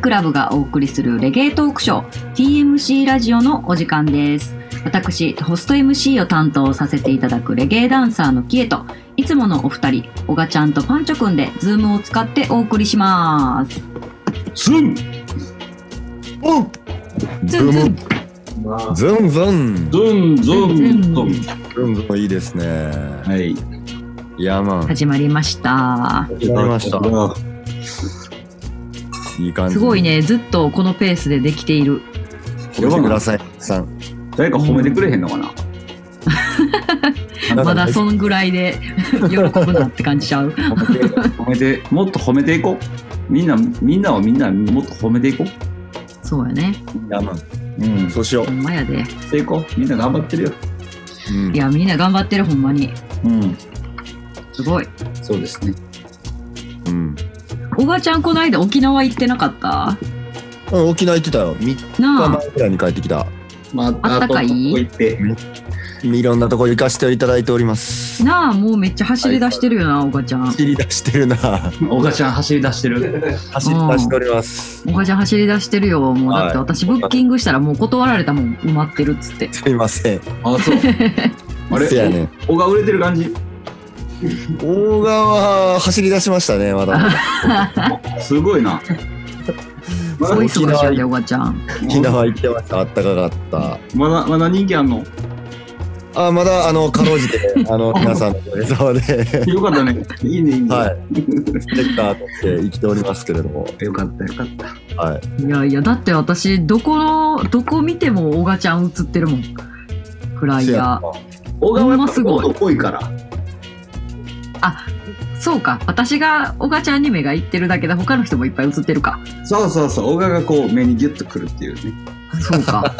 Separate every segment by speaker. Speaker 1: クラブがお送りするレゲエトークショー TMC ラジオのお時間です私ホスト MC を担当させていただくレゲエダンサーのキエといつものお二人オガちゃんとパンチョくんでズームを使ってお送りします
Speaker 2: ズン
Speaker 1: ズンズン
Speaker 2: ズ
Speaker 3: ズンズン
Speaker 2: ンズンズン。
Speaker 3: ズンズンいいですね。
Speaker 2: はい。
Speaker 3: いやまあ
Speaker 1: 始まりました
Speaker 2: 始
Speaker 3: まりましたいい感じ。
Speaker 1: すごい。ねずっとこのペースでできている
Speaker 3: 褒めてください。さん。
Speaker 2: 誰か褒めてくれへんのかな
Speaker 1: まだそんぐらいで 喜ぶなって感じちゃう
Speaker 3: 褒めて
Speaker 2: 褒めて、 もっと褒めていこう。みんな、みんなをみんなもっと褒めていこ
Speaker 1: そうやね
Speaker 3: いやまあ
Speaker 2: う。うん。そ
Speaker 3: そうしよ
Speaker 1: ほんまやで
Speaker 2: うしていこう。みんな頑張ってるよ。
Speaker 3: う。うん
Speaker 1: いやみんな頑張ってるほんまに
Speaker 2: うん。
Speaker 1: すごい
Speaker 2: そうですね。
Speaker 3: うん。
Speaker 1: おばちゃんこの間沖縄行ってなかった
Speaker 3: うん沖縄行ってたよ。三日
Speaker 1: なあ、
Speaker 3: 前ぐらいに帰ってきた。
Speaker 2: まあ、
Speaker 1: あったかい
Speaker 2: とこ行って。
Speaker 3: いろんなとこ行かせていただいております。
Speaker 1: なあもうめっちゃ走り出してるよなおばちゃん
Speaker 3: 走り出してるな。走
Speaker 2: おがちゃん走り出してる。
Speaker 3: り出しております。
Speaker 1: おばちゃん走り出してるよもう
Speaker 3: はい
Speaker 1: だって私ブッキングしたらもう断られたもん埋まってるっつって
Speaker 3: すいません。
Speaker 2: あ、そう。あ
Speaker 3: せや
Speaker 2: れ、
Speaker 3: ね。
Speaker 2: おが売れてる感じ。
Speaker 3: 大川走り出しましたねまだ。
Speaker 2: すごいな。ま
Speaker 1: 大
Speaker 2: だ
Speaker 3: そう
Speaker 1: 忙しいでおばちゃん
Speaker 3: 沖縄行ってました。あったかかった。
Speaker 2: まだ、まだ人気あんの。
Speaker 3: あまだあのかろうじてあ の皆さんのおかげさまで。
Speaker 2: よかったね。いいね、いいね。
Speaker 3: はい。ステッカーとして生きておりますけれども。
Speaker 2: よかった、よかった。
Speaker 3: はい。
Speaker 1: いやいやだって私どこのどこ見てもおばちゃん映ってるもんフライ
Speaker 3: せ
Speaker 1: ヤ
Speaker 3: や
Speaker 1: ー
Speaker 2: 小川
Speaker 1: ほ
Speaker 2: はやっぱ
Speaker 1: んますごい
Speaker 2: 音濃いから。
Speaker 1: そうか私がおばちゃんに目がいってるだけで他の人もいっぱい映ってるか
Speaker 2: そうそうそう、小川がこう目にギュッとくるってい うね。
Speaker 1: そうか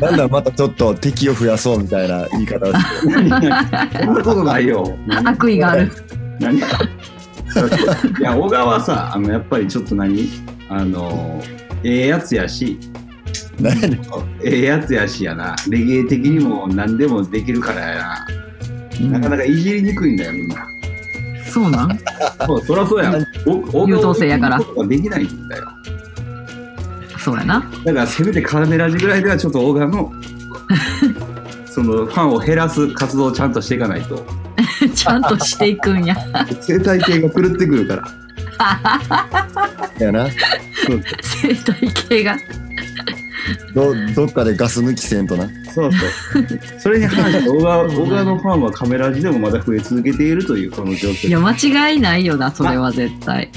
Speaker 3: なんだまたちょっと敵を増やそうみたいな言い方をして
Speaker 2: そんなことないよ。何
Speaker 1: 悪意がある
Speaker 2: 何い や、小川はさ、あのやっぱりちょっと何あの、ええやつやし、
Speaker 3: 何やねん
Speaker 2: ええやつやしやな、レゲエ的にも何でもできるからや
Speaker 1: うん
Speaker 2: な、なかなかいじりにくいんだよ、みんな。
Speaker 1: そうなん
Speaker 2: そうそらそうやん。お
Speaker 1: 優等生やから
Speaker 2: 小川をできないんだよ。
Speaker 1: そうやな
Speaker 2: だからせめてカメラジぐらいではちょっと小川の、そのファンを減らす活動をちゃんとしていかないと。
Speaker 1: ちゃんとしていくんや
Speaker 2: 生態系が狂ってくるから。
Speaker 3: やな
Speaker 1: 生態系が
Speaker 3: どどっかでガス抜きせんとな
Speaker 2: そうそう。それに反して、小川小川のファンはカメラ時でもまだ増え続けているというこの状
Speaker 1: い
Speaker 2: 況。
Speaker 1: や間違いないよなそれは絶対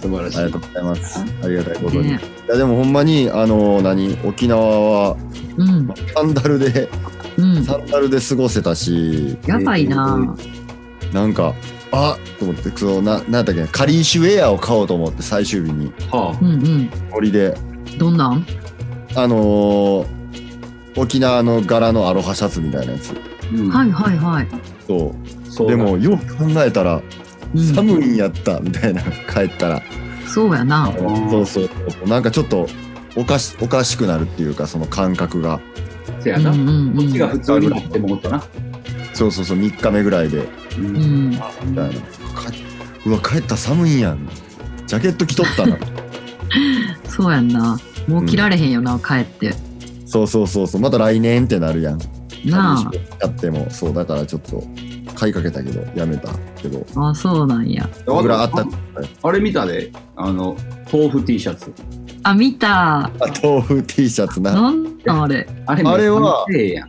Speaker 2: 素晴らし
Speaker 3: あり
Speaker 2: い。
Speaker 3: がとうございますありがたいことに、
Speaker 1: ね
Speaker 3: いやでもほんまにあの何沖縄は
Speaker 1: うん
Speaker 3: サンダルで
Speaker 1: うん
Speaker 3: サンダルで過ごせたし
Speaker 1: やばいな
Speaker 3: なんかあと思ってそのななんだっけカリーシュウェアを買おうと思って最終日に
Speaker 2: は
Speaker 1: うんうん
Speaker 3: 森で
Speaker 1: どんなん
Speaker 3: あのー沖縄の柄のアロハシャツみたいなやつ
Speaker 2: あ、うん
Speaker 1: はいはいはい、
Speaker 3: と
Speaker 2: そう
Speaker 3: で
Speaker 2: だ
Speaker 3: もよく考えたら
Speaker 1: うん
Speaker 3: 寒いんやったみたいな 帰ったら
Speaker 1: そうやな
Speaker 2: ー
Speaker 3: そうそうそうなんかちょっとおかしおかしくなるっていうかその感覚が
Speaker 2: せや
Speaker 1: うん
Speaker 2: な。こ
Speaker 1: うんう
Speaker 2: っちが
Speaker 1: ん
Speaker 2: 普通になってもったな。
Speaker 3: そうそうそう3日目ぐらいで
Speaker 2: う。
Speaker 1: うんん
Speaker 3: みたいなかうわ帰った寒いんやんジャケット着とっ たな
Speaker 1: そうやんなもう切られへんよな、帰って
Speaker 3: そうそうそうそうまた来年ってなるやん
Speaker 1: なあ
Speaker 3: やってもそうだからちょっと買いかけたけどやめたけど
Speaker 1: あそうなんや
Speaker 3: これあった
Speaker 2: あれ見たで、あの、豆腐 T シャツ。
Speaker 1: あ見た
Speaker 3: 豆腐 T シャツな
Speaker 1: なんなんあれ
Speaker 2: あれ
Speaker 3: あれは
Speaker 2: めっちゃええやん。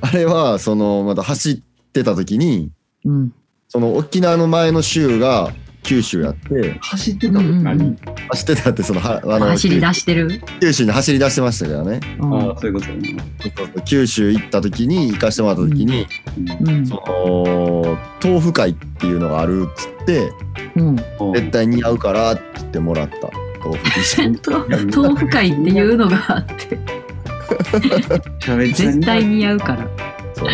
Speaker 3: あれはそのまた走ってた時に
Speaker 1: うん
Speaker 3: その沖縄の前の州が九州やって
Speaker 2: 走って
Speaker 1: う
Speaker 2: た
Speaker 1: んう
Speaker 2: も
Speaker 1: ん
Speaker 2: ん、
Speaker 1: う
Speaker 2: 何
Speaker 1: ん
Speaker 3: 走ってたってそのはあの
Speaker 1: 走り出してる、
Speaker 3: 九州に走り出してましたからね
Speaker 1: うん
Speaker 2: ああ、そういうことね。
Speaker 3: 九州行った時に行かしてもらった時に、
Speaker 2: うん
Speaker 1: うん
Speaker 3: その豆腐会っていうのがあるっつって
Speaker 1: うん、
Speaker 3: 絶対似合うからって言ってもらった豆腐 T シャツ
Speaker 1: と豆腐会っていうのがあって
Speaker 2: めちゃめちゃ
Speaker 1: 絶対似合うから
Speaker 3: そう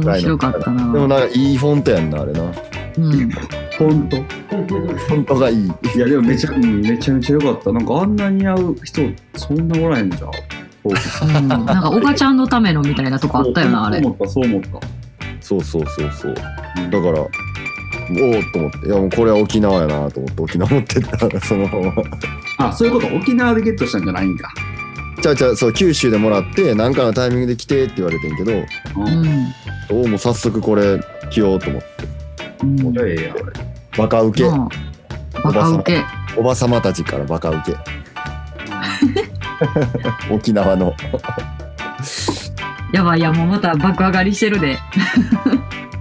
Speaker 1: 面白かったな
Speaker 3: でもなんかいいフォントやんなあれな
Speaker 1: うん、
Speaker 2: ほんと。
Speaker 3: フォントがいい
Speaker 2: いや、でもめちゃ、うんめちゃめちゃ良かった。なんかあんな似合う人、そんなおらへんじゃん。
Speaker 1: うんなんか、おばちゃんのためのみたいなとこあったよな、あれ
Speaker 2: そ。う思った、そう思った。
Speaker 3: そうそうそうそうだ
Speaker 2: うん
Speaker 3: からおおと思っていやもうこれは沖縄やなと思って沖縄持ってったらそのまま
Speaker 2: あ、そういうこと、沖縄でゲットしたんじゃないんか。
Speaker 3: ちゃうちゃうそう九州でもらって何かのタイミングで来てって言われてんけど
Speaker 2: う
Speaker 1: うん
Speaker 2: い
Speaker 3: おおもう早速これ着ようと思って
Speaker 1: んうん
Speaker 2: やいやいや、
Speaker 3: バカウケ、
Speaker 1: まあバカウケ
Speaker 3: おばさまたちからバカウケ 沖縄の
Speaker 1: やばいやもうまた爆上がりしてるで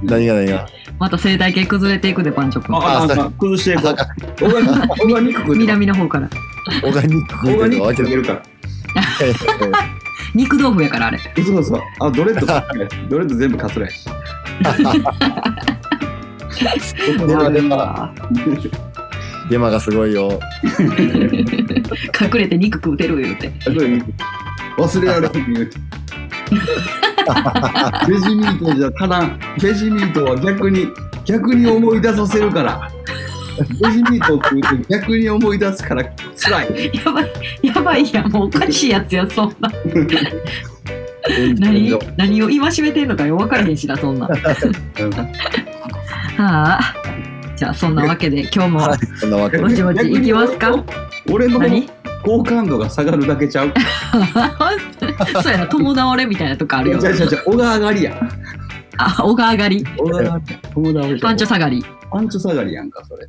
Speaker 3: 何が何が
Speaker 1: また生態系崩れていくでパンチョ君
Speaker 2: あ、あ、なんか崩していこう。オーガニックオーガニック食うて
Speaker 1: 南の方から
Speaker 3: オーガニック
Speaker 2: オーガニッ
Speaker 3: わ
Speaker 2: ク
Speaker 3: け
Speaker 2: 食
Speaker 3: だ
Speaker 2: えるから。
Speaker 1: 肉豆腐やからあれ
Speaker 2: そうそう。あ、ドレッドかつらやし、ドレッド全部かつらやし。
Speaker 3: デマデマデマがすごいよ
Speaker 1: 隠れて肉食うてる言うて
Speaker 2: 忘れられへん言うて。ベジミートじゃ足らん。ベジミートは逆に、逆に思い出させるから。ベジミートを食うと逆に思い出すから辛い。
Speaker 1: やばいやばいやもうおかしいやつやそん な何
Speaker 3: 炎上
Speaker 1: 何を戒めてんのかよ分からへんしな そんなはあじゃあそんなわけで今日も
Speaker 3: そんなわけ
Speaker 1: ぼちぼちいきますか
Speaker 2: 俺の
Speaker 1: 何
Speaker 2: 好感度が下がるだけちゃう。
Speaker 1: そうやな友倒れみたいなとこあ
Speaker 2: い
Speaker 1: る
Speaker 2: や
Speaker 1: よ
Speaker 2: じゃじゃじゃ、小川上がりや。
Speaker 1: あ小川上がり
Speaker 2: 小川上がり。友達
Speaker 1: パンチョ下がり
Speaker 2: パンチョ下がりやんか、 それ。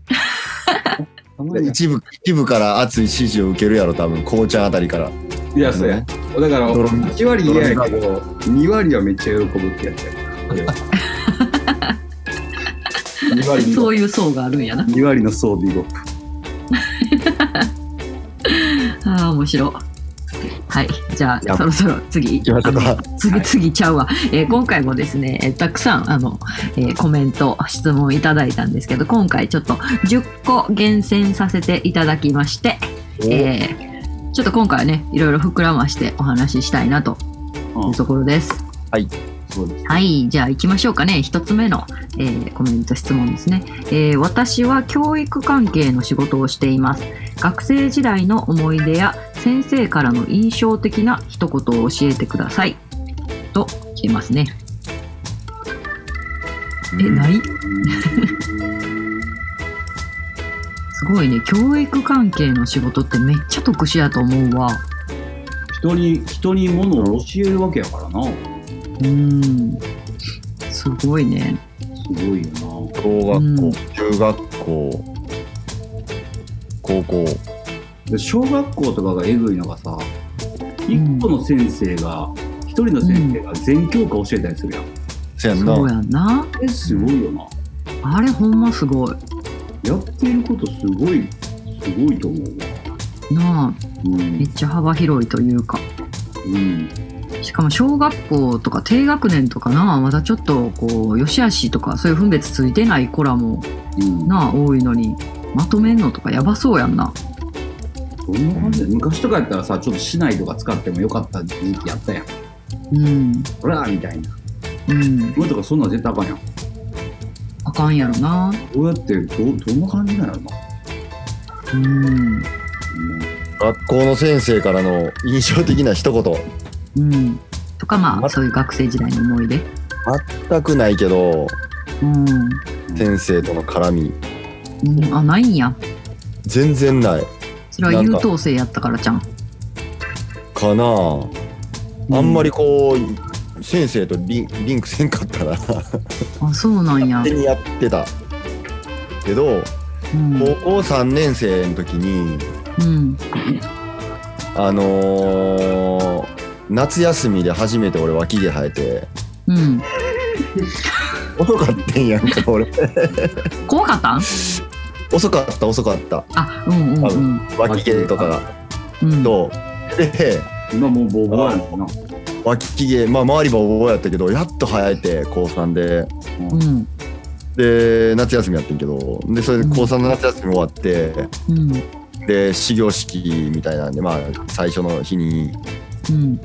Speaker 2: たまに
Speaker 3: 一部一部から熱い支持を受けるやろ多分紅茶あたりから
Speaker 2: いや、そうや。だから、
Speaker 3: ドロン
Speaker 2: 1割嫌やけど、2割はめっちゃ喜ぶってや つやから。2割の
Speaker 1: そういう層があるんやな
Speaker 2: 2割の装備後。
Speaker 1: ああ面白はいじゃあそろそろ次
Speaker 3: 行きましょうか
Speaker 1: 次々ちゃうわ、えー今回もですね、えーたくさんあの、えーコメント質問いただいたんですけど今回ちょっと10個厳選させていただきまして、えーちょっと今回はねいろいろ膨らましてお話ししたいなとい
Speaker 2: うん
Speaker 1: うところです。
Speaker 2: そうです。
Speaker 1: はい、じゃあ行きましょうかね。一つ目の、えーコメント質問ですね、えー私は教育関係の仕事をしています。学生時代の思い出や先生からの印象的な一言を教えてください。と来てますね。え、ないすごいね。教育関係の仕事ってめっちゃ特殊やと思うわ。
Speaker 2: 人に、人に物を教えるわけやからな。す
Speaker 1: うーん。すごいね。
Speaker 2: ごいよ
Speaker 3: 小
Speaker 1: うん
Speaker 3: 学校中学校高校
Speaker 2: な。で小学校とかがえぐいのがさ、1個の先生が、1人の先生が全教科教えたりするやん。
Speaker 3: せやん
Speaker 1: そう
Speaker 3: な
Speaker 1: やんな。
Speaker 2: え、すごいよな。
Speaker 1: あれほんますごい。
Speaker 2: やっていることすごい、すごいと思うわ。
Speaker 1: なあ、
Speaker 2: う
Speaker 1: めっ
Speaker 2: ん。
Speaker 1: ちゃ幅広いというか。
Speaker 2: うん。
Speaker 1: しかも小学校とか低学年とかなまだちょっとこう良し悪しとかそういう分別ついてない子らも
Speaker 2: うん。
Speaker 1: な多いのにまとめんのとかやばそうやんな
Speaker 2: どんな感じだ昔とかやったらさ、ちょっと市内とか使ってもよかった時期やったやん。
Speaker 1: うん
Speaker 2: ほらみたいな。
Speaker 1: うん
Speaker 2: 今とかそんなん絶対あかんやん。
Speaker 1: あかんやろな
Speaker 2: どうやって、どどんな感じなのな。
Speaker 1: うん
Speaker 3: 学校の先生からの印象的な一言
Speaker 1: うんとかまあ
Speaker 3: ま
Speaker 1: そういう学生時代の思い出
Speaker 3: 全くないけど
Speaker 1: うん、
Speaker 3: 先生との絡み
Speaker 1: うん、あないんや
Speaker 3: 全然ない
Speaker 1: それは優等生やったからじゃん
Speaker 3: かなああんまりこう先生とリンリンクせんかったら
Speaker 1: あそうなんや
Speaker 3: 勝手にやってたけど
Speaker 1: うん、
Speaker 3: 高校3年生の時に
Speaker 1: うん、
Speaker 3: あのー夏休みで初めて俺脇毛生えて
Speaker 1: うん、
Speaker 3: 遅かったんやんか俺
Speaker 1: 怖かったん
Speaker 3: 遅かった遅かった
Speaker 1: あうんうんうん
Speaker 3: 脇毛とかが
Speaker 1: うん
Speaker 3: とで
Speaker 2: うん今もうボーボーやもんな。
Speaker 3: 脇毛まあ周りも覚えやったけどやっと生えて高3で
Speaker 1: うん
Speaker 3: で夏休みやってんけどでそれで高3の夏休み終わって
Speaker 1: うん
Speaker 3: で始業式みたいなんでまあ最初の日に
Speaker 1: うん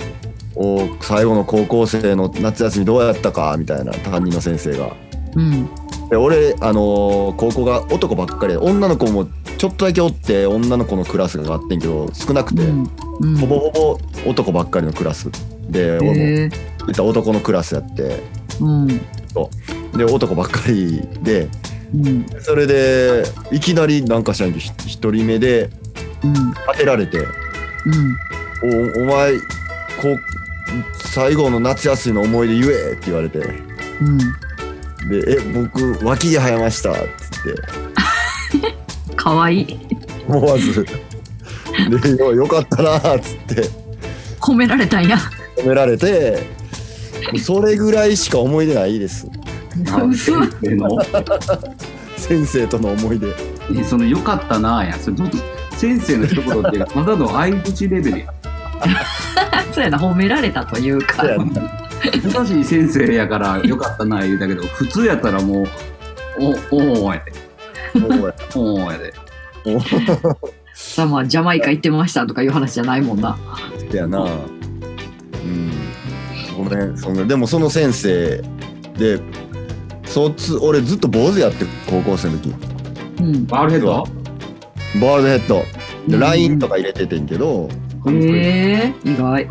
Speaker 3: お最後の高校生の夏休みどうやったかみたいな担任の先生が。
Speaker 1: うん
Speaker 3: で俺、あのー高校が男ばっかりで女の子もちょっとだけおって女の子のクラスがあってんけど少なくて、
Speaker 1: うん
Speaker 3: ほぼほぼ男ばっかりのクラスで俺も
Speaker 1: へえ
Speaker 3: 言ったら男のクラスやって
Speaker 1: うん
Speaker 3: で男ばっかりで
Speaker 1: うん
Speaker 3: それでいきなりなんかしないけどひ一人目で
Speaker 1: うん
Speaker 3: 当てられて
Speaker 1: うん
Speaker 3: 「おお前こう最後の夏休みの思い出言え」って言われて
Speaker 1: うん
Speaker 3: 「でえ僕脇毛生えました」っつって
Speaker 1: かわいい
Speaker 3: 思わず「でよよかったな」っつって
Speaker 1: 褒められたんや
Speaker 3: 褒められてそれぐらいしか思い出ないです
Speaker 1: 嘘
Speaker 2: でも
Speaker 3: 先生との思い出
Speaker 2: えそのよかったなぁやそれどう先生の一言ってただの相槌レベルや
Speaker 1: そうやな褒められたというか
Speaker 3: そうやな
Speaker 2: 優しい先生やからよかったなぁ言うたけど普通やったらもうおおおやで
Speaker 3: もう
Speaker 2: おおやで
Speaker 1: さあまあジャマイカ行ってましたとかいう話じゃないもんな
Speaker 3: だよなうんごめんそんなでもその先生で卒俺ずっと坊主やって高校生の時
Speaker 1: うん
Speaker 2: バールヘッド
Speaker 3: バードヘッドで LINE と
Speaker 1: か
Speaker 3: か入れててんけど
Speaker 1: ええ意外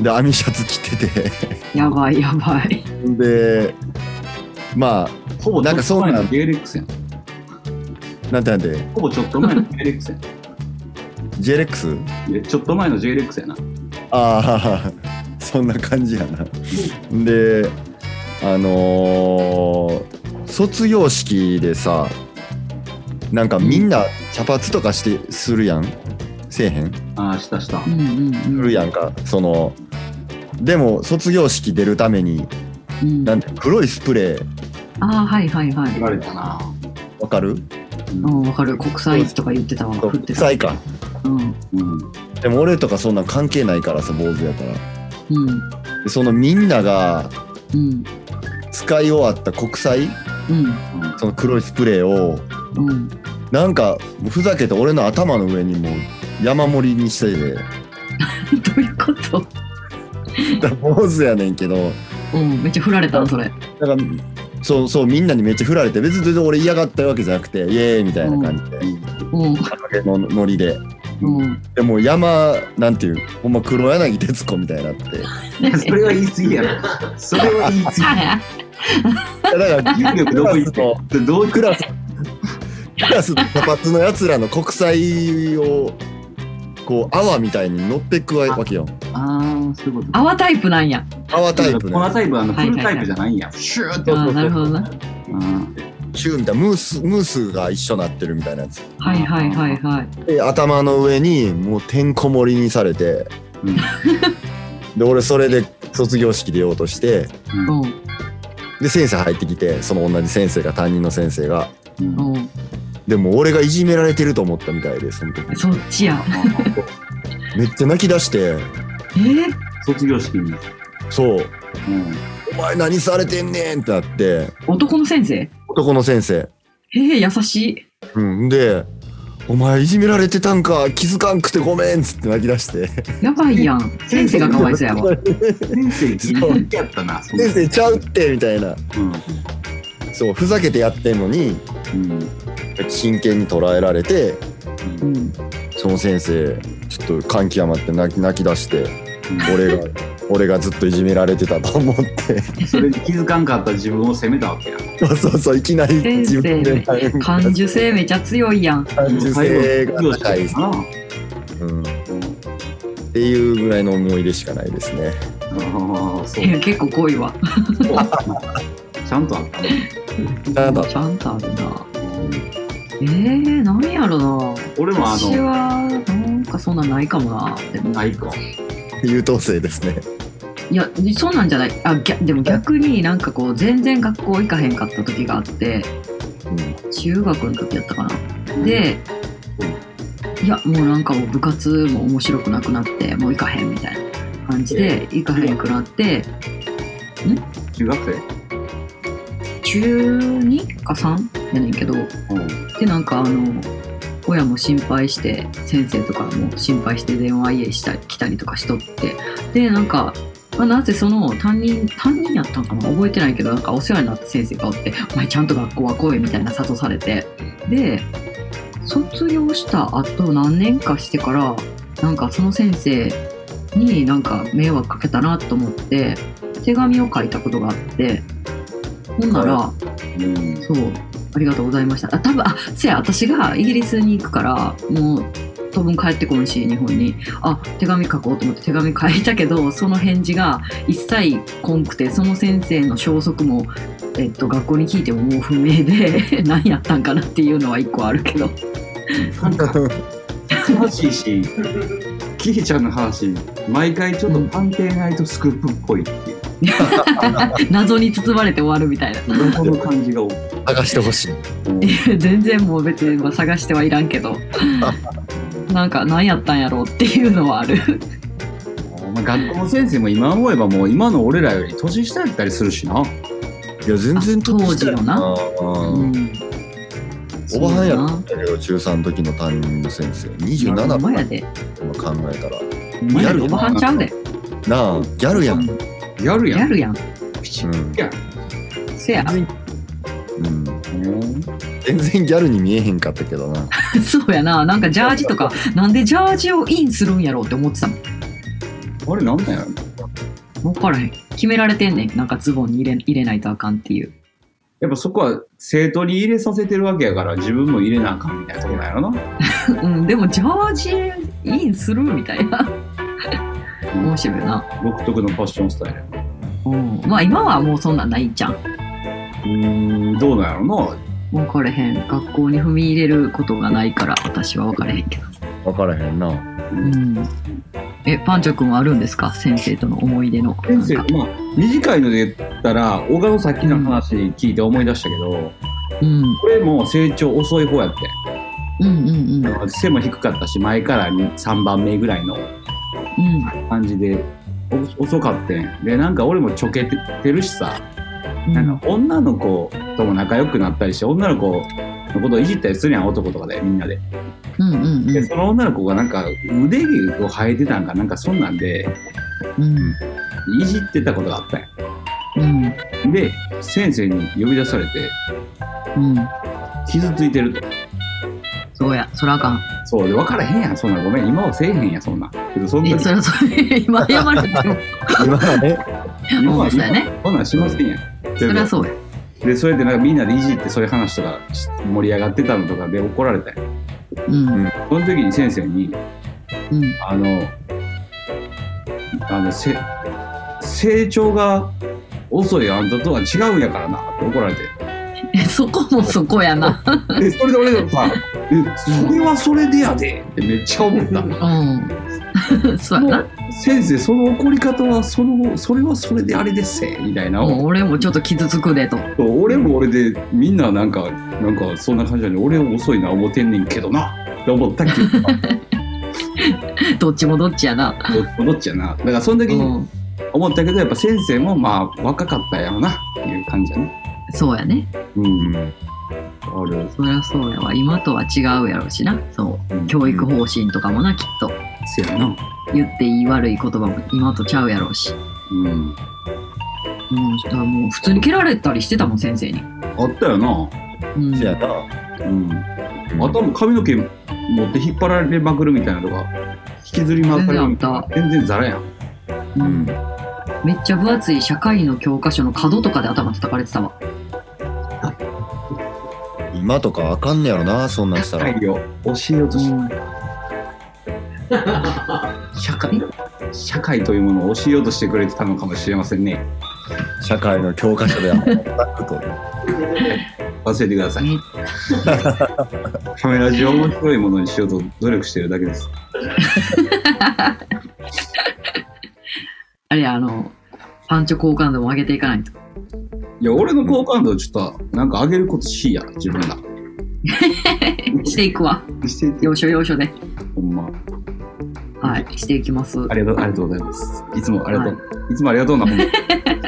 Speaker 3: で網シャツ着てて
Speaker 1: やばいやばい
Speaker 3: でまあ
Speaker 2: ほぼちょっと前のゲーレックスやん
Speaker 3: なんてなんて
Speaker 2: ほぼちょっと前のゲーレックスや
Speaker 3: JLEX?
Speaker 2: んえちょっと前の J レックスやな
Speaker 3: ああ そんな感じやなであのー卒業式でさなんかみんな茶髪とかしてするやんせえへん
Speaker 2: ああしたした
Speaker 1: うんうん
Speaker 3: す
Speaker 1: うん
Speaker 3: るやんかそのでも卒業式出るために
Speaker 1: うん
Speaker 3: なんて黒いスプレー
Speaker 1: ああはいはいはい
Speaker 2: 言われたなぁ
Speaker 3: わかる
Speaker 1: うんわかる国際とか言ってたわ食ってた
Speaker 3: 臭いか
Speaker 1: うん
Speaker 2: うん
Speaker 3: でも俺とかそんなん関係ないからさ坊主やから
Speaker 1: うん
Speaker 3: でそのみんなが
Speaker 1: うん
Speaker 3: 使い終わった国債
Speaker 1: うん
Speaker 3: その黒いスプレーを
Speaker 1: うん
Speaker 3: なんかふざけて俺の頭の上にもう山盛りにしてて
Speaker 1: どういうこと
Speaker 3: 坊主やねんけど
Speaker 1: うんめっちゃ振られたのそれ
Speaker 3: なんかそうそうみんなにめっちゃ振られて別に全然俺嫌がったわけじゃなくてイエーイみたいな感じで、
Speaker 1: うん
Speaker 3: のノリで
Speaker 1: うん
Speaker 3: でも山なんていうほんま黒柳徹子みたいになってい
Speaker 2: いやそれは言い過ぎやろそれは言い過ぎ
Speaker 3: やだ から
Speaker 2: 重力どこ行ってそれどう
Speaker 3: クラスクラスのパツのやつらの国債をこう泡みたいに乗ってくわけよ
Speaker 2: ああそういうこと
Speaker 1: 泡タイプなんや
Speaker 3: 泡タイプ
Speaker 2: 粉
Speaker 3: の
Speaker 2: タイプはあのフ
Speaker 1: はいはい
Speaker 2: ル
Speaker 1: はい
Speaker 2: タイプじゃないんや。シューって
Speaker 1: あ
Speaker 2: やつ。
Speaker 1: あなるほどな
Speaker 2: うん
Speaker 3: チューみたいなムースムースが一緒になってるみたいなやつ
Speaker 1: はいはいはいはい
Speaker 3: で頭の上にもうてんこ盛りにされて
Speaker 2: うん
Speaker 3: で俺それで卒業式出ようとして
Speaker 1: うん
Speaker 3: で先生入ってきてその同じ先生が担任の先生が
Speaker 2: うんうん
Speaker 1: うん
Speaker 3: でも俺がいじめられてると思ったみたいでその時
Speaker 1: そっちや
Speaker 3: めっちゃ泣き出して
Speaker 1: えー
Speaker 2: 卒業式に。うん
Speaker 3: そうお前何されてんねんってなって
Speaker 1: 男の先生
Speaker 3: 男の先生
Speaker 1: へえ優しい
Speaker 3: うんでお前いじめられてたんか気づかんくてごめんっつって泣き出して
Speaker 1: やばいやん先生がかわいそうやわ
Speaker 2: 先生ギリギリやったな。そんな
Speaker 3: 先生ちゃうってみたいな
Speaker 2: うん
Speaker 3: そうふざけてやってんのに
Speaker 2: うん
Speaker 3: 真剣に捉えられて
Speaker 1: う
Speaker 2: うん
Speaker 1: ん
Speaker 3: その先生ちょっと感極まって泣き泣き出して俺 が俺がずっといじめられてたと思って
Speaker 2: それに気づかんかった自分を責めたわけや。
Speaker 3: そうそうそういきなり
Speaker 1: 先
Speaker 3: 自
Speaker 1: 生
Speaker 3: 分で
Speaker 1: 感受性めちゃ強いやん
Speaker 3: 感受性が高
Speaker 2: 最、
Speaker 3: い
Speaker 2: 後の
Speaker 3: うん、っていうぐらいの思い出しかないですね
Speaker 2: 卒業式かな。ああ、そ
Speaker 1: いや結構濃いわ
Speaker 2: う。ちゃんとあったね。
Speaker 3: なんだ
Speaker 1: ちゃんとあるなえー、何やろな
Speaker 2: 俺もあ
Speaker 1: 私
Speaker 2: の、
Speaker 1: はなんかそんなんないかもなでも
Speaker 2: あいこ。
Speaker 3: 優等生ですね
Speaker 1: いやそんなんじゃないあぎゃでも逆になんかこう全然学校行かへんかった時があって
Speaker 3: う
Speaker 1: 中学の時やったかなで、いやもうなんかもう部活も面白くなくなってもう行かへんみたいな感じで行かへんくなって
Speaker 2: 中学生
Speaker 1: 中2か3やねんけどでなんかあの親も心配して先生とかも心配して電話家したり来たりとかしとってでなんか、まあなぜその担任担任やったんかな覚えてないけどなんかお世話になった先生がおって「お前ちゃんと学校は来い」みたいな誘されてで卒業した後何年かしてからなんかその先生になんか迷惑かけたなと思って手紙を書いたことがあってほんなら、
Speaker 2: うん。
Speaker 1: そうありがとうございました。あ多分あせや私がイギリスに行くからもう当分帰ってこんし日本にあ手紙書こうと思って手紙書いたけどその返事が一切こんくてその先生の消息も、えっと、学校に聞いてももう不明で 何やったんかなっていうのは一個あるけど
Speaker 2: なんか楽しいし、キーちゃんの話、毎回ちょっと探偵ナイトスクープっぽいって いう、
Speaker 1: 謎に包まれて終わるみたいな。
Speaker 2: 謎の感じが多い。
Speaker 3: 探してほしい。
Speaker 1: 全然もう別にまあ探してはいらんけどなんか何やったんやろうっていうのはある
Speaker 2: まあ学校の先生も今思えばもう今の俺らより年下やったりするしな。
Speaker 3: いや、全然
Speaker 1: 当時よな
Speaker 3: おばはんやったけど、中3の時の担任の先生。27
Speaker 1: ほんまや
Speaker 3: と
Speaker 1: で
Speaker 3: か考えたら。
Speaker 1: ほんまや
Speaker 3: や
Speaker 1: で
Speaker 3: る
Speaker 1: おばはんちゃうで
Speaker 3: なあ、ギャルやん。
Speaker 2: やるや
Speaker 1: や
Speaker 2: ん。
Speaker 1: るやん
Speaker 3: うん
Speaker 1: せや
Speaker 3: うん全然ギャルに見えへんかったけどな。
Speaker 1: そうやななんかジャージとかなんでジャージをインするんやろうって思ってたもん
Speaker 2: あれなんだよ。
Speaker 1: 分からへん決められてんねんなんかズボンに入れ入れないとあかんっていう
Speaker 2: やっぱそこは生徒に入れさせてるわけやから自分も入れなあかんみたいなとこなんやろな。
Speaker 1: うんでもジャージインするみたいな面白いな
Speaker 2: 独特のファッションスタイル。
Speaker 1: うんまあ今はもうそんなんないんじゃん
Speaker 2: うん、どうなんやろ
Speaker 1: 分からへん学校に踏み入れることがないから私は分からへんけど、
Speaker 3: わからへんな。
Speaker 1: うん、えパンチョ君はあるんですか先生との思い出の
Speaker 2: な。先生
Speaker 1: なんか、
Speaker 2: まあ、短いので言ったら、小川のさっきの話聞いて思い出したけど、
Speaker 1: うん、
Speaker 2: これも成長遅い方やって。
Speaker 1: うんうんうんうん
Speaker 2: 背も低かったし、前から3番目ぐらいの感じでお遅かってんでなんか俺もちょけてるしさ、なんか女の子とも仲良くなったりして女の子のことをいじったりするやん男とかでみんなで
Speaker 1: うんうん
Speaker 2: でその女の子がなんか腕毛を生えてたんかなんかそんなんで
Speaker 1: うん
Speaker 2: いじってたことがあったん
Speaker 1: うん
Speaker 2: やで先生に呼び出されて
Speaker 1: うんうん
Speaker 2: 傷ついてると
Speaker 1: そうやそらあかん
Speaker 2: そうで分からへんやんそんなんごめん今はせえへんやんそんなんけどそん
Speaker 1: え
Speaker 2: な
Speaker 1: そらそれ今謝られても
Speaker 3: 今はね、
Speaker 2: 今
Speaker 1: う
Speaker 2: は
Speaker 1: んそうやね
Speaker 2: こんなんしませんやん
Speaker 1: そりゃそうや
Speaker 2: でそれでなんかみんなでいじってそういう話とかし盛り上がってたのとかで怒られたんや
Speaker 1: うんうん
Speaker 2: その時に先生にあの、あの、せ、成長が遅いあんたとは違うんやからなって 怒られて。
Speaker 1: えそこもそこやな
Speaker 2: で、それで俺がさ、え、それはそれでやでってめっちゃ思った。も
Speaker 1: うん そうやな
Speaker 2: う先生、その怒り方は、その、それはそれであれですせ、みたいな。
Speaker 1: もう俺もちょっと傷つくでと
Speaker 2: そう俺も俺で、みんななんか、なんかそんな感じで、俺遅いな思ってんねんけどな。って思ったけ ど、
Speaker 1: どっちもどっちやな
Speaker 2: どっちやな。だからその時
Speaker 1: う
Speaker 2: に
Speaker 1: ん
Speaker 2: 思ったけど、やっぱ先生もまあ若かったやろなっていう感じやね。
Speaker 1: そうやね
Speaker 2: う。
Speaker 3: うんん、
Speaker 2: ある。
Speaker 1: そりゃそうやわ今とは違うやろうしなそう教育方針とかもなきっと
Speaker 2: せやな。
Speaker 1: 言っていい悪い言葉も今とちゃうやろうし、う
Speaker 2: うん。
Speaker 1: ん、だからもう普通に蹴られたりしてたもん先生に、
Speaker 2: あったよな。
Speaker 1: うん、
Speaker 3: せや
Speaker 1: あ
Speaker 3: な。
Speaker 2: うん。頭、髪の毛持って引っ張られまくるみたいなとか、引きずり回されるみたいな。全然ザラやん。
Speaker 1: う
Speaker 3: うんん、
Speaker 1: めっちゃ分厚い社会の教科書の角とかで頭叩かれてたわ
Speaker 3: 今とかあかんねやろな、そんなんしたら。
Speaker 2: を教えようとし、社会社会というものを教えようとしてくれてたのかもしれませんね。
Speaker 3: 社会の教科書であ ったこと。
Speaker 2: 忘れてください。
Speaker 1: ね
Speaker 2: カメラ上面白いものにしようと努力してるだけです。
Speaker 1: あれやあのパンチョ好感度も上げていかないと
Speaker 2: いや、俺の好感度ちょっと、なんか上げることしいや、自分 ら。
Speaker 1: していくわ
Speaker 2: していってよ、
Speaker 1: 要所要所で
Speaker 2: ほんま。
Speaker 1: はいしていきます
Speaker 2: ありがとう、ありがとうございます。いつもありがとう。い、つもありがとうな、ほんま二人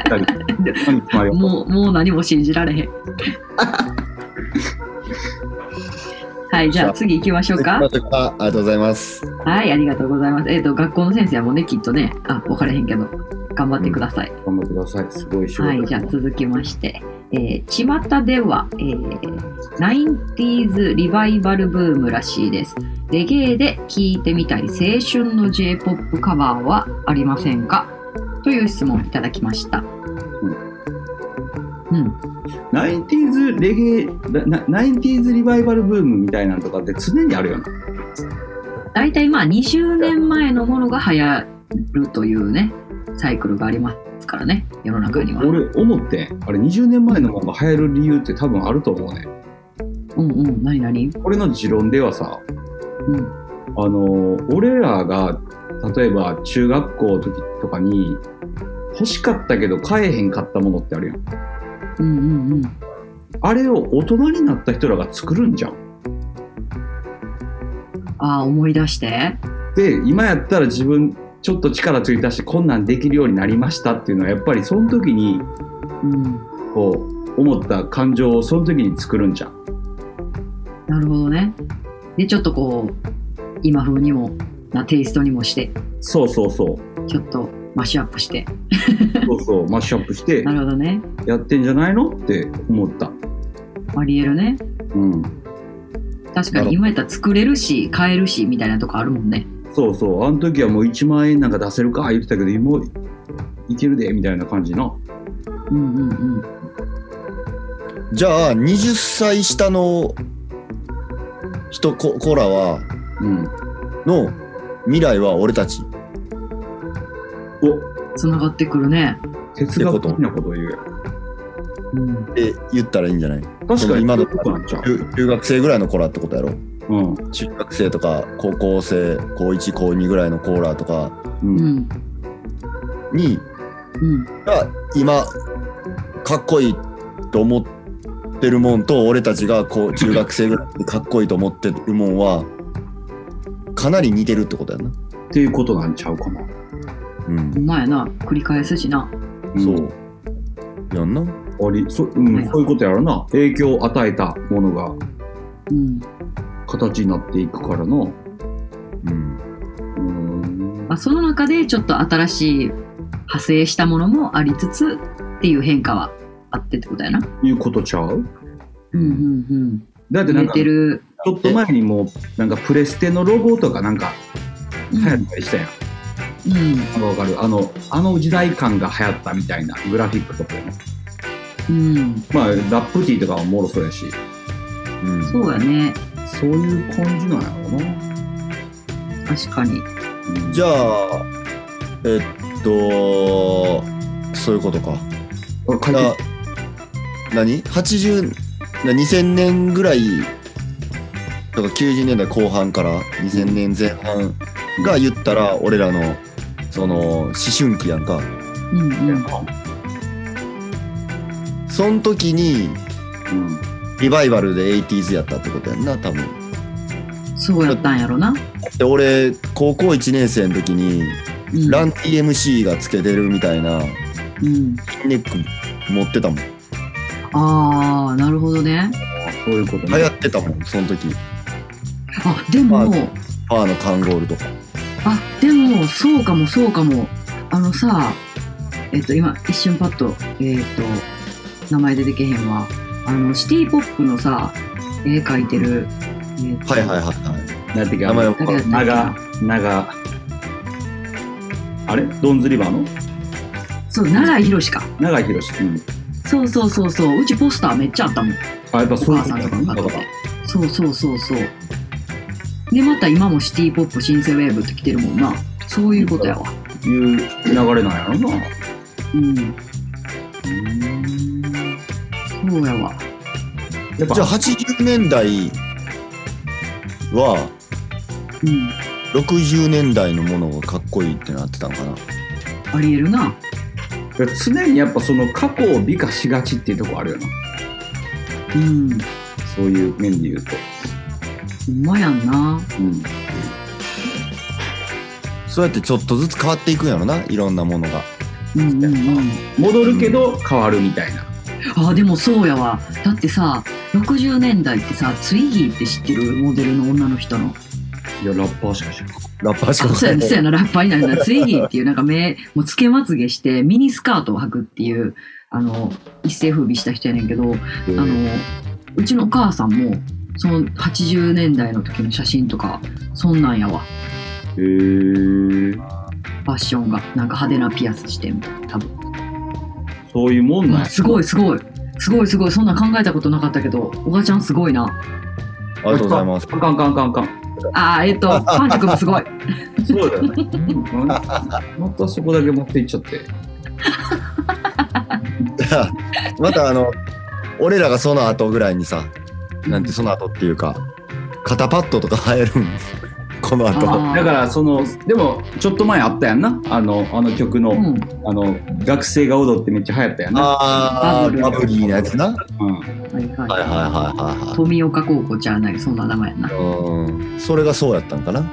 Speaker 2: 本日もありがとう
Speaker 1: もうもう何も信じられへんはいじゃあ次行きましょうか
Speaker 3: あありがとうございます。
Speaker 1: はい、ありがとうございます。えっ、と、学校の先生もね、きっとね、あ、分からへんけど、頑張ってください。
Speaker 2: 頑張ってください。すごい仕事。
Speaker 1: はい、じゃあ続きまして、えー、巷では、えー、90s リバイバルブームらしいです。レゲエで聴いてみたい青春の J-POP カバーはありませんかという質問をいただきました。うん。
Speaker 2: ナインティーズレゲエなナインティーズリバイバルブームみたいなのとかって常にあるよね
Speaker 1: 大体まあ20年前のものが流行るというね、サイクルがありますからね、世の中には。
Speaker 2: 俺思ってあれ20年前のものが流行る理由って多分あると思うね
Speaker 1: うんうん、何何
Speaker 2: 俺の持論ではさ
Speaker 1: うん。
Speaker 2: あの俺らが例えば中学校の時とかに欲しかったけど買えへんかったものってあるやん
Speaker 1: うんうんうん。
Speaker 2: あれを大人になった人らが作るんじゃん
Speaker 1: ああ、思い出して。
Speaker 2: で今やったら自分ちょっと力ついたしこんなんできるようになりましたっていうのはやっぱりその時に
Speaker 1: うん。
Speaker 2: こう思った感情をその時に作るんじゃん
Speaker 1: なるほどね。で、ちょっとこう、今風にも、なテイストにもして、
Speaker 2: そうそうそう
Speaker 1: ちょっとマッシュアップして。
Speaker 2: そうそう マッシュアップして
Speaker 1: なるほどね。
Speaker 2: やってんじゃないのって思った
Speaker 1: ありえるね。
Speaker 2: うん
Speaker 1: 確かに今やったら作れるし、買えるし、みたいなとこあるもんね。
Speaker 2: そうそうあの時はもう1万円なんか出せるか言ってたけど今いけるでみたいな感じな
Speaker 1: うんうんうん。
Speaker 3: じゃあ20歳下の人こ子らは
Speaker 2: うん
Speaker 3: の未来は俺たち
Speaker 2: お
Speaker 1: つながってくるね。
Speaker 2: 哲学的なことを言うやん
Speaker 1: うん。
Speaker 3: って言ったらいいんじゃない
Speaker 2: 確かに
Speaker 3: 今の
Speaker 2: ことなんちゃう
Speaker 3: 中中学生ぐらいの子らってことやろ
Speaker 2: うん
Speaker 3: 中学生とか高校生高1高2ぐらいの子らとか
Speaker 2: うん
Speaker 1: うん。
Speaker 3: に
Speaker 1: うん。
Speaker 3: が今かっこいいと思ってるもんと俺たちがこう中学生ぐらいでかっこいいと思ってるもんはかなり似てるってことやな。
Speaker 2: っていうことなんちゃうかな
Speaker 3: うん
Speaker 1: ほんまやな。繰り返すしな。
Speaker 3: そ
Speaker 2: ん
Speaker 3: う。やんな。
Speaker 2: ありそ,、うん
Speaker 1: はい
Speaker 2: そういうことやろな影響を与えたものが
Speaker 1: うん。
Speaker 2: 形になっていくからの
Speaker 3: うん。
Speaker 2: うん
Speaker 1: まあ、その中でちょっと新しい派生したものもありつつっていう変化はあってってことやな。
Speaker 2: いうことちゃう
Speaker 1: うんうん
Speaker 2: だっ
Speaker 1: う
Speaker 2: て
Speaker 1: ん。入
Speaker 2: なん
Speaker 1: れ
Speaker 2: か
Speaker 1: て
Speaker 2: ち
Speaker 1: る。
Speaker 2: ょっと前にもうなんかプレステのロゴとかなんか
Speaker 1: う
Speaker 2: 流行っ
Speaker 1: ん。
Speaker 2: たりしたやん
Speaker 1: うん
Speaker 2: なんかわかるあのあの時代感が流行ったみたいなグラフィックとかね
Speaker 1: うん、
Speaker 2: まあラップティーとかももろそうやし
Speaker 3: うん。
Speaker 1: そうやね
Speaker 2: そういう感じなんやろうな、
Speaker 1: 確かに
Speaker 2: うん
Speaker 3: じゃあ、えっと、そういうことか。
Speaker 2: あ書いて
Speaker 3: な何 ?80、な2000年ぐらい、とか90年代後半から2000年前半が言ったら、俺らの、その、思春期やんか。
Speaker 1: うんうん
Speaker 3: そん時に、
Speaker 2: うん
Speaker 3: リバイバルで 80s やったってことやんな、多分。
Speaker 1: そうやったんやろな
Speaker 3: で、俺、高校1年生の時に、
Speaker 1: うん
Speaker 3: ラン TMC がつけてるみたいな、
Speaker 1: うん、
Speaker 3: ネック持ってたもん。
Speaker 1: ああなるほどね
Speaker 2: あそういうこと
Speaker 3: 流
Speaker 2: ね
Speaker 3: 行ってたもん、その時。
Speaker 1: あでも、
Speaker 3: まパーのカンゴールとか。
Speaker 1: あでもそうかもそうかもあのさえっと今一瞬パッとえっと名前出てけへんわあのシティポップのさ絵描いてる、えっと
Speaker 3: はいはいはいはい。
Speaker 2: なってき
Speaker 3: 名前を
Speaker 1: 誰やったっけ
Speaker 2: 長長あれドンズリバーの
Speaker 1: そう長井宏か
Speaker 2: 長井宏、うん、
Speaker 1: そうそうそうそううちポスターめっちゃあったもん
Speaker 2: あやっぱ
Speaker 1: お
Speaker 2: そういう
Speaker 1: 母さ
Speaker 2: こと
Speaker 1: んと
Speaker 2: や
Speaker 1: か
Speaker 2: な
Speaker 1: が
Speaker 2: だか
Speaker 1: 買ってそうそうそうそうでまた今もシティポップシンセウェーブって来てるもんなそういうことやわ
Speaker 2: らいう流れなんやろな
Speaker 1: うんそうやわ
Speaker 2: やっぱ
Speaker 3: じゃあ80年代は
Speaker 1: うん
Speaker 3: 60年代のものがかっこいいってなってたのかな。
Speaker 1: ありえるな
Speaker 2: 常にやっぱその過去を美化しがちっていうとこあるよな
Speaker 1: うん
Speaker 2: そういう面で言うと、
Speaker 1: ほんまやんな
Speaker 2: うん、
Speaker 3: そうやってちょっとずつ変わっていくんやろな、いろんなものが。
Speaker 1: うんうんうん
Speaker 2: 戻るけど変わるみたいな、
Speaker 1: あでもそうやわだってさ60年代ってさツイギーって知ってるモデルの女の人の
Speaker 2: いやラッパーしかしない
Speaker 3: ラッパーしか
Speaker 1: あそうや
Speaker 3: わ
Speaker 1: なそ
Speaker 3: か
Speaker 1: う
Speaker 3: ら
Speaker 1: やなラッパーになるんだツイギーっていうなんか目もうつけまつげしてミニスカートを履くっていうあの一世風靡した人やねんけど
Speaker 2: へ
Speaker 1: あ
Speaker 2: ー
Speaker 1: のうちのお母さんもその80年代の時の写真とかそんなんやわ
Speaker 2: へー
Speaker 1: ファッションがなんか派手なピアスしてみたいな多分
Speaker 2: そういうもんなん
Speaker 1: あ
Speaker 2: や
Speaker 1: すごいすごいすごいすごいそんな考えたことなかったけど小川ちゃんすごいな
Speaker 3: ありがとうございます。
Speaker 2: あかんあかんあかんあかん。
Speaker 1: あーえっとパンチ君もすごい
Speaker 2: そうだよね。うんまたそこだけ持っていっちゃって。
Speaker 3: またあの俺らがその後ぐらいにさなんてその後っていうか肩パッドとか入るん この後
Speaker 1: あー
Speaker 2: だからそのでもちょっと前あったやんなあのあの曲の,、
Speaker 1: うん
Speaker 2: あの学生が踊ってめっちゃ流行ったやんな。
Speaker 3: ああー
Speaker 1: バ
Speaker 3: バ
Speaker 1: ブ
Speaker 3: ブリーなやつなは
Speaker 2: うん、
Speaker 1: はいはい
Speaker 3: いはいはいはいはい
Speaker 1: 富岡高校じゃないそんな名前やな
Speaker 3: うんそれがそうやったんかな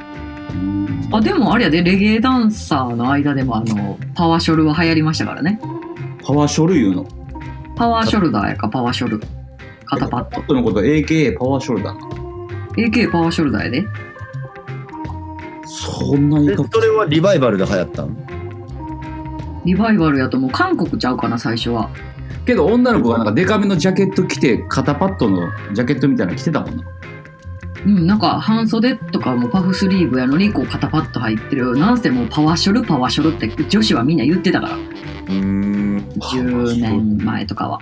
Speaker 1: あでもあれやでレゲエダンサーの間でもあのパワーショルは流行りましたからね
Speaker 2: パワーショル言うの。
Speaker 1: パワーショルダーやかパワーショル肩パッ
Speaker 2: パッドのこと AKA パワーショルダー。
Speaker 1: ド AK パワーショルダーやで
Speaker 2: そんな言い
Speaker 3: で
Speaker 2: 方
Speaker 3: それはリバイバルで流行ったん
Speaker 1: リバイバルやともう韓国ちゃうかな最初は
Speaker 2: けど女の子がなんかデカめのジャケット着て肩パッドのジャケットみたいなの着てたもんな。
Speaker 1: うんなんか半袖とかもパフスリーブやのにこう肩パッと入ってるなんせもうパワーショルパワーショルって女子はみんな言ってたから
Speaker 3: うーん
Speaker 1: 10年前とかは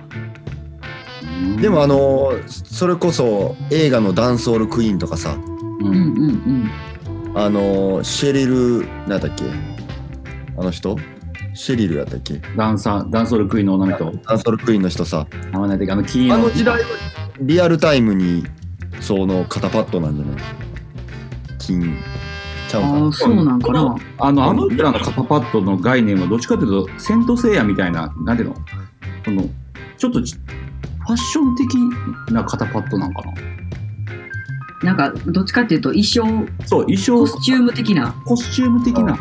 Speaker 3: でもあのそれこそ映画の「ダンスオールクイーン」とかさ
Speaker 2: う
Speaker 1: うんうん
Speaker 2: ん
Speaker 1: うん
Speaker 3: あのシェリルなんだっけあの人シェリルやったっけ
Speaker 2: ダンサーダンソールクイーンの女の人
Speaker 3: ダンスオールクイーンの人さ
Speaker 2: 名前ないというかあの金
Speaker 3: あ
Speaker 2: 色
Speaker 3: の時代はリアルタイムにその肩パッドなんじゃない金ちゃうか
Speaker 1: ああ
Speaker 3: な
Speaker 1: そうなんかな
Speaker 2: あの、あの人らの肩パッドの概念はどっちかというと、セントセイヤみたいな、なんていうのその、ちょっとちファッション的な肩パッドなんか
Speaker 1: な
Speaker 2: な
Speaker 1: んかどっちかっていうと衣装
Speaker 2: そう、衣装、
Speaker 1: コ
Speaker 2: コ
Speaker 1: ス
Speaker 2: ス
Speaker 1: チューム的な
Speaker 2: チューム的な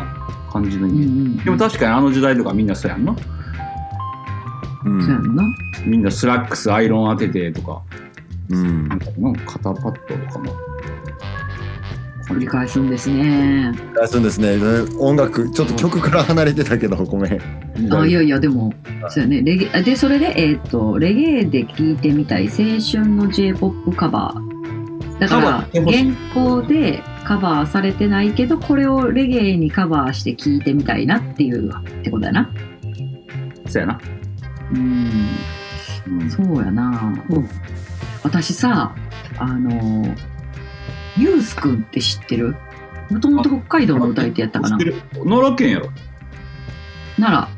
Speaker 2: 感じのイ
Speaker 1: うんう
Speaker 2: メージ。
Speaker 1: ん
Speaker 2: でも確かにあの時代とかみんなそうやんな。
Speaker 3: うん
Speaker 1: そうやんな
Speaker 2: みんなスラックス、アイロン当ててとか、
Speaker 3: うん
Speaker 2: なんかの肩パッドとかも。
Speaker 1: 繰り返すんですね
Speaker 3: あそうですね音楽ちょっと曲から離れてたけどごめん
Speaker 1: あいやいやでもそうやねレゲあでそれでえっ、とレゲエで聴いてみたい青春の j p o p カバーだか
Speaker 2: カバ
Speaker 1: ら
Speaker 2: ーしてほしい
Speaker 1: 現行でカバーされてないけどこれをレゲエにカバーして聴いてみたいなっていうってことやな
Speaker 2: そうやな。
Speaker 1: うん
Speaker 2: うん
Speaker 1: そうやな、私さあのユースくんって知ってるもともと北海道の歌い手やったか
Speaker 2: 知
Speaker 1: な
Speaker 2: ってる奈良県やろ
Speaker 1: 奈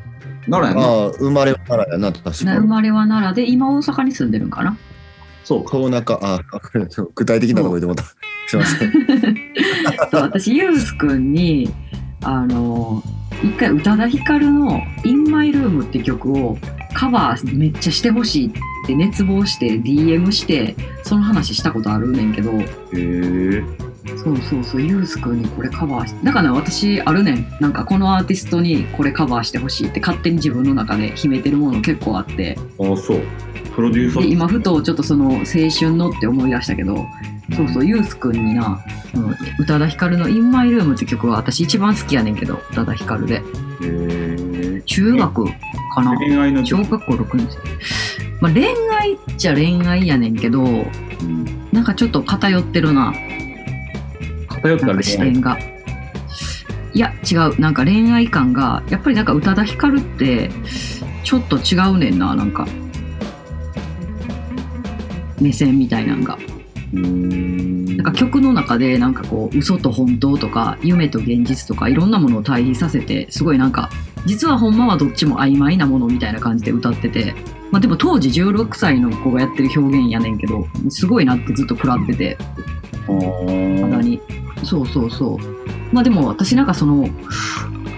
Speaker 2: 奈良やな。
Speaker 3: ああ生まれならやな確
Speaker 1: 良な
Speaker 3: か
Speaker 1: 生
Speaker 3: に
Speaker 1: まれは奈良で今大阪に住んでるんかな
Speaker 2: そうか。
Speaker 3: こうなんかあ具体的なとこ言ってもうた すいません
Speaker 1: そう私ユースくんにあの一回宇多田ヒカルの「In My Room」って曲をカバーめっちゃしてほしいって熱望して DM してその話したことあるねんけど
Speaker 2: へえ。
Speaker 1: そうそうそうユースくんにこれカバーしてだからね私あるねんなんかこのアーティストにこれカバーしてほしいって勝手に自分の中で秘めてるもの結構あって
Speaker 2: あ、そう。プロデューサ
Speaker 1: で
Speaker 2: ー。
Speaker 1: 今ふとちょっとその青春のって思い出したけどそうそうユースくんになその宇多田ヒカルの「インマイルーム」って曲は私一番好きやねんけど宇多田ヒカルで
Speaker 2: へえ。
Speaker 1: 中学かな
Speaker 2: 恋愛の
Speaker 1: 小学校6年生まあ恋愛っちゃ恋愛やねんけど
Speaker 2: うん
Speaker 1: なんかちょっと偏ってるな
Speaker 2: 偏った
Speaker 1: なん
Speaker 2: ら
Speaker 1: か
Speaker 2: 恋
Speaker 1: 視
Speaker 2: 愛
Speaker 1: 点が。いや違うなんか恋愛感がやっぱりなんか宇多田ヒカルってちょっと違うねんななんか目線みたいなんが
Speaker 2: な
Speaker 1: なんか曲の中でなんかこう嘘と本当とか夢と現実とかいろんなものを対比させてすごいなんか実はほんまはどっちも曖昧なものみたいな感じで歌ってて、まあ、でも当時16歳の子がやってる表現やねんけどすごいなってずっと食らってて肌にそうそうそうまあでも私なんかその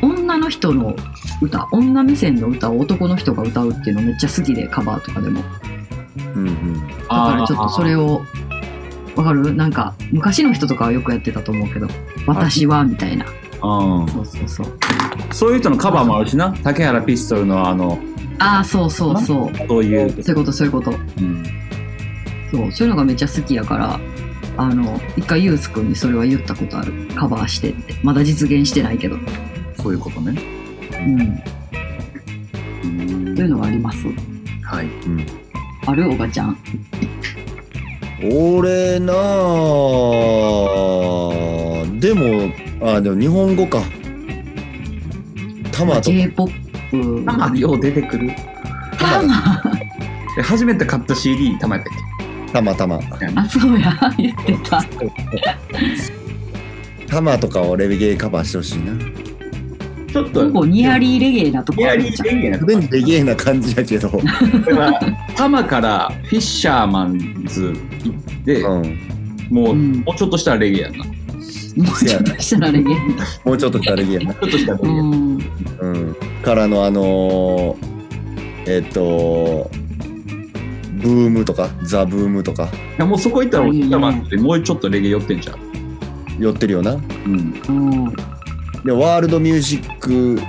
Speaker 1: 女の人の歌女目線の歌を男の人が歌うっていうのめっちゃ好きでカバーとかでもだ
Speaker 3: うんうん
Speaker 1: からちょっとそれ
Speaker 2: を
Speaker 1: をわかるなんか昔の人とかはよくやってたと思うけど「私は」みたいなそうそうそう
Speaker 2: そういう人のカバーもあるしな竹原ピストルのあの
Speaker 1: ああそうそうそう
Speaker 2: そういう、
Speaker 1: そういうことそういうこと
Speaker 2: うん、
Speaker 1: そうそういうのがめっちゃ好きやからあの一回ユースくんにそれは言ったことあるカバーしてってまだ実現してないけど
Speaker 2: そういうことね
Speaker 1: うんというのがあります
Speaker 2: はい
Speaker 1: あるおばちゃん
Speaker 3: 俺なあでもあでも日本語かタマと
Speaker 1: J-POP
Speaker 2: よう出てくる
Speaker 1: タマ
Speaker 2: で初めて買った CD たまやったっけ
Speaker 3: たまたま
Speaker 1: あそうや 言ってた
Speaker 3: たまとかをレゲエカバーしてほしいな
Speaker 2: ちょっ
Speaker 1: ほ
Speaker 2: と
Speaker 1: ぼニアリーレゲエなとこ
Speaker 2: ニ
Speaker 1: あ
Speaker 2: ア
Speaker 1: る
Speaker 2: リ
Speaker 1: じ
Speaker 2: ー
Speaker 1: ゃん
Speaker 2: レゲエなと
Speaker 3: すで
Speaker 2: こ
Speaker 3: にレゲエな感じやけど、
Speaker 2: だから多摩からフィッシャーマンズ行って、
Speaker 3: うん、
Speaker 1: う
Speaker 2: もう、
Speaker 1: ん
Speaker 2: もうちょっとしたらレゲエやんなち
Speaker 1: もうちょっとしたらレゲエ
Speaker 3: もうちょっとしたらレゲエやな
Speaker 2: ょっとしたらレ
Speaker 1: う
Speaker 2: ゲエ、
Speaker 1: ん
Speaker 3: うん、からのあのーえっとブームとかザ・ブームとか
Speaker 2: いやもうそこ行ったらフィッシャーマンズってもうちょっとレゲエ寄ってんじゃん、
Speaker 3: 寄ってるよな
Speaker 2: うん、
Speaker 1: うん
Speaker 3: でワールドミュージック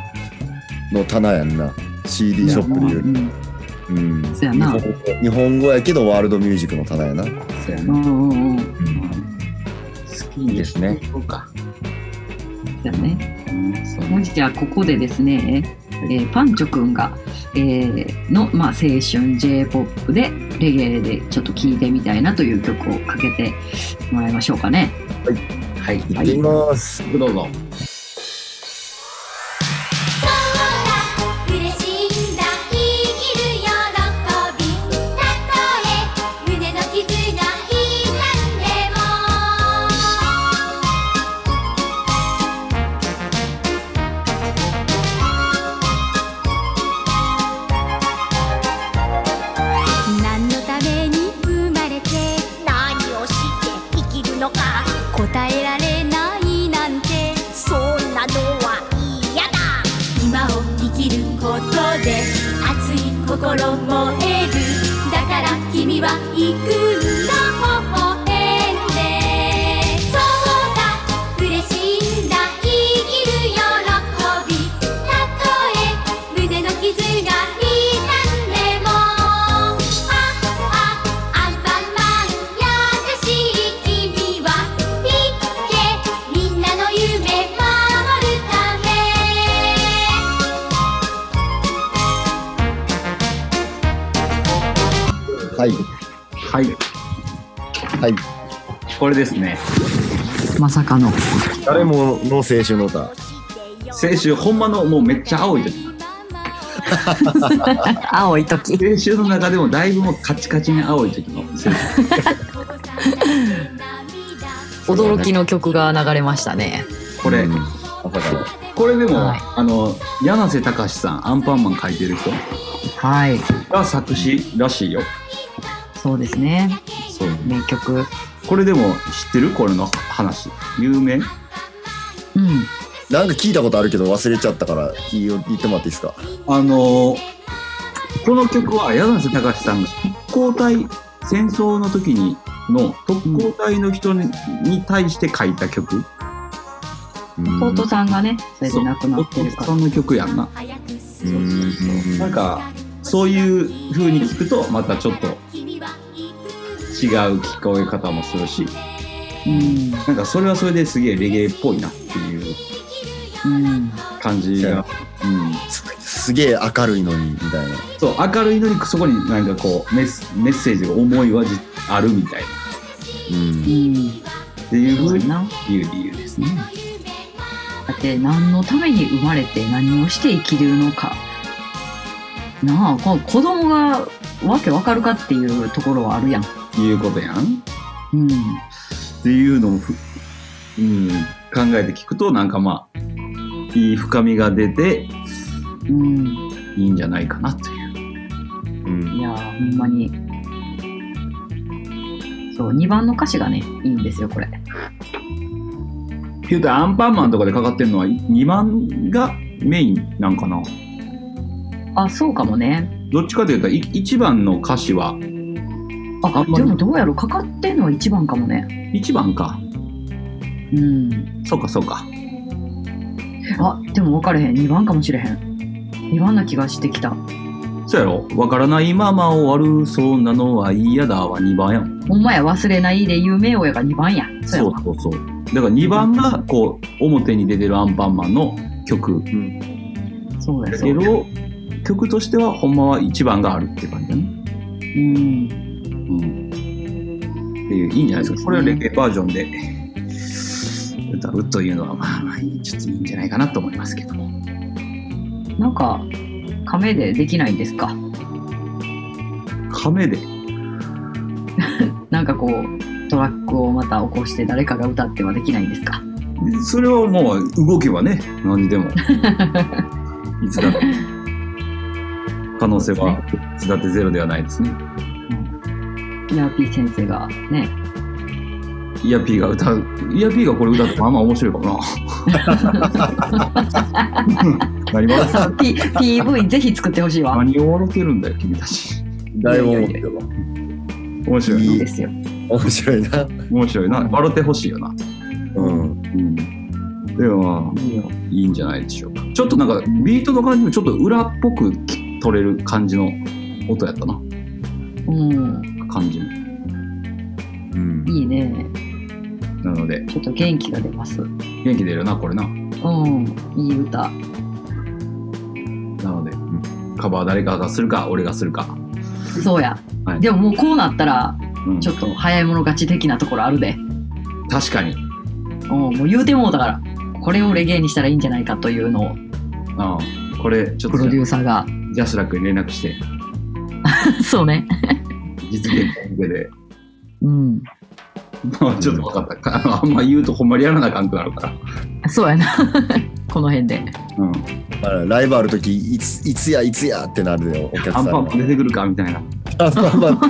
Speaker 3: の棚やんな CD ショップでいうう、
Speaker 1: ん
Speaker 3: うん、
Speaker 1: そうや
Speaker 3: 日
Speaker 1: な
Speaker 3: 本語日本語やけどワールドミュージックの棚やな
Speaker 2: そうや
Speaker 1: う
Speaker 2: な、
Speaker 1: んうんうんそ
Speaker 2: 好き
Speaker 3: ですね
Speaker 2: そうか、
Speaker 1: うやね
Speaker 2: うん、そう
Speaker 1: もうじゃあここでですね、えーパンチョくんが、えーの、まあ、青春 J-POP でレゲエでちょっと聴いてみたいなという曲をかけてもらいましょうかね。
Speaker 2: はい
Speaker 3: 行ってみます、
Speaker 2: どうぞ
Speaker 4: そうだ嬉しいんだ生きる喜びたとえ胸の傷が痛んでも何のために生まれて何をして生きるのか答えられないなんてそんなのは嫌だ今を生きることで熱い心燃えるだから君は行くの微笑んでそうだ嬉しいんだ生きる喜びたとえ胸の傷が痛んでも「ああアンパンマン優しい君は行けみんなの夢守るため」
Speaker 3: はい
Speaker 2: はい
Speaker 3: はい
Speaker 2: これですね
Speaker 1: まさかの。
Speaker 3: 誰もの青春の歌
Speaker 2: 青春ほんまのもうめっちゃ青い時
Speaker 1: 青い時。
Speaker 2: 青春の中でもだいぶもうカチカチに青い時の青春
Speaker 5: 驚きの曲が流れましたね。
Speaker 2: これ、
Speaker 3: うんあだから
Speaker 2: これでも、
Speaker 5: はい
Speaker 2: あの柳瀬隆さんアンパンマン描いてる人
Speaker 5: はい。
Speaker 2: が作詞らしいよ
Speaker 5: そうですね。
Speaker 2: そう
Speaker 5: 名曲。
Speaker 2: これでも知ってるこれの話有名
Speaker 5: うん。
Speaker 3: なんか聞いたことあるけど忘れちゃったから言いよ言ってもらっていいですか
Speaker 2: あのーこの曲は柳瀬隆さんが特攻隊戦争の時にの特攻隊の人に,、対して書いた曲
Speaker 3: うん
Speaker 1: 弟さんがね、それで亡くなってる
Speaker 2: そう
Speaker 1: か
Speaker 2: その曲やんな
Speaker 3: うん
Speaker 2: なんかそういう風に聞くとまたちょっと違う聞こえ方もするし
Speaker 1: ら。うん。
Speaker 2: なんかそれはそれですげえレゲエっぽいなっていう
Speaker 1: うん。
Speaker 2: 感じが、うん、
Speaker 3: すすげえ明るいのにみたいな
Speaker 2: そう明るいのにそこになんかこうメッセメッセージ思いはじあるみたいな
Speaker 3: う
Speaker 1: う
Speaker 3: ん
Speaker 1: ん。
Speaker 2: っていう
Speaker 1: そう
Speaker 2: 風
Speaker 1: や
Speaker 2: に
Speaker 1: な。
Speaker 2: 言う理由ですね。
Speaker 1: だって何のために生まれて何をして生きるのか。なあ、この子供がわけわかるかっていうところはあるやん。
Speaker 2: いうことやん
Speaker 1: うん。
Speaker 2: っていうのをふ、うん、考えて聞くとなんかまあいい深みが出て
Speaker 1: うん。
Speaker 2: いいんじゃないかなという。
Speaker 3: うん
Speaker 1: いやーほんまに。そう、2番の歌詞がね、いいんですよ、これ。
Speaker 2: 言うとアンパンマンとかでかかってるのは2番がメインなんかな
Speaker 1: あ、そうかもね。
Speaker 2: どっちかというと1番の歌詞はあ
Speaker 1: あ、
Speaker 2: んま
Speaker 1: で
Speaker 2: り
Speaker 1: もどうやろう、かかってんのは1番かもね。
Speaker 2: 1番か
Speaker 1: うん。
Speaker 2: そうかそうか
Speaker 1: あ、でも分かれへん。2番かもしれへん。2番な気がしてきた。
Speaker 2: そうやろわからないまま終わるそうなのは嫌だは2番やん
Speaker 1: ほんまや、忘れないで有名親が2番や。そうや
Speaker 2: そう
Speaker 1: わ
Speaker 2: そうそうだから2番がこう表に出てるアンパンマンの曲
Speaker 1: そうや、
Speaker 2: だ
Speaker 1: そう
Speaker 2: け
Speaker 1: や。
Speaker 2: ど曲としてはほんまは1番があるって感じだね
Speaker 1: うん。
Speaker 2: うんっていういいんじゃないですかこれをレゲエバージョンで歌うというのはまあまあちょっといいんじゃないかなと思いますけども
Speaker 1: なんか、亀でできないんですか。
Speaker 2: 亀で
Speaker 1: なんかこうトラックをまた起こして誰かが歌ってはできないんですか
Speaker 2: それはもう動けばね何 でもいつだって可能性はいつだってゼロではないですね
Speaker 1: イヤーピー先生がね
Speaker 2: イヤピーが歌うイヤピーがこれ歌ってまあまあ面白いか もななります
Speaker 1: P PV ぜひ作ってほしいわ
Speaker 2: 何を笑ってるんだよ君たち
Speaker 3: だいぶ思ってるわ
Speaker 2: 面白い
Speaker 1: い
Speaker 2: ない
Speaker 1: ですよ
Speaker 3: 面白いな
Speaker 2: 面白いな笑ってほしいよな
Speaker 3: うん
Speaker 2: うんでもまあ
Speaker 1: いいよ
Speaker 2: いいんじゃないでしょうかちょっとなんかビートの感じもちょっと裏っぽく取れる感じの音やったな
Speaker 1: うん
Speaker 2: 感じも
Speaker 3: うん
Speaker 1: いいね
Speaker 2: なので
Speaker 1: ちょっと元気が出ますうん
Speaker 2: 元気出るなこれない
Speaker 1: い歌
Speaker 2: なので、カバー誰かがするか俺がするか、
Speaker 1: そうや、
Speaker 2: はい
Speaker 1: でももうこうなったら
Speaker 2: うん
Speaker 1: ちょっと早い者勝ち的なところあるで
Speaker 2: 確かに
Speaker 1: うんもう言うてもうだからこれをレゲエにしたらいいんじゃないかというのを
Speaker 2: ああこれちょっ
Speaker 1: プ
Speaker 2: と
Speaker 1: ロデ
Speaker 2: じ
Speaker 1: ューサ
Speaker 2: ゃ
Speaker 1: ー が
Speaker 2: あジャスラックに連絡して
Speaker 1: そうね
Speaker 2: 実現に向けて
Speaker 1: うん
Speaker 2: まあちょっと分かった か、あんま言うとほんまにやらなあかんくなるから
Speaker 1: そうやな この辺で
Speaker 2: うん
Speaker 3: あらライブある時いついつやいつやってなるよお客
Speaker 2: ア
Speaker 3: さん
Speaker 2: ンパン
Speaker 3: が
Speaker 2: マン出てくるかみたいな、
Speaker 3: アンパンマ ンやっ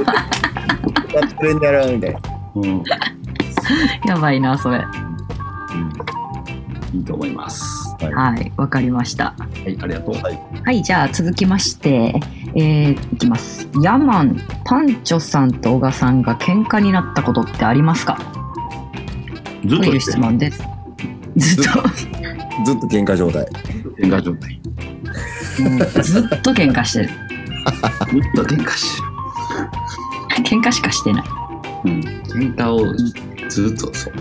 Speaker 3: てるんだろうみたいな
Speaker 2: うん、
Speaker 1: やばいなそれはい
Speaker 2: いと思います
Speaker 1: いわかりました
Speaker 2: はいありがとう
Speaker 1: はい、じゃあ続きまして、えー、いきます。ヤマン、パンチョさんと小賀さんが喧嘩になったことってありますか
Speaker 2: ずっ
Speaker 1: と
Speaker 2: と
Speaker 1: いう質問です。ずっ
Speaker 3: ずっと喧嘩状態
Speaker 2: 喧嘩状態
Speaker 1: と、うんずっと喧嘩してる。
Speaker 2: ずっと喧嘩して
Speaker 1: 喧嘩しかしてない。
Speaker 2: る、うん、喧嘩をずっと そう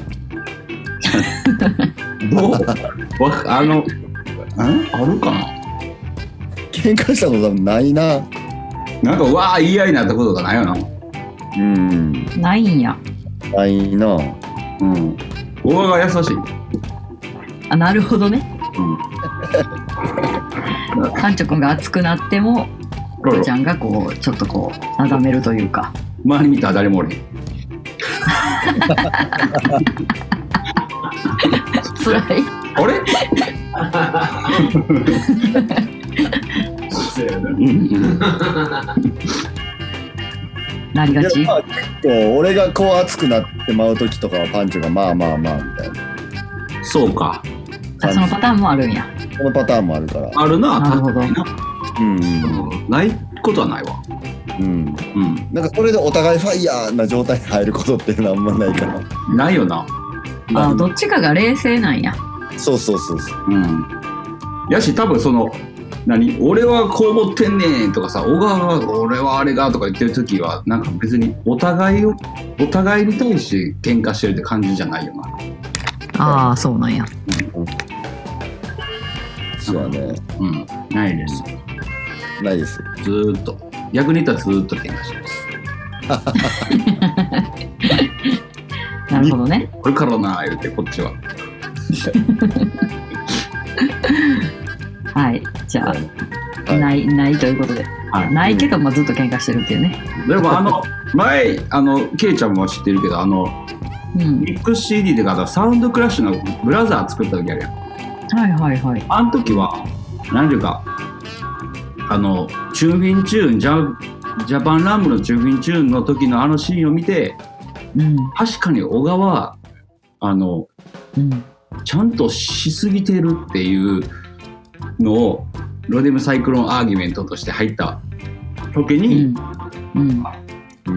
Speaker 2: どうわあのんあるかな
Speaker 3: 喧嘩したこと多分ないな
Speaker 2: なんかうわあ言い合いになったことがないよな
Speaker 3: うん
Speaker 1: ないんや。
Speaker 3: ないな
Speaker 2: うん。大和が優しい。
Speaker 1: あ、なるほどね。パンチョくんが熱くなっても、
Speaker 2: ロロ
Speaker 1: ちゃんがこう、ちょっとこう、なだめるというか。
Speaker 2: 周り見たら誰もおれへん。
Speaker 1: 辛い。
Speaker 2: あれうん
Speaker 1: なり
Speaker 3: い
Speaker 1: が
Speaker 3: や
Speaker 1: ち。
Speaker 3: まあ結構俺がこう熱くなってまう時とかはパンチがまあまあまあみたいな
Speaker 2: そうか。
Speaker 1: あそのパターンもあるんや。
Speaker 3: このパターンもあるから
Speaker 2: あるな。
Speaker 1: なるほど
Speaker 2: 確か
Speaker 3: うんう
Speaker 2: になうんないことはないわ。
Speaker 3: ん
Speaker 2: うん。
Speaker 3: なんかそれでお互いファイヤーな状態に入ることっていうのはあんまないから
Speaker 2: ないよな。
Speaker 1: あ、どっちかが冷静なんや。
Speaker 3: そうそうそうそう
Speaker 2: うん。やし、多分その、何俺はこう思ってんねんとかさ、小川が俺はあれがとか言ってる時は、なんか別にお互いを、お互いに対して喧嘩してるって感じじゃないよな。
Speaker 5: ああ、そうなんや。
Speaker 3: そうはね
Speaker 2: うん。ないです。
Speaker 3: ないです
Speaker 2: ずーっと。逆に言ったらずーっと喧嘩してます。
Speaker 1: なるほどね。
Speaker 2: これからな言うてこっちは
Speaker 1: はい。じゃあ、
Speaker 3: い
Speaker 1: ない、ないということで。ないけ
Speaker 2: ど
Speaker 1: ど、まあ、ずっと喧嘩してるっていうね。
Speaker 2: でもあの前あのケイちゃんも知ってるけどあの
Speaker 1: うん。
Speaker 2: ミックス CD でかサウンドクラッシュのブラザー作った時あるやん
Speaker 1: はいはいはい。
Speaker 2: あの時は何ていうかあのチューンフィンチューンジャジャパンランブのチューンフィンチューンの時のあのシーンを見て
Speaker 1: うん。
Speaker 2: 確かに小川はあの
Speaker 1: うん。
Speaker 2: ちゃんとしすぎてるっていうのをロデムサイクロンアーギュメントとして入った時
Speaker 1: う
Speaker 2: に、
Speaker 1: ん。うん。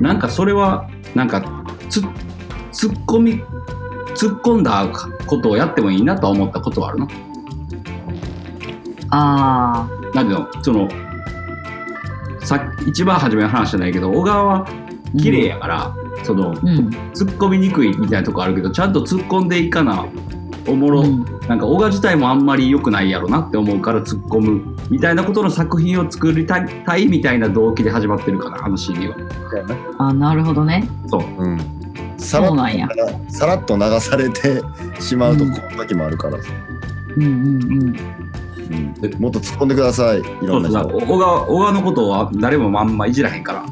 Speaker 2: なんかそれはなんかつ突っ込み突っ込んだことをやってもいいなとは思ったことはあるな。
Speaker 1: ああ。
Speaker 2: なんていうのそのさっき一番初めの話じゃないけど小川は綺麗やから、その
Speaker 1: うん。
Speaker 2: 突っ込みにくいみたいなとこあるけどちゃんと突っ込んでいかなおもろ、
Speaker 1: うん。
Speaker 2: なんか小川自体もあんまり良くないやろなって思うから突っ込むみたいなことの作品を作りたいたいみたいな動機で始まってるかなあの CD は。
Speaker 1: あ、なるほどね。
Speaker 2: そう
Speaker 3: うんさ
Speaker 1: そう
Speaker 3: ら
Speaker 1: なんや。
Speaker 3: さらっと流されて しまうとこの時もあるから、
Speaker 1: うんうんうん。
Speaker 3: うんもっと突っ込んでくださいい
Speaker 2: そ
Speaker 3: ろ
Speaker 2: うん
Speaker 3: な
Speaker 2: そう
Speaker 3: 人
Speaker 2: 小川小川のことは誰もあんまいじらへんから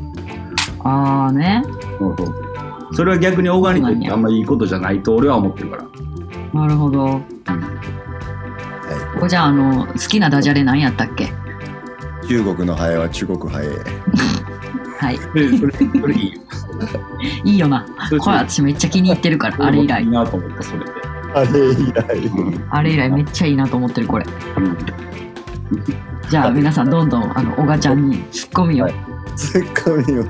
Speaker 1: ああね。
Speaker 2: そうそうそれは逆にオーガニックってあんまいいことじゃないと俺は思ってるから
Speaker 1: なるほど。おじゃあ、あの、好きなダジャレ何やったっけ
Speaker 3: 中国のハエは中国ハエ。
Speaker 1: はい。
Speaker 2: それそれそれいいよ
Speaker 1: いいよな。
Speaker 2: それ
Speaker 1: これ私めっちゃ気に入ってるから、あ
Speaker 2: 俺
Speaker 1: れ
Speaker 2: も
Speaker 1: 以
Speaker 2: い
Speaker 1: 来
Speaker 2: い。なと思ったそれで、
Speaker 3: あれ以来。
Speaker 2: うん
Speaker 1: あれ以来めっちゃいいなと思ってる、これ。
Speaker 2: うん
Speaker 1: じゃあ、皆さんどんどん、あの、小賀ちゃんにツッコミを。
Speaker 3: はいツッコミを。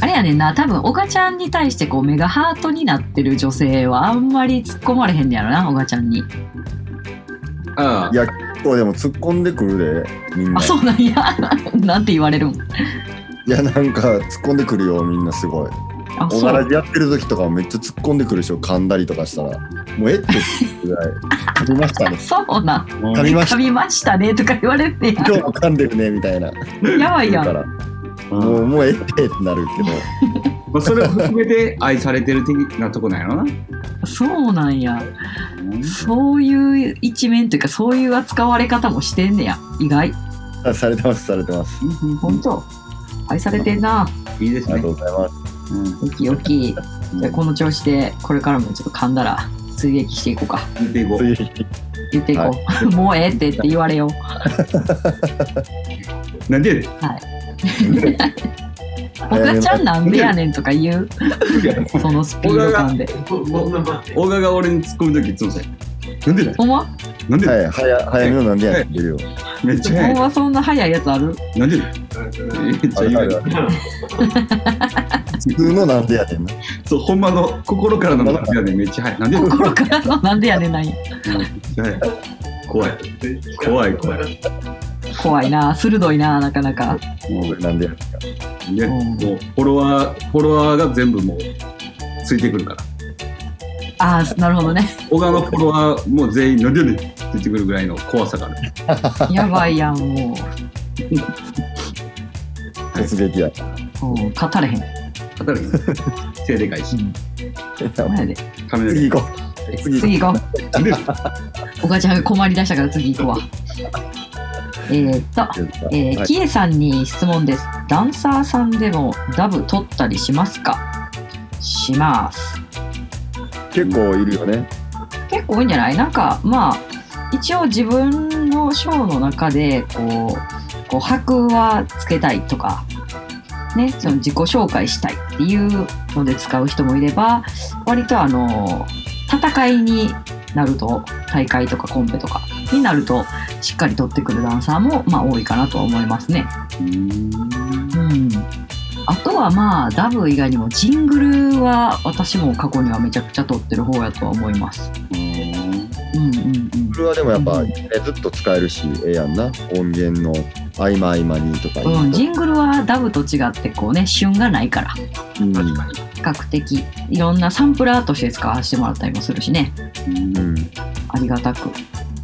Speaker 1: あれやねんな、多分、小賀ちゃんに対して、こう、目がハートになってる女性は、あんまり突っ込まれへんねやろな、小賀ちゃんに。
Speaker 2: ああ
Speaker 3: いや、結構でも突っ込んでくるで、みんな。
Speaker 1: あ、そうなんや。 なんて言われるん
Speaker 3: いや、なんか突っ込んでくるよ、みんなすごい。
Speaker 1: あ、
Speaker 3: お
Speaker 1: そ
Speaker 3: なら
Speaker 1: う。
Speaker 3: でやってる時とかもめっちゃ突っ込んでくるでしょ、噛んだりとかしたら。もうえってぐらい。噛みましたね。
Speaker 1: そうなん。
Speaker 2: もう
Speaker 3: 噛みま
Speaker 1: 噛
Speaker 3: し
Speaker 1: みましたね、とか言われて
Speaker 3: た。今日も噛んでるね、みたいな。
Speaker 1: や。やばいや
Speaker 3: だか
Speaker 1: ん。
Speaker 3: ら、
Speaker 2: うん
Speaker 3: もう、もうえってってなるけど。
Speaker 2: まあ、それを含めて愛されてる的なとこなんやろな、
Speaker 1: そうなんや。そういう一面というかそういう扱われ方もしてんねや意外
Speaker 3: あされてます、されてます。
Speaker 1: 本当愛されてんない
Speaker 2: いです
Speaker 3: ありが
Speaker 2: ね
Speaker 3: とうございます。
Speaker 2: う
Speaker 1: よ
Speaker 2: ん
Speaker 1: きよき じゃあこの調子でこれからもちょっと噛んだら追撃していこうか
Speaker 2: 見ていこう
Speaker 3: 次
Speaker 1: 言っていこう、 もうええってって言われよう
Speaker 2: なんで
Speaker 1: 「おかちゃんなんでやねん」とか言うそのスピード感で
Speaker 2: 大賀が俺に突っ込む時いつもさなんでだ
Speaker 1: ほんま
Speaker 2: なんでだ
Speaker 3: はい、早早めのなんでやねんってるよ。
Speaker 2: めっちゃ
Speaker 1: ほん
Speaker 2: 早
Speaker 1: まそんな早いやつ ある
Speaker 2: いなんでだめっちゃ言うやん
Speaker 3: 普通のなんでやねんな。
Speaker 2: そうほんまの心からのなんでやねんめっちゃ早いなんでだめっ
Speaker 1: 心からのなんでやねんない
Speaker 2: ちゃ早い怖い怖い怖い
Speaker 1: 怖いな鋭いななかなか
Speaker 2: も
Speaker 3: なんでやね。
Speaker 2: うねもうフォロワーフォロワーが全部もうついてくるから
Speaker 1: ああなるほどね
Speaker 2: 小川のフォロワーもう全員なんでやねんって言ってくるぐらいの怖さがある
Speaker 1: やばいやんもうん
Speaker 3: 突撃や。
Speaker 1: うん語れへん
Speaker 2: 働き手でかいし
Speaker 1: ほんまやで
Speaker 2: 髪の毛
Speaker 3: 次行こう。次行こ
Speaker 1: 次行こう
Speaker 2: なんでだ
Speaker 1: お母ちゃんが困りだしたから次行 くわ。えーっと、
Speaker 3: う。
Speaker 1: えー
Speaker 3: はい
Speaker 1: キエさんに質問です。ダンサーさんでもダブ取ったりしますかします。
Speaker 3: 結構いるよね。
Speaker 1: 結構多いんじゃないなんか、まあ、一応自分のショーの中で、こう、こう白はつけたいとか、ね、その自己紹介したいっていうので使う人もいれば、割とあの、戦いになると、大会とかコンペとかになると、しっかり取ってくるダンサーも、まあ多いかなとは思いますね。うん。あとはまあ、ダブ以外にも、ジングルは私も過去にはめちゃくちゃ取ってる方やとは思います。うんうんうん。
Speaker 3: これはでもやっぱ、ね、ずっと使えるし、ええやんな。音源の合間合間にとか言うと
Speaker 1: うん、ジングルはダブと違ってこうね旬がないから
Speaker 3: うん
Speaker 2: 確か
Speaker 1: 比較的いろんなサンプラーとして使わせてもらったりもするしね
Speaker 2: に
Speaker 3: うん
Speaker 1: ありがたく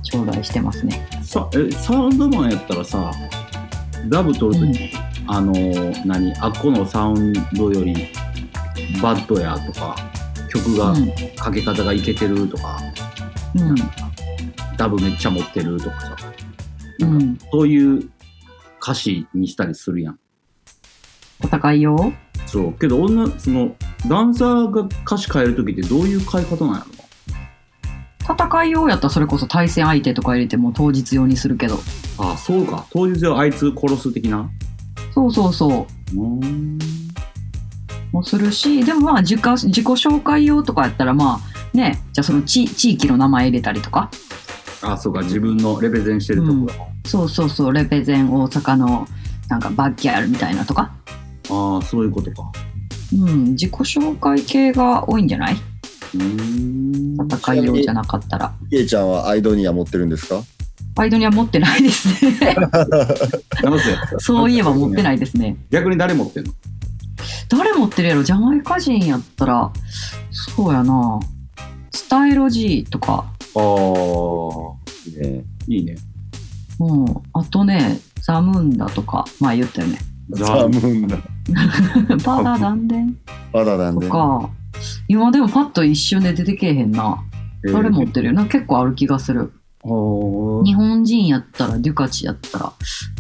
Speaker 1: 頂戴してますね、
Speaker 2: さえサウンドマンやったらさダブ取るとき、あのー何あっこのサウンドよりバッドやとか曲が、
Speaker 1: う
Speaker 2: かけ方がいけてるとか
Speaker 1: んうん
Speaker 2: ダブめっちゃ持ってるとかさ
Speaker 1: うん、
Speaker 2: そういう歌詞にしたりするやん
Speaker 1: 戦いよ
Speaker 2: そうけど女そのダンサーが歌詞変えるときってどういう変え方なんやろ
Speaker 1: 戦いよやったらそれこそ対戦相手とか入れてもう当日用にするけど
Speaker 2: なああそうか当日はあいつ殺す的な
Speaker 1: そうそうそう
Speaker 2: うーん
Speaker 1: もするしでもまあ自己自己紹介用とかやったらまあねじゃあその地地域の名前入れたりとか
Speaker 2: あそうか自分のレペゼンしてるところ、
Speaker 1: そうそうそうレペゼン大阪のなんかバッキャールみたいなとか
Speaker 2: ああそういうことか
Speaker 1: うん、自己紹介系が多いんじゃないう
Speaker 2: ーん
Speaker 1: 戦いようじゃなかったら。
Speaker 3: けいちゃんはアイドニア持ってるんですか
Speaker 1: アイドニア持ってないですね。
Speaker 2: 直せ
Speaker 1: そういえば持ってないですね。
Speaker 2: 逆に誰持ってんの
Speaker 1: 誰持ってるやろジャマイカ人やったら、そうやな。スタイロ G とか、
Speaker 2: ああ
Speaker 3: ね
Speaker 2: いいね
Speaker 1: うん。あとね、ザムンダとか、前言ったよね。
Speaker 3: ザ・ムーンだ。
Speaker 1: パダダンデン
Speaker 3: まだなん
Speaker 1: と
Speaker 3: で。
Speaker 1: か、今でもパッと一瞬で出てけえへんな。誰持ってるよな。結構ある気がする。
Speaker 2: あ
Speaker 1: 日本人やったら、デュカチやったら、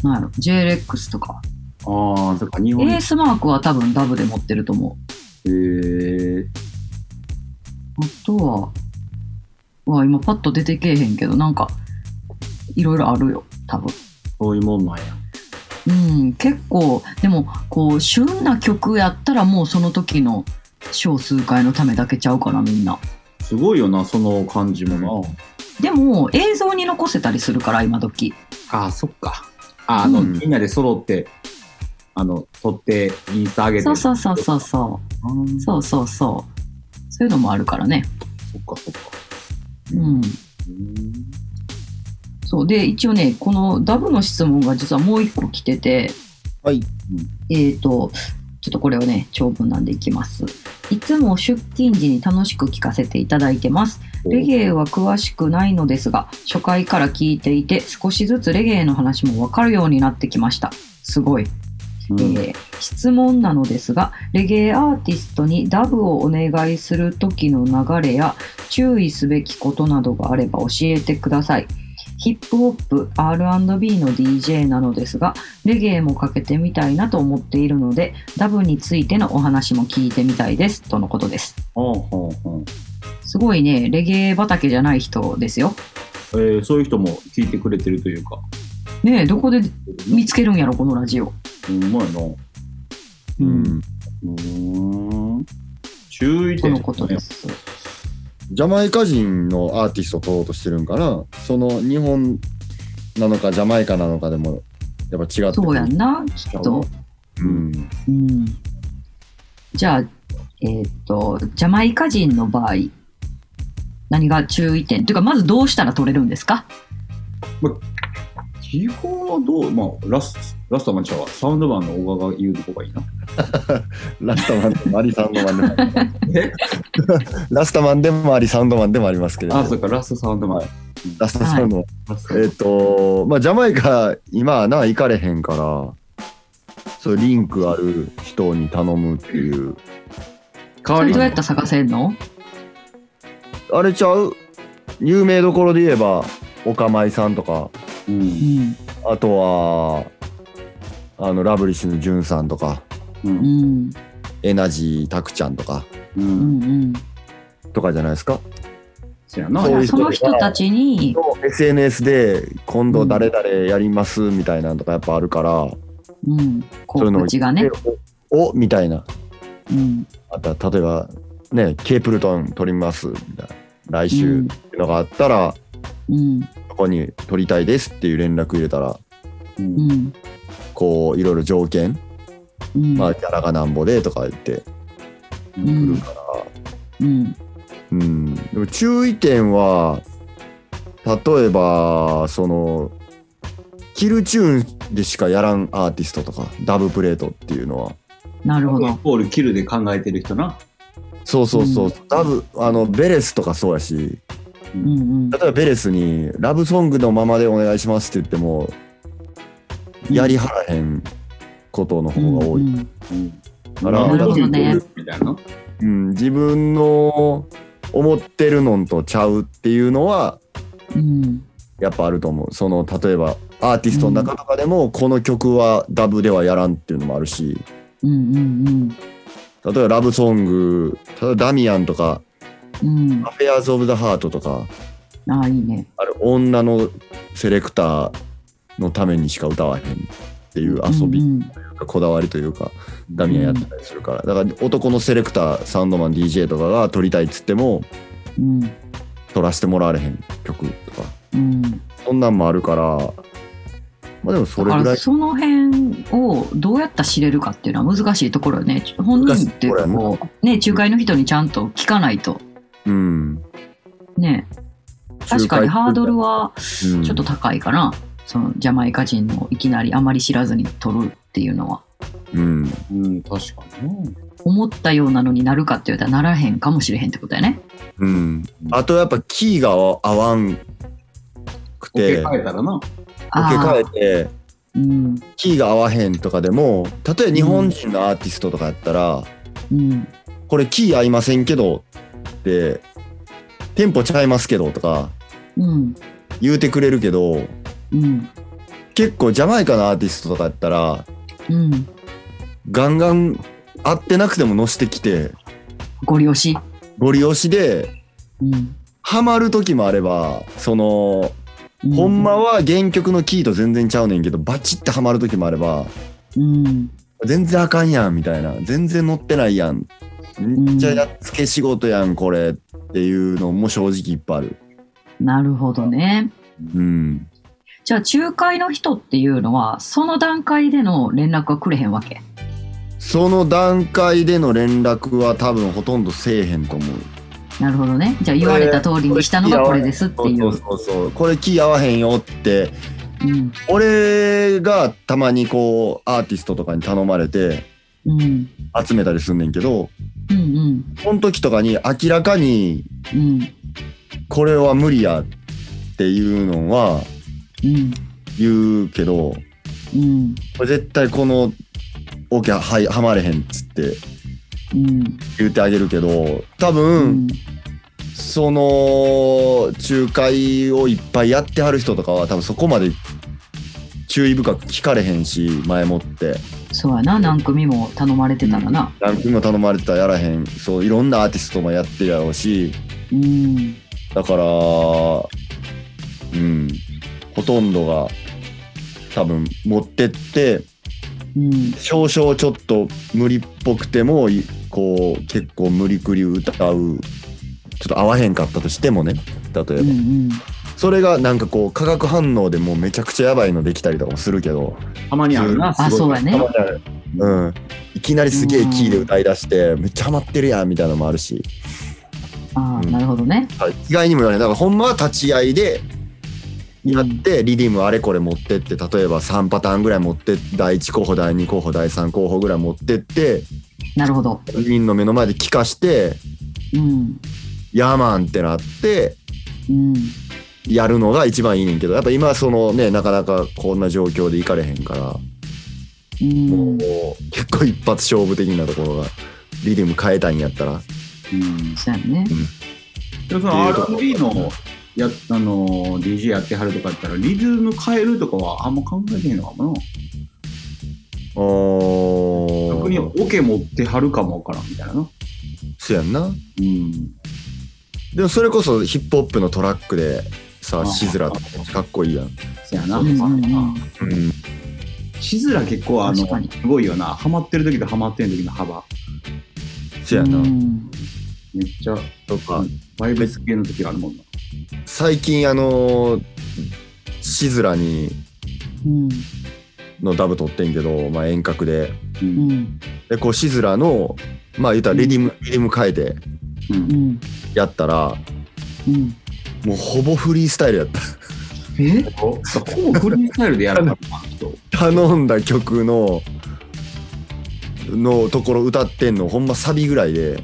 Speaker 1: なんやろ、j レックスとか。
Speaker 2: ああ、そっか、日本
Speaker 1: エースマークは多分ダブで持ってると思
Speaker 2: えー、
Speaker 1: う。あとは、うわ、今パッと出てけえへんけど、なんか、いろいろあるよ、多分。
Speaker 2: そういうもんなんや。
Speaker 1: うん、結構、でも、こう、旬な曲やったらもうその時の少数回のためだけちゃうかな、みんな。
Speaker 2: すごいよな、その感じもな。
Speaker 1: でも、映像に残せたりするから、今時。
Speaker 2: ああ、そっか。ああの、
Speaker 3: うん
Speaker 2: みんなで揃って、あの、撮って、インスタ上げて。
Speaker 1: そうそうそうそうそうう。
Speaker 2: んそ
Speaker 1: そうそうそう。そういうのもあるからね。
Speaker 2: っか、そっか。
Speaker 1: うん。
Speaker 2: うん
Speaker 1: そう。で、一応ね、このダブの質問が実はもう一個来てて、
Speaker 3: はい。
Speaker 1: えっ、と、ちょっとこれをね、長文なんでいきます。いつも出勤時に楽しく聞かせていただいてます。レゲエは詳しくないのですが、初回から聞いていて、少しずつレゲエの話もわかるようになってきました。すごい。
Speaker 2: うん
Speaker 1: えー質問なのですがレゲエアーティストにダブをお願いする時の流れや注意すべきことなどがあれば教えてくださいヒップホップ R&B の DJ なのですがレゲエもかけてみたいなと思っているのでダブについてのお話も聞いてみたいですとのことです
Speaker 2: ほうほうほう
Speaker 1: すごいねレゲエ畑じゃない人ですよ
Speaker 2: えーそういう人も聞いてくれてるというか。
Speaker 1: ねえどこで見つけるんやろこのラジオ
Speaker 2: うん、うまいな。う
Speaker 3: うん。
Speaker 2: ーん。注意
Speaker 1: と
Speaker 2: 点、
Speaker 1: のことで。す
Speaker 3: ジャマイカ人のアーティストを取ろうとしてるんかなその日本なのかジャマイカなのかでもやっぱ違ってくる
Speaker 1: そうやんなきっと
Speaker 3: うん。
Speaker 1: うんじゃあ、えーっと、ジャマイカ人の場合、何が注意点というか、まずどうしたら取れるんですか
Speaker 2: 基本はどう、まあ、ラス、ラストマンちゃうわ。サウンドマンの小川が言うとこがいいな。
Speaker 3: ラスタマンでもあり、サウンドマンでもあり。
Speaker 2: え
Speaker 3: ラスタマンでもあり、サウンドマンでもありますけれど。
Speaker 2: あ、そうか、ラストサウンドマン。
Speaker 3: ラストサウンドマン。
Speaker 2: ラスト
Speaker 3: えっ、と、まあ、ジャマイカ、今はな、行かれへんから、そう、リンクある人に頼むっていう。
Speaker 2: 代
Speaker 1: そ
Speaker 2: わ
Speaker 1: れ
Speaker 2: り
Speaker 1: どうや
Speaker 2: に
Speaker 1: っ、たら探せんの
Speaker 3: あれちゃう有名どころで言えば、おかまいさんとか、
Speaker 2: う
Speaker 1: うんん。
Speaker 3: あとは、あの、ラブリッシュのジュンさんとか、
Speaker 2: う
Speaker 1: うんん。
Speaker 3: エナジーたくちゃんとか、
Speaker 2: う
Speaker 1: うんんうん。
Speaker 3: とかじゃないですか。
Speaker 2: そやな
Speaker 3: そういう人
Speaker 1: その人たちに、
Speaker 3: の SNS で、今度誰々やりますみたいなのとかやっぱあるから、
Speaker 1: うん。
Speaker 3: そういうの
Speaker 1: 告知がね。
Speaker 3: お、おみたいな。
Speaker 1: うん。
Speaker 3: あとは例えば、ね、ケープルトン撮りますみたいな。来週。
Speaker 1: うん
Speaker 3: っていうのがあったら、
Speaker 1: うん。
Speaker 3: ここに撮りたいですっていう連絡入れたら、
Speaker 2: うん
Speaker 1: うん。
Speaker 3: こう、いろいろ条件、
Speaker 1: うん。
Speaker 3: まあ、キャラがなんぼでとか言って
Speaker 2: う
Speaker 1: うん
Speaker 3: 来る
Speaker 1: ん。
Speaker 3: から、
Speaker 1: うん。
Speaker 3: うん。でも注意点は、例えば、その、キルチューンでしかやらんアーティストとか、ダブプレートっていうのは、
Speaker 1: なるほ
Speaker 2: イ
Speaker 1: ど。
Speaker 2: コールキルで考えてる人な。
Speaker 3: そうそうそう、
Speaker 1: う
Speaker 3: ダブ、あの、ベレスとかそうやし、
Speaker 1: うんうん
Speaker 3: 例。えばベレスに、ラブソングのままでお願いしますって言っても、やりはらへんことの方が多い。
Speaker 1: うんうん
Speaker 2: うん。
Speaker 3: あら
Speaker 1: なるほどね
Speaker 2: みたいな。
Speaker 3: うん、自分の思ってるのんとちゃうっていうのは
Speaker 1: うん。
Speaker 3: やっぱあると思うその例えばアーティストの中とかでもこの曲はダブではやらんっていうのもあるし
Speaker 1: うんうん
Speaker 3: 例えばラブソング例えばダミアンとか
Speaker 1: うん。
Speaker 3: アフェアーズ・オブ・ザ・ハートとか
Speaker 1: うん。ああ、いいね。
Speaker 3: ある女のセレクターのためにしか歌わへんっていう遊び、
Speaker 1: うん
Speaker 3: こだわりというかダミアンやってたりするからだから男のセレクターサウンドマン DJ とかが撮りたいっつっても
Speaker 1: うん。
Speaker 3: 撮らせてもらわれへん曲とか。
Speaker 1: うん。うん
Speaker 3: そんなんもあるから、まあでもそ
Speaker 1: だ
Speaker 3: れ
Speaker 1: か
Speaker 3: ぐら
Speaker 1: ら
Speaker 3: い。
Speaker 1: その辺をどうやったら知れるかっていうのは難しいところよね。ちょっと本人っていうかこう、ね、仲介の人にちゃんと聞かないと。
Speaker 3: うん。
Speaker 1: ね、確かにハードルは
Speaker 3: 仲介いうか、
Speaker 1: ちょっと高いかな。そのジャマイカ人のいきなりあまり知らずに取るっていうのは。
Speaker 3: うん。
Speaker 2: うん、確かに。
Speaker 1: 思ったようなのになるかって言ったらならへんかもしれへんってことやね。
Speaker 3: うん。うん。あとやっぱキーが合わんく
Speaker 2: オケ
Speaker 3: て、
Speaker 2: 変えたらな。
Speaker 3: 受け替
Speaker 1: ああ、
Speaker 3: えて、
Speaker 1: うん、
Speaker 3: キーが合わへんとかでも、例えば日本人のアーティストとかやったら、
Speaker 1: うん、
Speaker 3: これキー合いませんけどって、テンポちゃいますけどとか
Speaker 1: うん、
Speaker 3: 言うてくれるけど、
Speaker 1: うん、
Speaker 3: 結構ジャマイカのアーティストとかやったら、
Speaker 1: うん。
Speaker 3: ガンガン会ってなくても乗してきて
Speaker 1: ご利用し。
Speaker 3: ゴリ押しで
Speaker 1: うん。
Speaker 3: ハマる時もあればその
Speaker 1: う
Speaker 3: ほんま。は原曲のキーと全然ちゃうねんけどバチってハマる時もあれば
Speaker 1: うん。
Speaker 3: 全然あかんやんみたいな全然乗ってないやんめっちゃやっつけ仕事やんこれっていうのも正直いっぱいある
Speaker 1: なるほどね。
Speaker 3: うん
Speaker 1: じゃあ、仲介の人っていうのは、その段階での連絡はくれへんわけ。
Speaker 3: その段階での連絡は多分ほとんどせえへんと思う
Speaker 1: なるほどね。じゃあ、言われた通りにしたのがこれですってい。
Speaker 3: そううそうそうこれ気合わへんよって
Speaker 1: うん。
Speaker 3: 俺がたまにこうアーティストとかに頼まれて
Speaker 1: うん。
Speaker 3: 集めたりすんねんけど
Speaker 1: うんうん。
Speaker 3: その時とかに明らかに
Speaker 1: うん。
Speaker 3: これは無理やっていうのは
Speaker 1: うん。
Speaker 3: 言うけど
Speaker 1: うん。
Speaker 3: これ絶対このオケはいはまれへんっつって
Speaker 1: うん。
Speaker 3: 言ってあげるけど多
Speaker 1: う
Speaker 3: 分、
Speaker 1: ん。
Speaker 3: その仲介をいっぱいやってはる人とかは多分そこまで注意深く聞かれへんし前もって
Speaker 1: そうやな。何組も頼まれてたらな。
Speaker 3: 何組も頼まれてたらやらへんそういろんなアーティストもやってるやろうし
Speaker 1: うん。
Speaker 3: だからうんほとんどが多分持ってって
Speaker 1: うん。
Speaker 3: 少々ちょっと無理っぽくてもいこう結構無理くり歌うちょっと合わへんかったとしてもね例えば。
Speaker 1: うんうん。
Speaker 3: それがなんかこう化学反応でもうめちゃくちゃやばいのできたりとかもするけど、
Speaker 2: たまにあるな、
Speaker 1: あ、
Speaker 2: すご
Speaker 1: そ
Speaker 2: い
Speaker 1: やね
Speaker 2: う
Speaker 3: たま。にあるうん、いきなりすげえキーで歌い出してめっちゃハマってるやんみたいなのもあるし、
Speaker 1: ああ、
Speaker 3: うん
Speaker 1: なるほどね。
Speaker 3: はい意外にも言わないだからほんまは立ち合いでやってリディムあれこれ持ってって例えば3パターンぐらい持って第1候補第2候補第3候補ぐらい持ってって
Speaker 1: なるほど。
Speaker 3: ウィンの目の前で聞かして
Speaker 1: うん。
Speaker 3: ヤーマンってなって
Speaker 1: うん。
Speaker 3: やるのが一番いいねんけどやっぱ今はそのねなかなかこんな状況でいかれへんから。
Speaker 1: うん。
Speaker 3: もう結構一発勝負的なところがリディム変えたんやったら
Speaker 2: うん
Speaker 1: そうやね。
Speaker 2: でもその R&B のやあのー DJ やってはるとかやったらリズム変えるとかはあんま考えてへんのかもな
Speaker 3: お
Speaker 2: 逆にオケ持ってはるかもわからんみたいなな
Speaker 3: そうやんな
Speaker 2: うん
Speaker 3: でもそれこそヒップホップのトラックでさ
Speaker 2: あ
Speaker 3: シズラとかかっこいいやん、
Speaker 2: そやな
Speaker 1: うんうんうん
Speaker 3: うん、
Speaker 2: シズラ結構あの
Speaker 1: 確かに
Speaker 2: すごいよなハマってる時とハマってん時の幅
Speaker 3: そうやな、
Speaker 1: うん
Speaker 2: めっちゃ
Speaker 3: とか
Speaker 2: バイブス系の時があるもんな
Speaker 3: 最近あのーシズラに
Speaker 1: うん
Speaker 3: のダブ取ってんけど、まあ、遠隔で
Speaker 1: う
Speaker 2: う
Speaker 1: んん
Speaker 3: でこうシズラのまあ言ったらリディム、リディム変えて
Speaker 2: う
Speaker 1: うんん
Speaker 3: やったら
Speaker 1: うん
Speaker 3: もうほぼフリースタイルやった
Speaker 1: え
Speaker 2: ほぼフリースタイルでやるからな人
Speaker 3: 頼んだ曲ののところ歌ってんのほんまサビぐらいで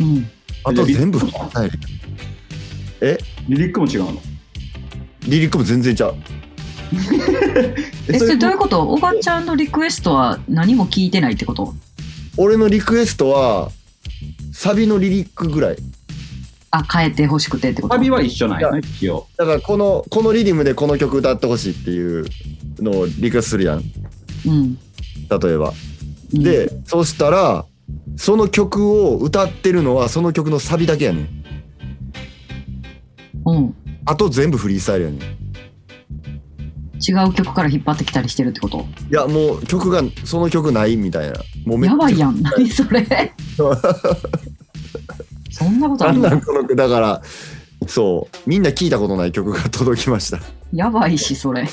Speaker 1: うん
Speaker 3: あと全部フリースタイル
Speaker 2: リリックも違うの
Speaker 3: リリックも全然ちゃう
Speaker 1: えそれどういう
Speaker 2: こ
Speaker 1: ことおばちゃんのリクエストは何も聞いてないってこと
Speaker 3: 俺のリクエストはサビのリリックぐらい
Speaker 1: あ変えてほしくてってこと
Speaker 2: サビは一緒なんやね一応
Speaker 3: だからこのこのリリムでこの曲歌ってほしいっていうのをリクエストするやん
Speaker 1: うん
Speaker 3: 例えば
Speaker 1: うん
Speaker 3: で、そしたらその曲を歌ってるのはその曲のサビだけやねん
Speaker 1: うん
Speaker 3: あと全部フリースタイルやねんい
Speaker 1: 違う曲から引っ張ってきたりしてるってこと
Speaker 3: やもう曲がその曲ないみたいなもうめっち
Speaker 1: や
Speaker 3: ゃ
Speaker 1: ばいや ん何それそんなことあ
Speaker 3: な
Speaker 1: る
Speaker 3: ん
Speaker 1: の
Speaker 3: なんこの曲だからそうみんな聞いたことない曲が届きました
Speaker 1: やばいしそれ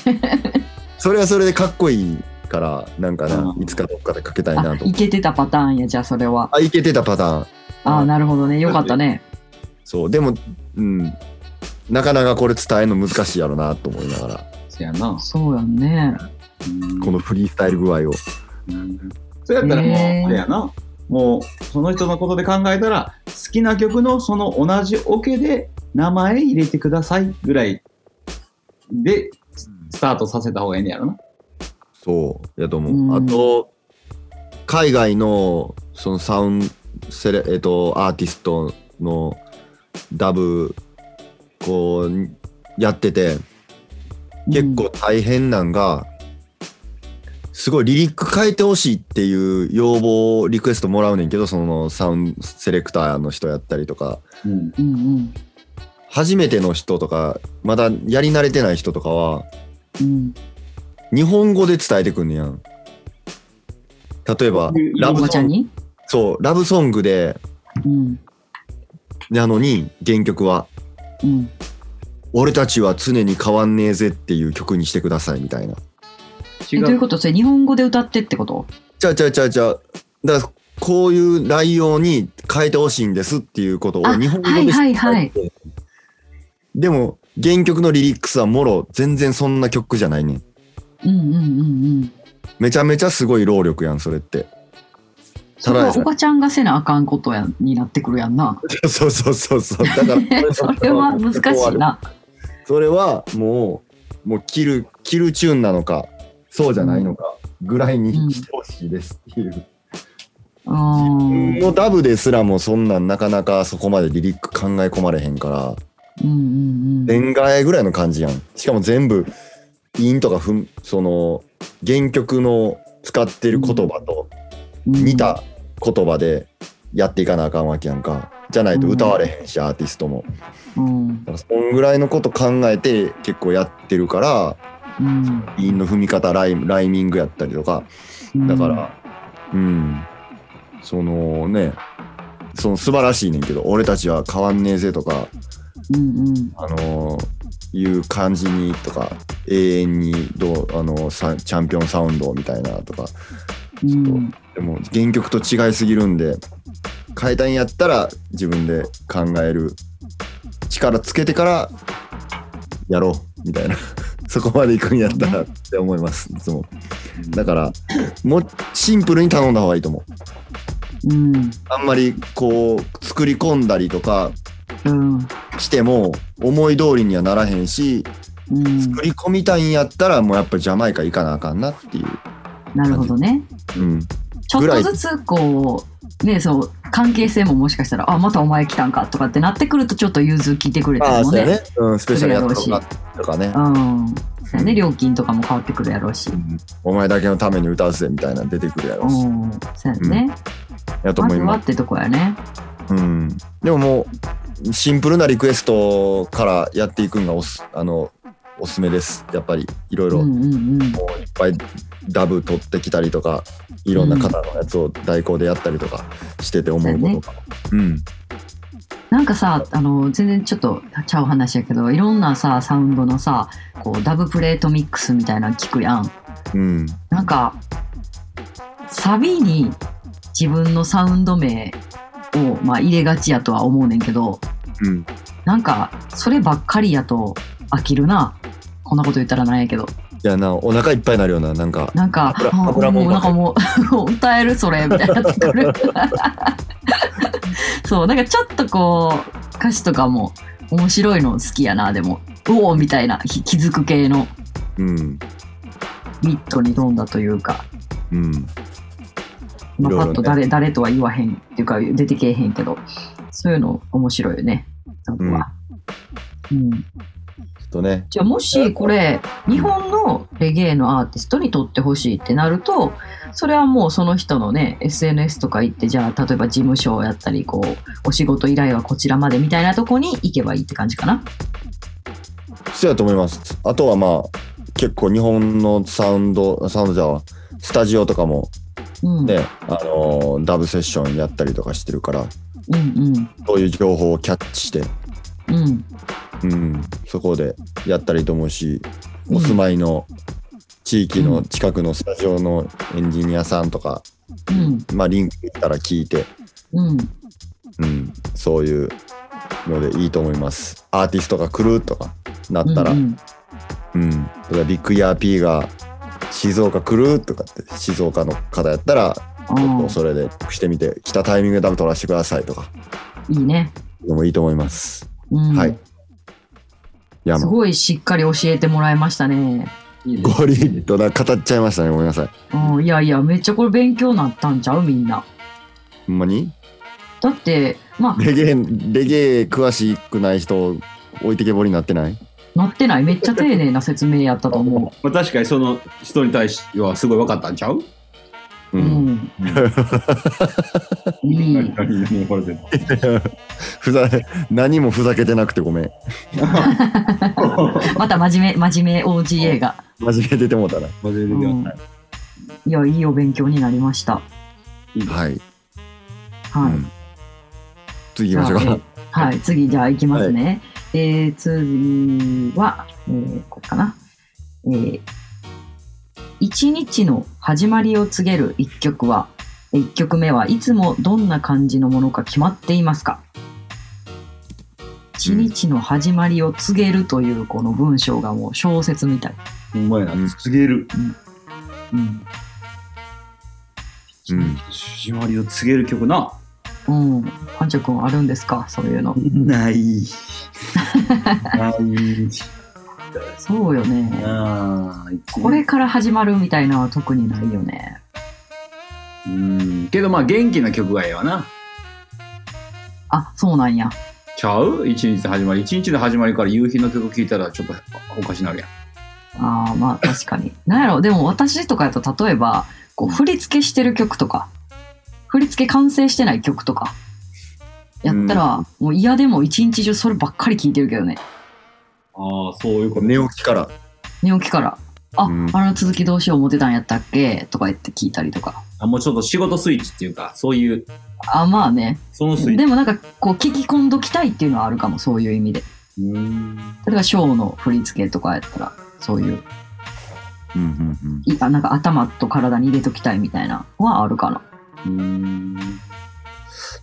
Speaker 3: それはそれでかっこいいからなんかな
Speaker 2: うん
Speaker 3: いつかどっかでかけたい
Speaker 1: あ
Speaker 3: なと
Speaker 1: いけてたパターンやじゃあそれは
Speaker 3: あいけてたパターン
Speaker 1: あなるほどねよかったね
Speaker 3: そうでもうんなかなかこれ伝えるの難しいやろなと思いながら
Speaker 2: そやな
Speaker 1: そうやんね
Speaker 2: うん
Speaker 3: このフリースタイル具合を
Speaker 2: それやったらもう
Speaker 1: へー
Speaker 2: あれやなもうその人のことで考えたら好きな曲のその同じオケで名前入れてくださいぐらいでスタートさせた方がいいんやろな。
Speaker 3: そうやと思う、
Speaker 1: うん
Speaker 3: あと海外のそのサウンセレ、えっとアーティストのダブこうやってて結構大変なんが、すごいリリック変えてほしいっていう要望リクエストもらうねんけどそのサウンドセレクターの人やったりとか
Speaker 2: うん
Speaker 1: うんうん
Speaker 3: 初めての人とかまだやり慣れてない人とかは
Speaker 1: うん
Speaker 3: 日本語で伝えてくんねやん例えば
Speaker 2: うん
Speaker 3: ラ
Speaker 1: お
Speaker 3: ブ
Speaker 1: ばち
Speaker 3: ソ
Speaker 1: ゃん
Speaker 3: ング
Speaker 1: に
Speaker 3: そうラブソングで
Speaker 1: うん
Speaker 3: なのに原曲は
Speaker 1: うん
Speaker 3: 「俺たちは常に変わんねえぜ」っていう曲にしてくださいみたいな
Speaker 2: 違
Speaker 1: えどういう
Speaker 2: う。
Speaker 1: ことそれ日本語で歌ってってこと
Speaker 3: ちゃうちゃうちゃうちゃうだからこういう内容に変えてほしいんですっていうことを
Speaker 1: あ
Speaker 3: 日本語
Speaker 1: は
Speaker 3: で
Speaker 1: い
Speaker 3: 伝
Speaker 1: はい
Speaker 3: えて、
Speaker 1: はい
Speaker 3: でも原曲のリリックスはもろ全然そんな曲じゃないねん
Speaker 1: うんうんうんうん
Speaker 3: めちゃめちゃすごい労力やんそれって
Speaker 1: それはおばちゃんがせなあかんことやになってくるやんな
Speaker 3: そうそうそうそうだか ら
Speaker 1: それは難しいな
Speaker 3: それはもうもう切る切るチューンなのかそうじゃないのかぐらいにしてほしいですっていう、
Speaker 1: うん
Speaker 3: のダブですらもそんなんなかなかそこまでリリック考え込まれへんから
Speaker 1: うんうんうん
Speaker 3: 年替えぐらいの感じやんしかも全部ンとかふんその原曲の使ってる言葉と似た言葉でやっていかなあかんわけやんかじゃないと歌われへんし、アーティストも
Speaker 1: うん
Speaker 3: だからそんぐらいのこと考えて結構やってるから
Speaker 1: うん
Speaker 3: 韻の踏み方ライムライミングやったりとか
Speaker 1: うん
Speaker 3: だからうん、そのねその素晴らしいねんけど俺たちは変わんねえぜとか
Speaker 1: うんうん
Speaker 3: あのーいう感じにとか永遠にどうあのーさチャンピオンサウンドみたいなとか
Speaker 1: うん
Speaker 3: でも原曲と違いすぎるんで変えたいんやったら自分で考える力つけてからやろうみたいな そこまでいくんやったらって思いますいつもだからもうシンプルに頼んだ方がいいと思
Speaker 1: う
Speaker 3: う
Speaker 1: ん
Speaker 3: あんまりこう作り込んだりとか
Speaker 1: うん
Speaker 3: しても思い通りにはならへんし
Speaker 1: うん
Speaker 3: 作り込みたいんやったらもうやっぱジャマイカ行かなあかんなっていう、
Speaker 1: なるほどね
Speaker 3: うん、
Speaker 1: ちょっとずつこうねそう関係性ももしかしたらあまたお前来たんかとかってなってくるとちょっと融通聞いてくれた
Speaker 3: ああ
Speaker 1: りも
Speaker 3: そうや
Speaker 1: ね
Speaker 3: ね、うん、スペシャルやったとかとかね、
Speaker 1: うんそうやね料金とかも変わってくるやろうし
Speaker 3: うんお前だけのために歌うぜみたいなの出てくるや
Speaker 1: う
Speaker 3: ろし
Speaker 1: んそうやね
Speaker 3: やと
Speaker 1: ま
Speaker 3: 思
Speaker 1: ず
Speaker 3: い
Speaker 1: は
Speaker 3: ま
Speaker 1: ってとこやね
Speaker 3: す、うん、でももうシンプルなリクエストからやっていくのがおすあのおすすめですやっぱりいろいろ
Speaker 1: う
Speaker 3: も
Speaker 1: んうんうん
Speaker 3: ういっぱいダブ取ってきたりとかいろんな方のやつを代行でやったりとかしてて思うことかうん
Speaker 1: なんかさあの全然ちょっとちゃう話やけどいろんなさサウンドのさこうダブプレートミックスみたいなの聞くやん
Speaker 3: うん
Speaker 1: なんかサビに自分のサウンド名を、まあ、入れがちやとは思うねんけど
Speaker 3: うん
Speaker 1: なんかそればっかりやと飽きるなこんなこと言ったらなんやけど
Speaker 3: いやなお腹いっぱいになるようななんか
Speaker 1: なんか
Speaker 3: 油
Speaker 1: あも
Speaker 3: 油
Speaker 1: う
Speaker 3: もんば
Speaker 1: なん
Speaker 3: っか
Speaker 1: か
Speaker 3: り
Speaker 1: もう歌えるそれみたいになってくるそうなんかちょっとこう歌詞とかも面白いの好きやなでもおおみたいなひ気づく系の
Speaker 3: うん
Speaker 1: ミットに飛んだというか、
Speaker 3: うん
Speaker 1: まあ
Speaker 3: いろいろ
Speaker 1: パ
Speaker 3: ね
Speaker 1: ッと誰誰とは言わへんっていうか出てけえへんけどそういうの面白いよね多分は。うん
Speaker 3: ちょっとね
Speaker 1: じゃあもしこれ日本のレゲエのアーティストにとってほしいってなるとそれはもうその人のね SNS とか行ってじゃあ例えば事務所やったりこうお仕事依頼はこちらまでみたいなとこに行けばいいって感じかな。
Speaker 3: そうやと思います。あとはまあ、結構日本のサウンド、サウンドじゃあスタジオとかも
Speaker 1: うん、
Speaker 3: ね、あのーダブセッションやったりとかしてるから、
Speaker 1: うん
Speaker 3: そういう情報をキャッチして、
Speaker 1: うんうん
Speaker 3: うん、そこでやったらいいと思うし、
Speaker 1: うん
Speaker 3: お住まいの地域
Speaker 1: う
Speaker 3: の
Speaker 1: ん
Speaker 3: 近くのスタジオのエンジニアさんとか、
Speaker 1: うん
Speaker 3: まあ、リンク行ったら聞いて、
Speaker 1: うん
Speaker 3: うん、そういうのでいいと思います。アーティストが来るとかなったら、
Speaker 1: うん
Speaker 3: うん、だからビッグイヤー P が静岡来るとかって静岡の方やったら
Speaker 1: うん
Speaker 3: もうそれでしてみて来たタイミングでダブ取らせてくださいとか
Speaker 1: いいね。
Speaker 3: でもいいと思います、
Speaker 1: うん
Speaker 3: はいいや
Speaker 1: す
Speaker 3: もう
Speaker 1: ごいしっかり教えてもらいましたね。
Speaker 3: ゴリッとな語っちゃいましたねごめんなさい
Speaker 1: うん、いやいやめっちゃこれ勉強になったんちゃうみんな。
Speaker 3: ほんまに
Speaker 1: だってまあ
Speaker 3: レゲエレゲエ詳しくない人置いてけぼりになってない
Speaker 1: なってない。めっちゃ丁寧な説明やったと思
Speaker 2: まあ、確かにその人に対してはすごい分かったんちゃう
Speaker 1: う。
Speaker 3: う
Speaker 1: うんん。うん。
Speaker 2: 何何怒られてんの
Speaker 3: ふざ何もふざけてなくてごめん
Speaker 1: また真面目、真面目 OGA が。
Speaker 3: 真面目出てもうたら
Speaker 2: 忘れて
Speaker 1: う
Speaker 2: ください
Speaker 1: んいや、いいお勉強になりました。
Speaker 3: はい、うん
Speaker 1: はい。
Speaker 3: 次行きましょうか
Speaker 1: じゃあえーはい、次じゃあ行きますね。えー次は、えーこれかな。えー一日の始まりを告げる一曲は、えー一曲目はいつもどんな感じのものか決まっていますか一日の始まりを告げるというこの文章がもう小説みたい。
Speaker 2: ほんまや
Speaker 3: うん
Speaker 2: な告げる
Speaker 1: うん。
Speaker 3: うん
Speaker 2: 始まりを告げる曲な
Speaker 1: うん。パンチョ君あるんですかそういうの。
Speaker 2: ないない
Speaker 1: そうよね。
Speaker 2: あー
Speaker 1: これから始まるみたいなのは特にないよね。
Speaker 2: うんけどまあ元気な曲がええわな
Speaker 1: あ、そうなんや。
Speaker 2: ちゃう一日の始まり一日の始まりから夕日の曲聴いたらちょっとおかしなるやん
Speaker 1: ああまあ確かに。なんやろでも私とかやと例えばこう振り付けしてる曲とか振り付け完成してない曲とかやったら、もう嫌でも一日中そればっかり聴いてるけどね
Speaker 2: ああそういうこ
Speaker 3: 寝起きから
Speaker 1: 寝起きから「あ、
Speaker 3: うん
Speaker 1: あの続きどうしよう思ってたんやったっけ?」とか言って聞いたりとか
Speaker 2: あもうちょっと仕事スイッチっていうかそういう
Speaker 1: あまあね
Speaker 2: そのスイッチ
Speaker 1: でもなんかこう聞き込んどきたいっていうのはあるかもそういう意味で
Speaker 2: うん
Speaker 1: 例えばショーの振り付けとかやったらそういう
Speaker 3: うんうん
Speaker 1: いあなんか頭と体に入れときたいみたいなのはあるかな
Speaker 2: うん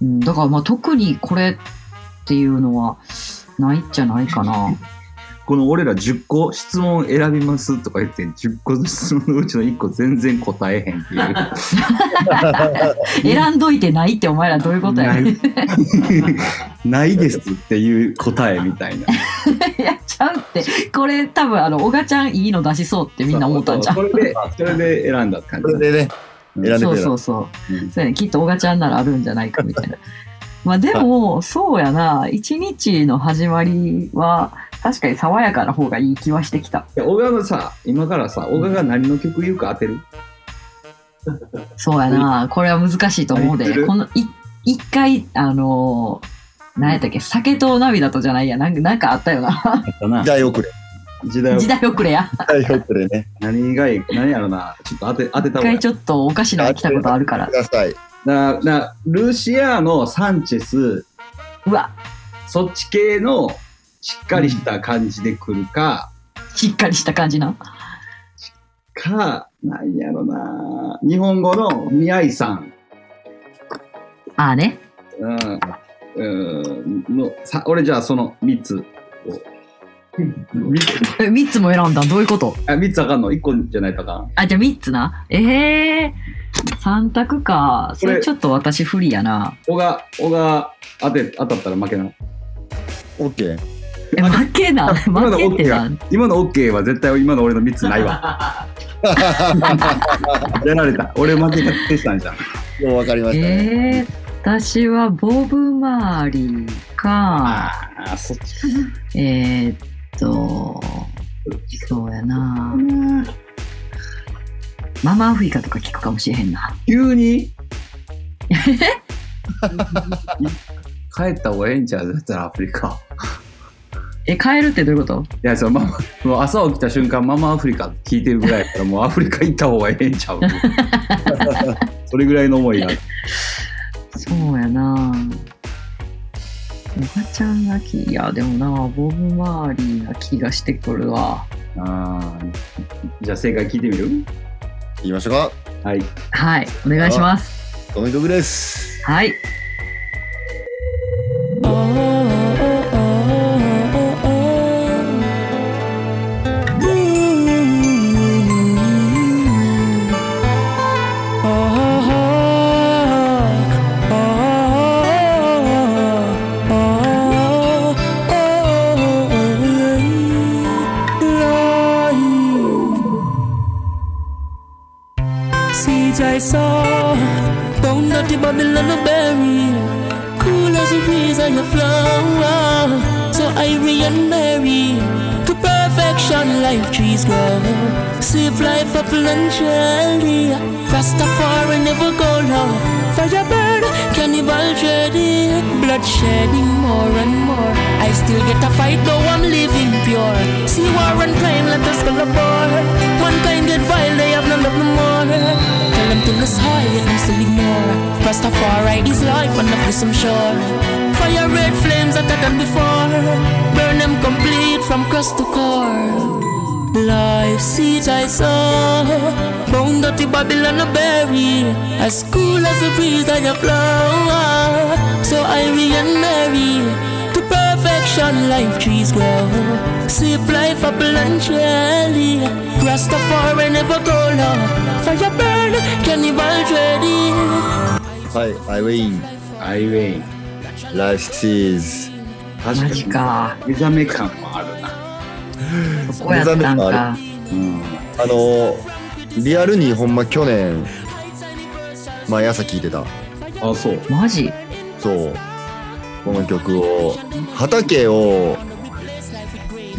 Speaker 1: うん、だからまあ特にこれっていうのはないんじゃないか な。
Speaker 2: この俺ら10個質問選びますとか言って10個の質問のうちの1個全然答えへんっていう
Speaker 1: 選んどいてないってお前らどういうことや
Speaker 2: な
Speaker 1: ねん。
Speaker 2: い
Speaker 1: い
Speaker 2: ない ですっていう答えみたいな
Speaker 1: やちゃうってこれ多分あの小賀ちゃんいいの出しそうってみんな思ったんじゃ ん。
Speaker 2: そうそれでそれで選んだって感
Speaker 3: こ
Speaker 2: じ
Speaker 3: れでね
Speaker 2: う
Speaker 3: 選ん
Speaker 2: ん
Speaker 3: で
Speaker 1: そう
Speaker 3: くれた
Speaker 1: そうそう。
Speaker 2: うん
Speaker 1: そうやねきっと小賀ちゃんならあるんじゃないかみたいな。まあでもそうやな一日の始まりは確かに爽やかな方がいい気はしてきた。
Speaker 2: で小川のさ今からさ小川が何の曲言うか当てる
Speaker 1: そうやなこれは難しいと思う
Speaker 2: 何す
Speaker 1: で
Speaker 2: る
Speaker 1: このい一回あのー、何やったっけ酒と涙とじゃないやなんかなんかあったよな。
Speaker 2: やったな
Speaker 3: 時代遅れ
Speaker 2: 時代を
Speaker 1: 時代遅れや。
Speaker 3: 時代遅れね
Speaker 2: 何がいい何やろなちょっと当て当て
Speaker 1: 一
Speaker 2: た方がいい
Speaker 1: 回ちょっとおかしなの来たことあるから
Speaker 3: く。ださい
Speaker 2: だだルシアーノサンチェス
Speaker 1: うわ、
Speaker 2: そっち系のしっかりした感じで来るか、
Speaker 1: しっかりした感じな。
Speaker 2: かなんやろな日本語の宮井さん、
Speaker 1: ああね。
Speaker 2: うんうん、のさ俺じゃあその3つを三つ
Speaker 1: え、3つも選んだんどういうこと
Speaker 2: あ3つあかんの1個じゃないとあかん
Speaker 1: あ、じゃあ3つな。ええー。3択か。それちょっと私不利やな。
Speaker 2: 小が小が当て当たったら負けな
Speaker 3: OK
Speaker 1: え、負けな。負
Speaker 2: まだ
Speaker 1: けって
Speaker 2: OK や
Speaker 1: な。
Speaker 2: 今の OK は絶対今の俺の3つないわ やられた俺負けが出てたんじゃん
Speaker 3: もう分かりましたね、
Speaker 1: ええー。私はボブ・マーリーか、
Speaker 2: あそっち
Speaker 1: えー、っと、そうやな。ママアフリカとか聞くかもしれへんな。
Speaker 2: 急に 帰った方がええんちゃうだったらアフリカ。
Speaker 1: え、カエルってどういうこと
Speaker 2: いや、そのママ、もう朝起きた瞬間、ママアフリカ聞いてるぐらいやから、もうアフリカ行った方がええん ちゃうそれぐらいの思いがある。
Speaker 1: そうやなおばちゃんがきいやでもなボブ周りな気がしてくるわ
Speaker 2: あーじゃあ正解聞いてみる
Speaker 3: 言いましょうか
Speaker 2: はい。
Speaker 1: はいお願いします
Speaker 3: この曲です
Speaker 1: はい
Speaker 6: Seeds I saw down at the Babylon of Berry, cool as a breeze on the flower. So I and Mary to perfection like trees grow. Sweep life up lunchery. Rastafari never go low. Firebird, cannibal jedi. Blood shedding more and more. I still get a fight though I'm living pure. See war and crime, let us collaborate. One kind get vile, they have no love no more. Tell them to this high, yet I'm still ignore. Rastafari is life, and of this I'm sure. Fire red flames hotter than before. Burn them complete from crust to core. Life seeds I sow, bound out to Babylon a berry. As cool as a breeze I a flower, so irie and merry. To perfection life trees grow. Sip life up lunch early. Rastafari never go low. Fire burn, cannibal ready.
Speaker 3: はい、I win.
Speaker 2: アイウェイ
Speaker 3: Life sees.
Speaker 2: 確
Speaker 1: マジか
Speaker 2: 目覚め感もあるな
Speaker 1: そこやったん
Speaker 3: 目覚めが
Speaker 1: か
Speaker 3: あ。あのーリアルにほんま去年、毎朝聴いてた。
Speaker 2: あそう
Speaker 1: マジ
Speaker 3: そう。この曲を、畑を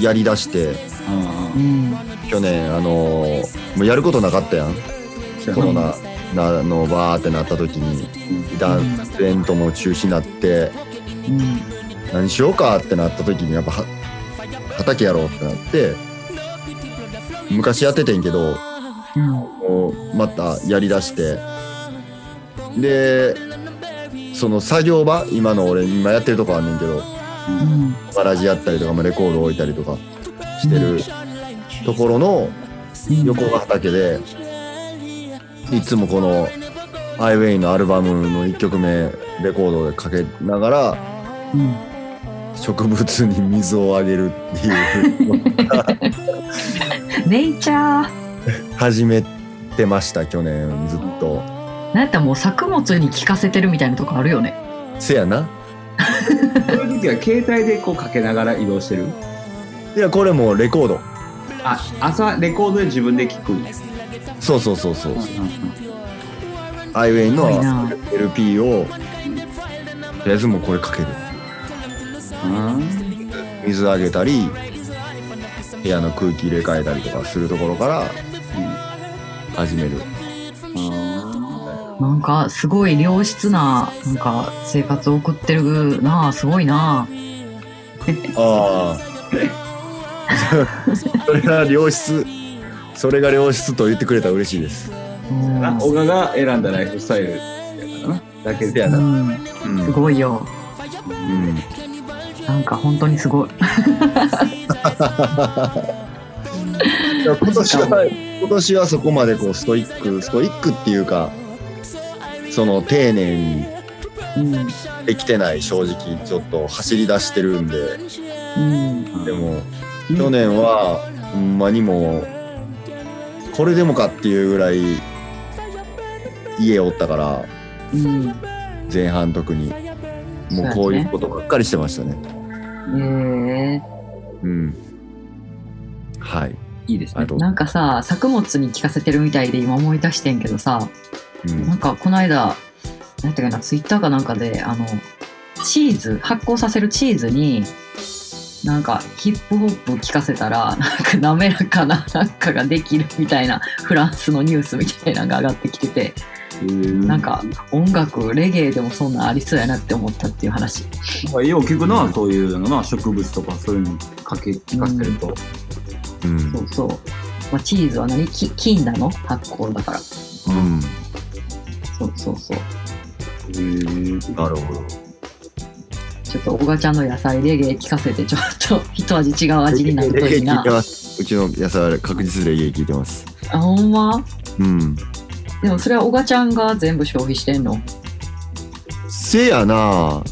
Speaker 3: やりだして、
Speaker 2: うんう
Speaker 1: うんん。
Speaker 3: 去年、あのーもうやることなかったやん。
Speaker 2: そう
Speaker 3: コ
Speaker 2: や
Speaker 3: ロ
Speaker 2: な
Speaker 3: ナなのバーってなった時に、イベントも中止になって、
Speaker 1: うん。
Speaker 3: 何しようかってなった時にやっぱは畑やろうってなって昔やっててんけど
Speaker 1: うん。
Speaker 3: もうまたやりだしてでその作業場今の俺今やってるとこあんねんけど
Speaker 1: うん。
Speaker 3: ガラジやったりとかまあレコード置いたりとかしてるところの横が畑でいつもこの「アイウェイのアルバムの1曲目レコードでかけながら
Speaker 1: うん。
Speaker 3: 植物に水をあげるっていうのを
Speaker 1: ネイチャー。
Speaker 3: 始めてました去年ずっと
Speaker 1: なんやったらもう作物に聞かせてるみたいなとこあるよね。
Speaker 3: せやな
Speaker 2: そういう時は携帯でこうかけながら移動してる
Speaker 3: いやこれもうレコード
Speaker 2: あ朝レコードで自分で聞くんや
Speaker 3: そうそうそうそう
Speaker 2: う
Speaker 3: アイウェイの
Speaker 1: すごいな
Speaker 3: LP をとりあえずもうこれかける
Speaker 2: ん
Speaker 3: 水あげたり部屋の空気入れ替えたりとかするところから始める
Speaker 1: なんかすごい良質な、なんか生活を送ってるなあすごいなあ
Speaker 3: ああ それが良質それが良質と言ってくれたら嬉しいです、
Speaker 1: うん
Speaker 2: あ小川が選んだライフスタイルやからなだけでやな
Speaker 1: うん。
Speaker 3: うん
Speaker 1: すごいよ。
Speaker 3: うん
Speaker 1: なんか本当にすごい。
Speaker 3: いや今年は今年はそこまでこうストイックストイックっていうかその丁寧に
Speaker 1: うん。
Speaker 3: できてない正直ちょっと走り出してるんで
Speaker 1: うん。
Speaker 3: でも去年はほんまにもうこれでもかっていうぐらい家おったから
Speaker 1: うん。
Speaker 3: 前半特にもうこういうことばっかりしてましたね
Speaker 1: え
Speaker 3: うんはい
Speaker 2: いいです
Speaker 3: ありがと
Speaker 1: え
Speaker 3: うござい
Speaker 1: なんかさ作物に聞かせてるみたいで今思い出してんけどさ
Speaker 3: ます、うん
Speaker 1: なんかこの間なんていうかなツイッターかなんかであのチーズ発酵させるチーズになんかヒップホップ聞かせたらなんか滑らかななんかができるみたいなフランスのニュースみたいなのが上がってきててなんか音楽レゲエでもそんなんありそうやなって思ったっていう話
Speaker 2: 絵を聞くのはそういうのな植物とかそういうのかけ聞かせると
Speaker 3: うん
Speaker 1: そうそう、まあ、チーズは何き菌なの発酵だから
Speaker 3: うん
Speaker 1: そうそうそう
Speaker 3: なるほど
Speaker 1: ちょっと小賀ちゃんの野菜レゲエ聞かせてちょっと一味違う味になるといい
Speaker 3: 聞い
Speaker 1: な
Speaker 3: てます。うちの野菜は確実で家聞いてます。
Speaker 1: あほんま
Speaker 3: うん。
Speaker 1: でもそれは小賀ちゃんが全部消費してんの
Speaker 3: せやな。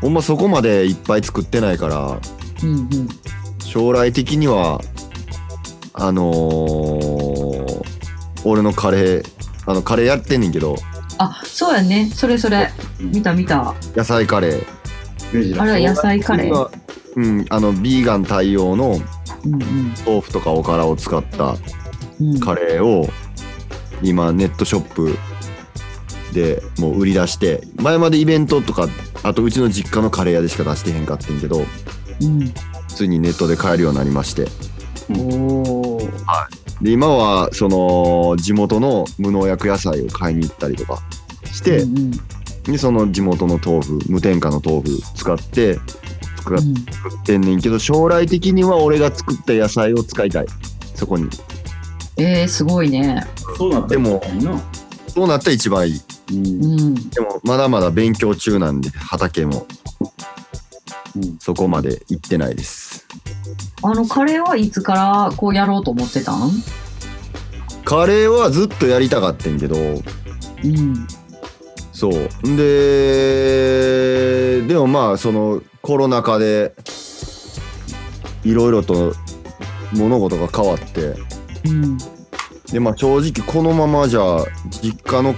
Speaker 3: ほんまそこまでいっぱい作ってないから、
Speaker 1: うんうん
Speaker 3: 将来的にはあのー俺のカレーあのカレーやってんねんけど、
Speaker 1: あそうやねそれそれ見た見た
Speaker 3: 野菜カレー。
Speaker 1: あれは野菜カレー
Speaker 3: 今うん、あのビーガン対応の
Speaker 1: うんうん
Speaker 3: 豆腐とかおからを使った
Speaker 1: うん
Speaker 3: カレーを今ネットショップでもう売り出して前までイベントとかあとうちの実家のカレー屋でしか出してへんかってんけど
Speaker 1: うん
Speaker 3: 普通にネットで買えるようになりまして
Speaker 1: おー
Speaker 3: で今はその地元の無農薬野菜を買いに行ったりとかして、
Speaker 1: うんうん
Speaker 3: でその地元の豆腐無添加の豆腐使って作ら
Speaker 1: うん
Speaker 3: 作ってんねんけど将来的には俺が作った野菜を使いたいそこに
Speaker 1: えー、すごいね。
Speaker 2: そうなった
Speaker 3: でも
Speaker 2: な、
Speaker 3: そうなったら一番いい
Speaker 2: うん
Speaker 1: うん。
Speaker 3: でもまだまだ勉強中なんで畑も
Speaker 2: うん
Speaker 3: そこまで行ってないです
Speaker 1: あの、カレーはいつからこうやろうと思ってたん
Speaker 3: カレーはずっとやりたかってんけど
Speaker 1: うん。
Speaker 3: そうででもまあそのコロナ禍でいろいろと物事が変わって
Speaker 1: うん。
Speaker 3: でまあ正直このままじゃ実家の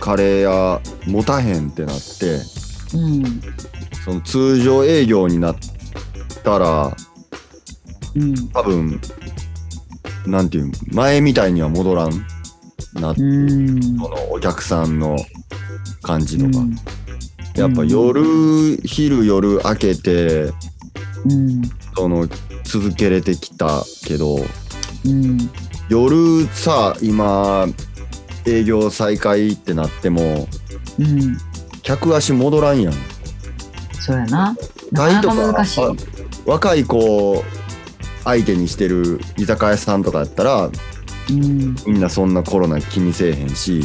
Speaker 3: カレー屋持たへんってなって
Speaker 1: うん。
Speaker 3: その通常営業になったら
Speaker 1: うん。
Speaker 3: 多分なんていうん前みたいには戻らんなって、
Speaker 1: うん。
Speaker 3: このお客さんの感じのが、
Speaker 1: うん
Speaker 3: やっぱ夜、昼夜明けて
Speaker 1: うん。
Speaker 3: その続けれてきたけど
Speaker 1: うん。
Speaker 3: 夜さ今営業再開ってなっても
Speaker 1: うん。
Speaker 3: 客足戻らんやん
Speaker 1: そうやな。なかな
Speaker 3: 大と
Speaker 1: か
Speaker 3: か
Speaker 1: 難しい。
Speaker 3: 若い子相手にしてる居酒屋さんとかやったら
Speaker 1: うん。
Speaker 3: みんなそんなコロナ気にせえへんし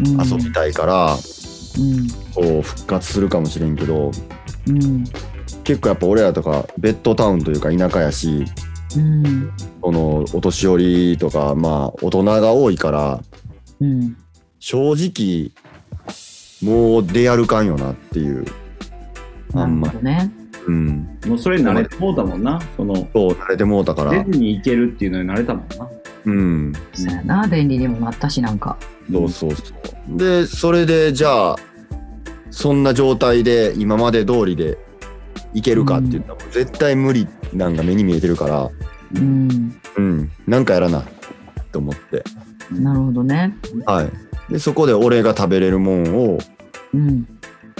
Speaker 1: うん
Speaker 3: 遊びたいから、
Speaker 1: うん。
Speaker 3: こう復活するかもしれんけど
Speaker 1: うん。
Speaker 3: 結構やっぱ俺らとかベッドタウンというか田舎やし
Speaker 1: うん。
Speaker 3: そのお年寄りとかまあ大人が多いから
Speaker 1: うん。
Speaker 3: 正直もう出歩かんよなっていうあん
Speaker 1: な
Speaker 3: ま
Speaker 1: るほどね。
Speaker 3: うん
Speaker 2: もうそれに慣れてもうたもんなその
Speaker 3: そう慣れてもうたか
Speaker 2: デ
Speaker 3: ら
Speaker 2: ィズニー行けるっていうのに慣れたもんな
Speaker 3: うん
Speaker 1: そうやな。便利にもなったし、なんか。
Speaker 3: そうそうそう。で、それで、じゃあ、そんな状態で今まで通りでいけるかって言ったら、絶対無理なんか目に見えてるから、
Speaker 1: うん。
Speaker 3: うん、なんかやらな、と思って。
Speaker 1: なるほどね。
Speaker 3: はい。で、そこで俺が食べれるもんを
Speaker 1: うん。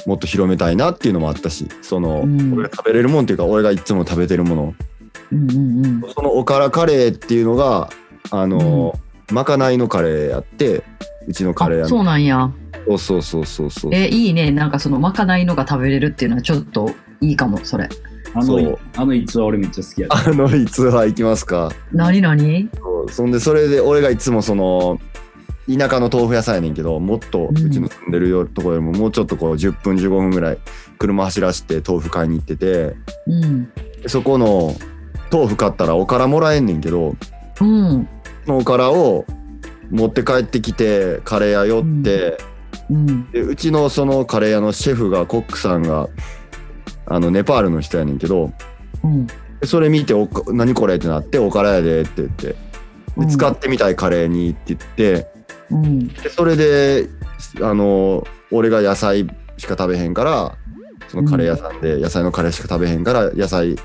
Speaker 3: もっと広めたいなっていうのもあったし、その、
Speaker 1: うん
Speaker 3: 俺が食べれるもんっていうか、俺がいつも食べてるもの、
Speaker 1: うんうんうん。
Speaker 3: そのおからカレーっていうのが、あの、まかないのカレーやって、うちのカレー
Speaker 1: あ
Speaker 3: 屋
Speaker 1: そ
Speaker 3: の
Speaker 1: うなんや。
Speaker 3: そうそうそうそうそう。
Speaker 1: えいいねなんかそのまかないのが食べれるっていうのはちょっといいかもそれ
Speaker 2: あ
Speaker 3: そ
Speaker 2: の
Speaker 3: う
Speaker 2: あの逸話俺めっちゃ好きやで
Speaker 3: あの、いつは行きますか
Speaker 1: 何何
Speaker 3: そうそんでそれで俺がいつもその田舎の豆腐屋さんやねんけどもっと
Speaker 1: うん
Speaker 3: うちの住んでるよとこよりももうちょっとこう10分15分ぐらい車走らせて豆腐買いに行ってて
Speaker 1: うん
Speaker 3: でそこの豆腐買ったらおからもらえんねんけど
Speaker 1: うん
Speaker 3: そのおからを持って帰ってきてカレー屋寄っ
Speaker 1: う
Speaker 3: て、
Speaker 1: ん
Speaker 3: うでうちのそのカレー屋のシェフがコックさんがあのネパールの人やねんけど
Speaker 1: うん
Speaker 3: でそれ見ておか「何これ?」ってなって「おからやで」って言って
Speaker 1: う
Speaker 3: で
Speaker 1: ん
Speaker 3: 使ってみたいカレーにって言って。
Speaker 1: うん
Speaker 3: でそれであの俺が野菜しか食べへんからそのカレー屋さんで野菜のカレーしか食べへんから野菜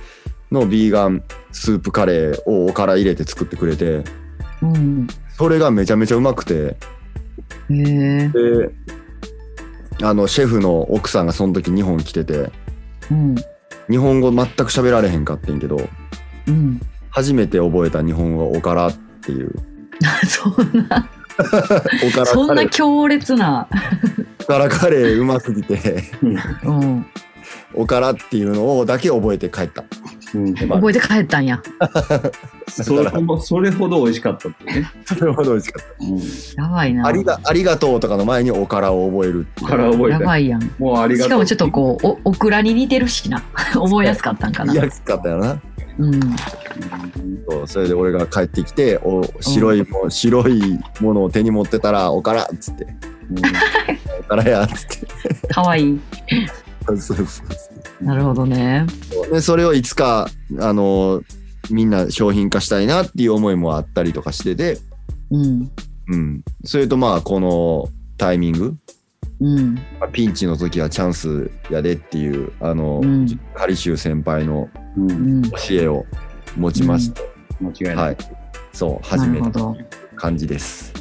Speaker 3: のビーガンスープカレーをおから入れて作ってくれて
Speaker 1: うん
Speaker 3: それがめちゃめちゃうまくて
Speaker 1: へえ
Speaker 3: であのシェフの奥さんがその時日本来てて
Speaker 1: うん
Speaker 3: 日本語全く喋られへんかってんけど
Speaker 1: うん
Speaker 3: 初めて覚えた日本語はおからっていう
Speaker 1: そんな
Speaker 3: おから
Speaker 1: そ
Speaker 3: カ
Speaker 1: ん
Speaker 3: レ
Speaker 1: な
Speaker 3: ー
Speaker 1: 強烈な
Speaker 3: おからカレーうますぎて
Speaker 1: うん
Speaker 3: おからっていうのをだけ覚えて帰った。
Speaker 2: うん
Speaker 3: でまあ
Speaker 5: 覚えて帰ったんや。
Speaker 2: それほどそれほど美味しかったってね、
Speaker 3: それほど美味しかった
Speaker 1: やばいな
Speaker 3: ありがありがとうとかの前におからを覚えるっていう
Speaker 2: から覚え
Speaker 1: や
Speaker 2: た
Speaker 1: ばいやん
Speaker 2: もうあり
Speaker 1: し
Speaker 2: がと
Speaker 1: か
Speaker 2: う
Speaker 1: もちょっとこうおオクラに似てるしな 覚えやすかったんかな
Speaker 3: 言いやすかったよな
Speaker 1: うん
Speaker 2: うん
Speaker 3: そうそれで俺が帰ってきてお白いも、白いものを手に持ってたらおからっつっておからやっ つって
Speaker 1: かわいい
Speaker 3: そうそうそ
Speaker 1: なるほどね
Speaker 3: うでそれをいつかあのみんな商品化したいなっていう思いもあったりとかしてて、
Speaker 1: うん
Speaker 3: うん、それとまあこのタイミング
Speaker 1: うん
Speaker 3: まあピンチの時はチャンスやでっていうあの、
Speaker 1: うん
Speaker 3: ハリシュー先輩の
Speaker 2: うんう
Speaker 1: うんん
Speaker 3: 教えを持ちまして、
Speaker 2: 間違いない、
Speaker 3: はいそう
Speaker 1: な
Speaker 3: 始
Speaker 1: る
Speaker 3: め
Speaker 1: ほ
Speaker 3: た
Speaker 1: ど
Speaker 3: 感じです。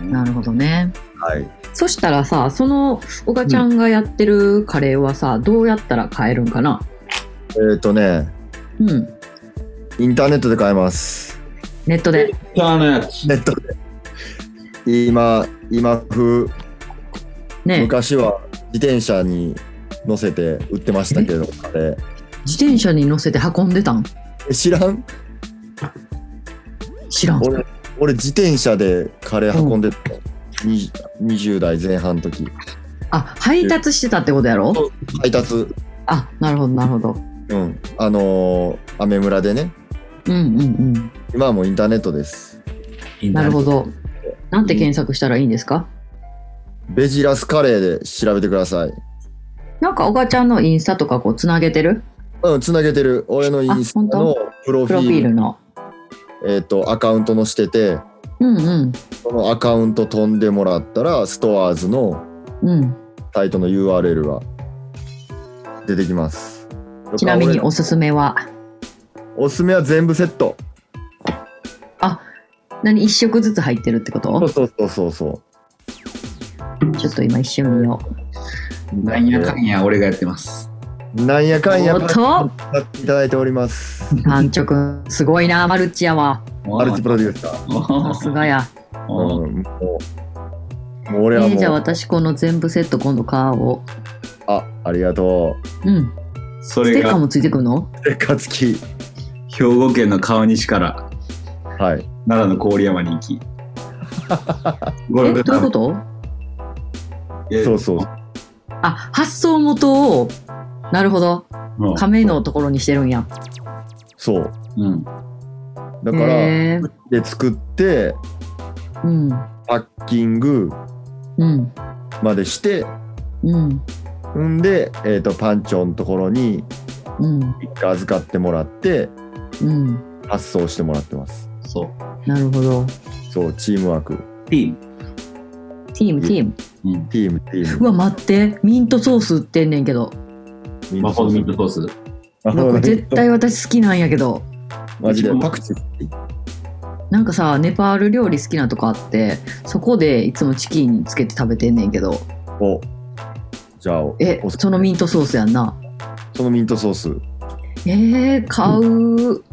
Speaker 2: うん
Speaker 1: なるほどね
Speaker 3: はい。
Speaker 1: そしたらさそのおがちゃんがやってるカレーはさ、どうやったら買えるんかな
Speaker 3: えっ、とね、
Speaker 1: うん
Speaker 3: インターネットで買えます。
Speaker 7: ネットで。
Speaker 2: インターネッ
Speaker 3: ネットで。今、今風、
Speaker 7: ね
Speaker 3: 昔は自転車に乗せて売ってましたけど、あれ。
Speaker 1: 自転車に乗せて運んでたん
Speaker 3: え知らん
Speaker 1: 知らん。
Speaker 3: 俺、俺自転車でカレー運んでた、に20代前半の時。
Speaker 1: あ、配達してたってことやろ
Speaker 3: 配達、
Speaker 1: あ、なるほど、なるほど。
Speaker 3: うん。あのー、アメ村でね。
Speaker 1: うんうん
Speaker 3: 今はもうインターネットです。
Speaker 2: ト
Speaker 1: うん。なるほど。なんて検索したらいいんですか
Speaker 3: ベジラスカレーで調べてください。
Speaker 1: なんか、おがちゃんのインスタとかこう、つなげてる
Speaker 3: うん、つなげてる。俺のインスタのプロ
Speaker 1: プ
Speaker 3: フ
Speaker 1: ロ
Speaker 3: ィ
Speaker 1: フィー
Speaker 3: ール、
Speaker 1: ルの。
Speaker 3: えっ、と、アカウントのしてて、
Speaker 1: うんうん。
Speaker 3: そのアカウント飛んでもらったら、ストアーズの
Speaker 1: うん。
Speaker 3: サイトの URL が出てきます。
Speaker 1: ちなみに
Speaker 3: 俺
Speaker 1: おすすめは、
Speaker 3: おすすめは全部セット。
Speaker 1: 何、一食ずつ入ってるってこ
Speaker 3: そ
Speaker 1: と
Speaker 3: うそうそうそうそ
Speaker 1: ちょっと今一瞬見よ
Speaker 2: ト。なんやかんや、俺がやってます。
Speaker 3: う。なんやかんや
Speaker 1: おっと
Speaker 3: 買っていただいております。
Speaker 1: う。パンチョくん、すごいな、マルチやわ。
Speaker 3: マルチプロデューサ
Speaker 1: さ
Speaker 3: ー。
Speaker 1: すがや。
Speaker 2: おー
Speaker 3: うん、もうもう俺
Speaker 1: え
Speaker 3: はも
Speaker 1: ーじゃあ
Speaker 3: う、
Speaker 1: 私この全部セット今度買おう。
Speaker 3: あ、ありがと
Speaker 1: う
Speaker 3: う。
Speaker 1: ん。
Speaker 2: そ
Speaker 1: ス
Speaker 2: れ
Speaker 1: テッカー
Speaker 2: が
Speaker 1: もついてくるの
Speaker 3: せっかつき。
Speaker 2: 兵庫県の川西から
Speaker 3: はい。
Speaker 2: 奈良の郡山に行き。
Speaker 1: えどういう
Speaker 2: ご覧くださ
Speaker 1: こ
Speaker 2: い
Speaker 1: と
Speaker 2: え
Speaker 3: そうそう。
Speaker 1: あ発送元をなるほど
Speaker 2: うん
Speaker 1: 亀のところにしてるんや。
Speaker 3: そう。
Speaker 2: うん。
Speaker 3: だから、
Speaker 1: へー
Speaker 3: で作って、
Speaker 1: うん
Speaker 3: パッキング
Speaker 1: うん
Speaker 3: までして、
Speaker 1: うん
Speaker 3: んで、えっ、と、パンチョのところに
Speaker 1: うん
Speaker 3: 一回預かってもらって、
Speaker 1: うん
Speaker 3: 発送してもらってます。
Speaker 2: そう。
Speaker 1: なるほど。
Speaker 3: そう、チームワーク。
Speaker 2: ピー。
Speaker 1: チームチーム。
Speaker 2: うん。
Speaker 3: チーム、チー
Speaker 1: う
Speaker 3: ム。
Speaker 1: わ待ってミントソース売ってんねんけど。
Speaker 3: みん
Speaker 2: 魔
Speaker 3: なそ
Speaker 2: 法
Speaker 3: う
Speaker 2: の
Speaker 3: そ
Speaker 2: ミ
Speaker 3: う
Speaker 2: ートソース。
Speaker 3: あ
Speaker 1: うわこ
Speaker 3: の
Speaker 1: れ絶対私好きなんやけど。
Speaker 3: マジでパクチー。
Speaker 1: なんかさネパール料理好きなとこあってそこでいつもチキンにつけて食べてんねんけど
Speaker 3: おじゃあ、お
Speaker 1: え
Speaker 3: お
Speaker 1: そのミントソースやんな
Speaker 3: そのミントソース、
Speaker 1: えー、買う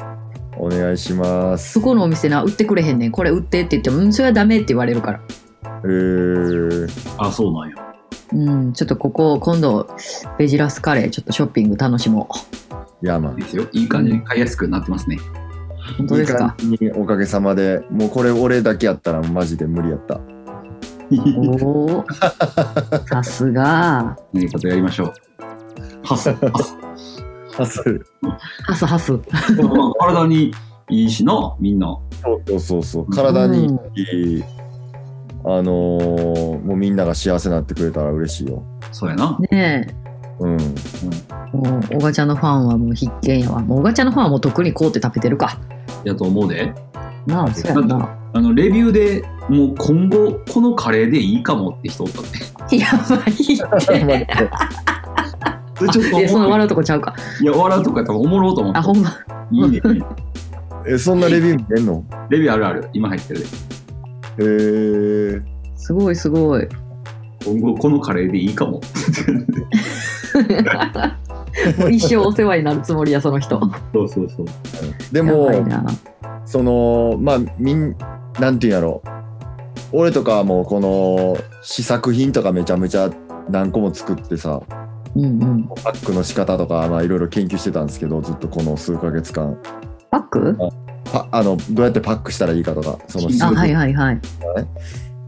Speaker 3: お願いします。
Speaker 1: そこのお店な売ってくれへんねんこれ売ってって言ってもうんそれはダメって言われるから
Speaker 3: えー、
Speaker 2: あ、そうなんや。
Speaker 1: うんちょっとここ今度ベジラスカレーちょっとショッピング楽しもう
Speaker 3: ヤーマン
Speaker 2: いい。ですよ。いい感じに買いやすくなってますね。
Speaker 1: 本当ですか
Speaker 3: いい感じにおかげさまで、もうこれ俺だけやったらマジで無理やった。
Speaker 1: おおーさすが
Speaker 2: 何かとやりましょう。パス。パス。
Speaker 3: あそう
Speaker 1: ハスハス
Speaker 2: 体にいいしの、みんな。
Speaker 3: そうそうそう。体にいい、あのーもうみんなが幸せになってくれたら嬉しいよ。
Speaker 2: そうやな。
Speaker 1: ねえ
Speaker 3: う
Speaker 1: も
Speaker 3: ん。
Speaker 1: うおがちゃんのファンはもう必見やわもうおがちゃんのファンはもう特にこうって食べてるか
Speaker 2: やと思うで。
Speaker 1: なあそうやん な
Speaker 2: あの、レビューでもう今後、このカレーでいいかもって人おったって。
Speaker 1: やばいっ
Speaker 3: 待ってて
Speaker 2: それちょっと
Speaker 1: いやその
Speaker 2: 思う
Speaker 1: 笑うとこちゃうか
Speaker 2: いや、笑うとかやったらおもろうと思
Speaker 1: あ
Speaker 2: っ
Speaker 1: ほんま
Speaker 2: て。いいね。
Speaker 3: え、そんなレビュー見れんの
Speaker 2: レビューあるある。今入ってるで。
Speaker 3: へえー。
Speaker 1: すごいすごい
Speaker 2: 今後、このカレーでいいかも。
Speaker 1: もう一生お世話になるつもりやその人
Speaker 2: そうそうそう。
Speaker 3: で
Speaker 1: やばい
Speaker 3: も、
Speaker 1: な
Speaker 3: その、まあ、みん、なんていうんやろう。俺とかはもうこの試作品とかめちゃめちゃ何個も作ってさ、
Speaker 1: うんうん
Speaker 3: パックの仕方とか、まあいろいろ研究してたんですけど、ずっとこの数ヶ月間。
Speaker 1: パック
Speaker 3: パあの、どうやってパックしたらいいかとか、その
Speaker 2: あ
Speaker 1: あはい
Speaker 3: い
Speaker 1: はいはい。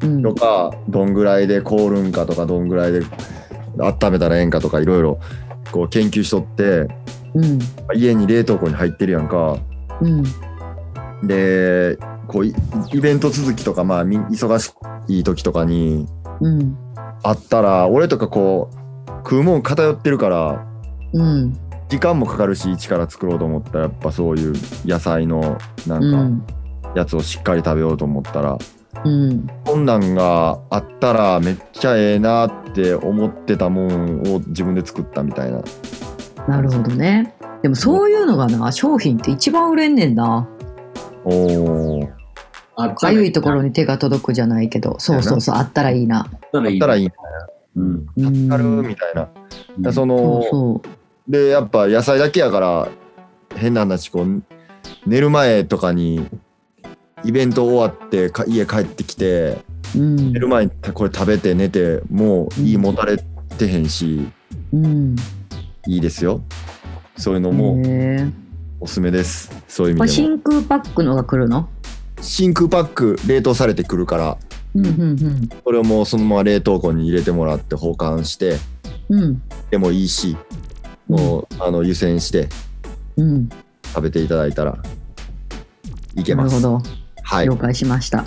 Speaker 1: うん、
Speaker 3: とか、どんぐらいで凍るんかとか、どんぐらいで温めたらええんかとか、いろいろこう研究しとって、
Speaker 1: うん、
Speaker 3: 家に冷凍庫に入ってるやんか。
Speaker 1: うん、
Speaker 3: で、こう、いイベント続きとか、まあ、み忙しい時とかに
Speaker 1: うん、
Speaker 3: あったら、俺とかこう、食うもん偏ってるから、
Speaker 1: うん、
Speaker 3: 時間もかかるし、一から作ろうと思ったら、やっぱそういう野菜のな
Speaker 1: うん
Speaker 3: か、
Speaker 1: ん、
Speaker 3: やつをしっかり食べようと思ったら、
Speaker 1: うん、
Speaker 3: こんなんがあったらめっちゃええなって思ってたもんを自分で作ったみたいな。
Speaker 1: なるほどね。でもそういうのがな、商品って一番売れんねんな。
Speaker 3: おー。
Speaker 2: あっ
Speaker 1: かゆいところに手が届くじゃないけど、そうそうそう、あったらいいな。
Speaker 2: たらいい。
Speaker 3: たらいい。
Speaker 2: うん。
Speaker 1: うん
Speaker 3: 助かるみたいな。だからそ
Speaker 1: そ
Speaker 3: の
Speaker 1: うそ
Speaker 3: でやっぱ野菜だけやから変な話こう寝る前とかにイベント終わってか家帰ってきて
Speaker 1: うん
Speaker 3: 寝る前にこれ食べて寝てもういいもたれてへんし
Speaker 1: うん
Speaker 3: いいですよそういうのも
Speaker 1: へえ
Speaker 3: おすすめですそういう意
Speaker 1: これ
Speaker 3: 味でも
Speaker 1: 真空パックのが来るの
Speaker 3: 真空パック冷凍されてくるから
Speaker 1: うんうん
Speaker 3: これをもうそのまま冷凍庫に入れてもらって保管して
Speaker 1: うんうん
Speaker 3: でもいいしもうあの湯煎して
Speaker 1: うん
Speaker 3: 食べていただいたらいけ
Speaker 1: な
Speaker 3: ま
Speaker 1: る
Speaker 3: す
Speaker 1: ほど
Speaker 3: はい
Speaker 1: 了解しました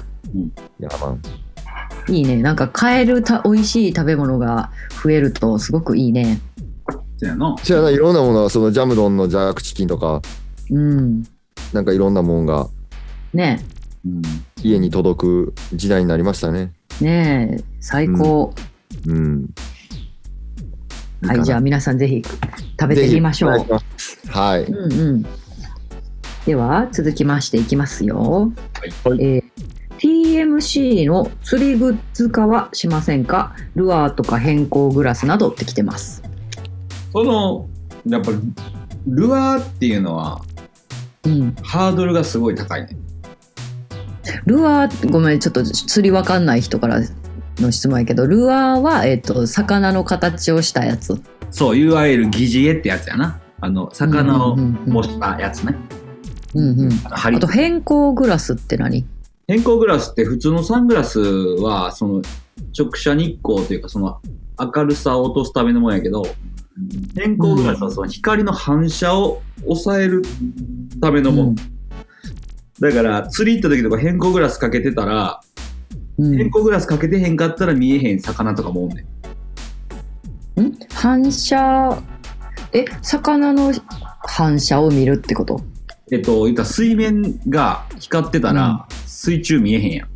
Speaker 3: ヤーマン
Speaker 1: いいねなんか買えるた美味しい食べ物が増えるとすごくいいね
Speaker 2: そうやな。
Speaker 3: じゃあないろんなものはそのジャムドンのジャークチキンとか
Speaker 1: うん
Speaker 3: なんかいろんなもんが
Speaker 1: ね
Speaker 2: うん。
Speaker 3: 家に届く時代になりましたね。
Speaker 1: えねえ最高、
Speaker 3: うん。
Speaker 1: はいじゃあ皆さんぜひ食べてみましょ
Speaker 3: ぜひ
Speaker 1: う
Speaker 3: お願いしますはい。
Speaker 1: うんうんでは続きましていきますよ、
Speaker 2: はい
Speaker 1: えー TMC の釣りグッズ化はしませんかルアーとか変更グラスなどってきてます
Speaker 2: その、やっぱ、ルアーっていうのは、
Speaker 1: うん、
Speaker 2: ハードルがすごい高いね。
Speaker 1: ルアーごめんちょっと釣りわかんない人からの質問やけどルアーは、えっと魚の形をしたやつ
Speaker 2: そう、いわゆる疑似絵ってやつやな。あの、魚を模したやつね。
Speaker 1: うんうん、
Speaker 2: あの針
Speaker 1: あと変更グラスって何
Speaker 2: 偏光グラスって普通のサングラスは、その、直射日光というか、その、明るさを落とすためのもんやけど、偏光グラスはその光の反射を抑えるためのもん。だから、釣り行った時とか偏光グラスかけてたら、
Speaker 1: うん
Speaker 2: 偏光グラスかけてへんかったら見えへん魚とかもおんねん。
Speaker 1: うん、反射え魚の反射を見るってこと
Speaker 2: えっと、言ったら水面が光ってたら、水中見えへんやん。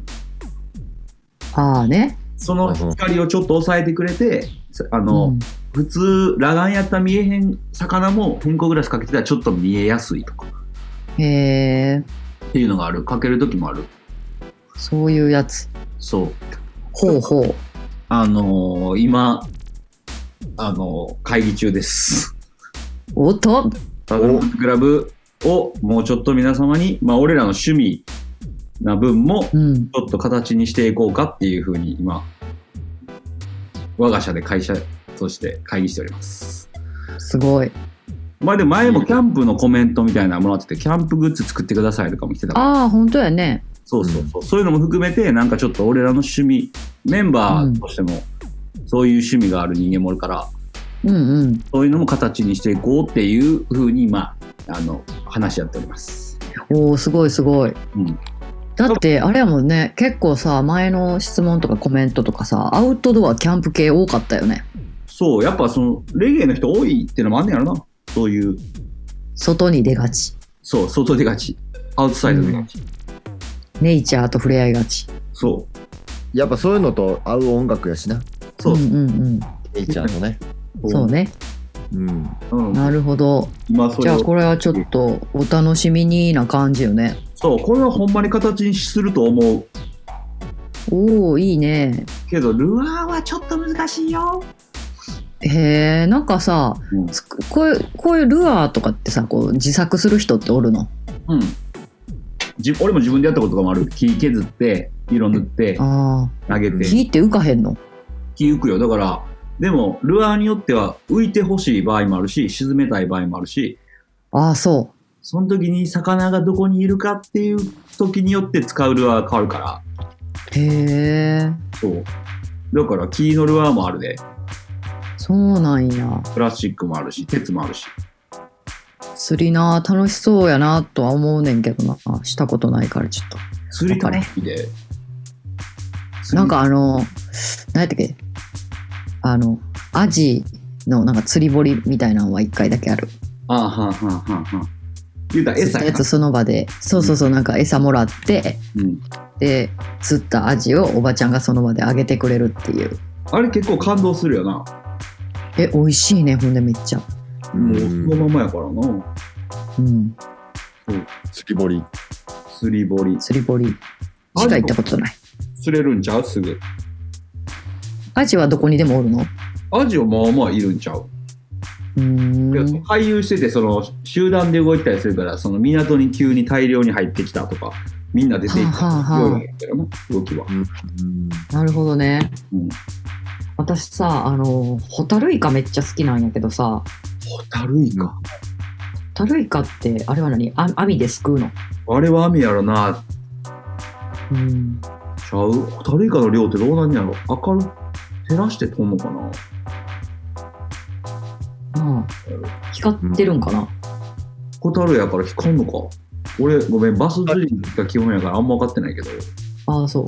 Speaker 1: ああね
Speaker 2: その光をちょっと抑えてくれて、あの、
Speaker 1: うん
Speaker 2: 普通裸眼やったら見えへん魚も偏光グラスかけてたらちょっと見えやすいとか
Speaker 1: へえ
Speaker 2: っていうのがあるかける時もある
Speaker 1: そういうやつ
Speaker 2: そう
Speaker 1: ほうほう
Speaker 2: あのー今あのー会議中です
Speaker 1: おっと
Speaker 2: ただのクラブをもうちょっと皆様にまあ俺らの趣味な分もち
Speaker 1: うん
Speaker 2: ょっと形にしていこうかっていうふうに今我が社で会社として会議しております
Speaker 1: すごい
Speaker 2: まあでも前もキャンプのコメントみたいなのもらっててキャンプグッズ作ってくださいとかも来てたから
Speaker 1: ああ本当やね
Speaker 2: そうそうそう、そういうのも含めてなんかちょっと俺らの趣味メンバーとしてもそういう趣味がある人間もおるから、
Speaker 1: うんうん
Speaker 2: そういうのも形にしていこうっていうふうに今あの話し合っております。
Speaker 1: おおすごいすごい、
Speaker 2: うん
Speaker 1: だってあれやもんね結構さ前の質問とかコメントとかさアウトドアキャンプ系多かったよね
Speaker 2: そうやっぱそのレゲエの人多いっていうのもあんねやろなそういう
Speaker 1: 外に出がち
Speaker 2: そう外出がちアウトサイド出がち、
Speaker 1: ネイチャーと触れ合いがち
Speaker 2: そう
Speaker 3: やっぱそういうのと合う音楽やしな。
Speaker 2: そう、
Speaker 1: んうん
Speaker 3: ネイチャーとね。
Speaker 1: うん そうね
Speaker 3: うん。
Speaker 2: うん、
Speaker 1: なるほど
Speaker 2: 今そ
Speaker 1: じ
Speaker 2: れ
Speaker 1: ゃあ
Speaker 2: を
Speaker 1: これはちょっとお楽しみにな感じよね
Speaker 2: そうこれはほんまに形にすると思う
Speaker 1: おおいいね
Speaker 2: けどルアーはちょっと難しいよ、
Speaker 1: へえんかさ
Speaker 2: うん
Speaker 1: つくこういうこういうルアーとかってさこう自作する人っておるの
Speaker 2: うん、じ俺も自分でやったこととかもある木削って色塗って
Speaker 1: あ
Speaker 2: 投げ
Speaker 1: あ
Speaker 2: て
Speaker 1: 木って浮かへんの
Speaker 2: 木浮くよだからでもルアーによっては浮いてほしい場合もあるし沈めたい場合もあるし
Speaker 1: ああそ
Speaker 2: その時に魚がどこにいるかっていう時によって使うルアー変わるから
Speaker 1: うへえ
Speaker 2: そうだから木のルアーもあるで
Speaker 1: そうなんや
Speaker 2: プラスチックもあるし鉄もあるし
Speaker 1: 釣りな楽しそうやなとは思うねんけどなしたことないからちょっと
Speaker 2: 釣りから好きで
Speaker 1: なんかあの、何やったっけあの、アジのなんか釣り堀みたいなのは一回だけある。
Speaker 2: ああはんはんはんはん言うたら
Speaker 1: 釣っ
Speaker 2: 餌
Speaker 1: た
Speaker 2: や
Speaker 1: やつ
Speaker 2: な
Speaker 1: その場で、そうそうそう、なんか餌もらって、
Speaker 2: うん、
Speaker 1: で、釣ったアジをおばちゃんがその場であげてくれるっていう。
Speaker 2: あれ結構感動するよな、
Speaker 1: え、美味しいね、ほんでめっちゃ。
Speaker 2: もうそのままやからな
Speaker 1: うん、
Speaker 3: 釣り堀。
Speaker 2: 釣り堀
Speaker 1: 釣り堀しか行ったことない。
Speaker 2: 釣れるんちゃうすぐ
Speaker 1: アジはどこにでもおるの
Speaker 2: アジはまあまあいるんちゃう
Speaker 1: ううーん
Speaker 2: でその回遊しててその集団で動いてたりするからその港に急に大量に入ってきたとかみんな出ていったと
Speaker 1: はあ
Speaker 2: か
Speaker 1: はあ
Speaker 2: い
Speaker 1: はあ
Speaker 2: ろいろあるからな動きは。
Speaker 1: なるほどね、
Speaker 2: うん
Speaker 1: 私さあのホタルイカめっちゃ好きなんやけどさ
Speaker 2: ホタルイカ、
Speaker 1: ホタルイカってあれは何あ網ですくうの、
Speaker 2: あれは網やろな
Speaker 1: うん、
Speaker 2: ちゃうホタルイカの量ってどうなんやろ明る照らしてとんのかな
Speaker 1: まあ光ってるんかな、
Speaker 2: ホタルやから光んのか俺ごめんバス釣りが基本やからあんま分かってないけど、
Speaker 1: ああそ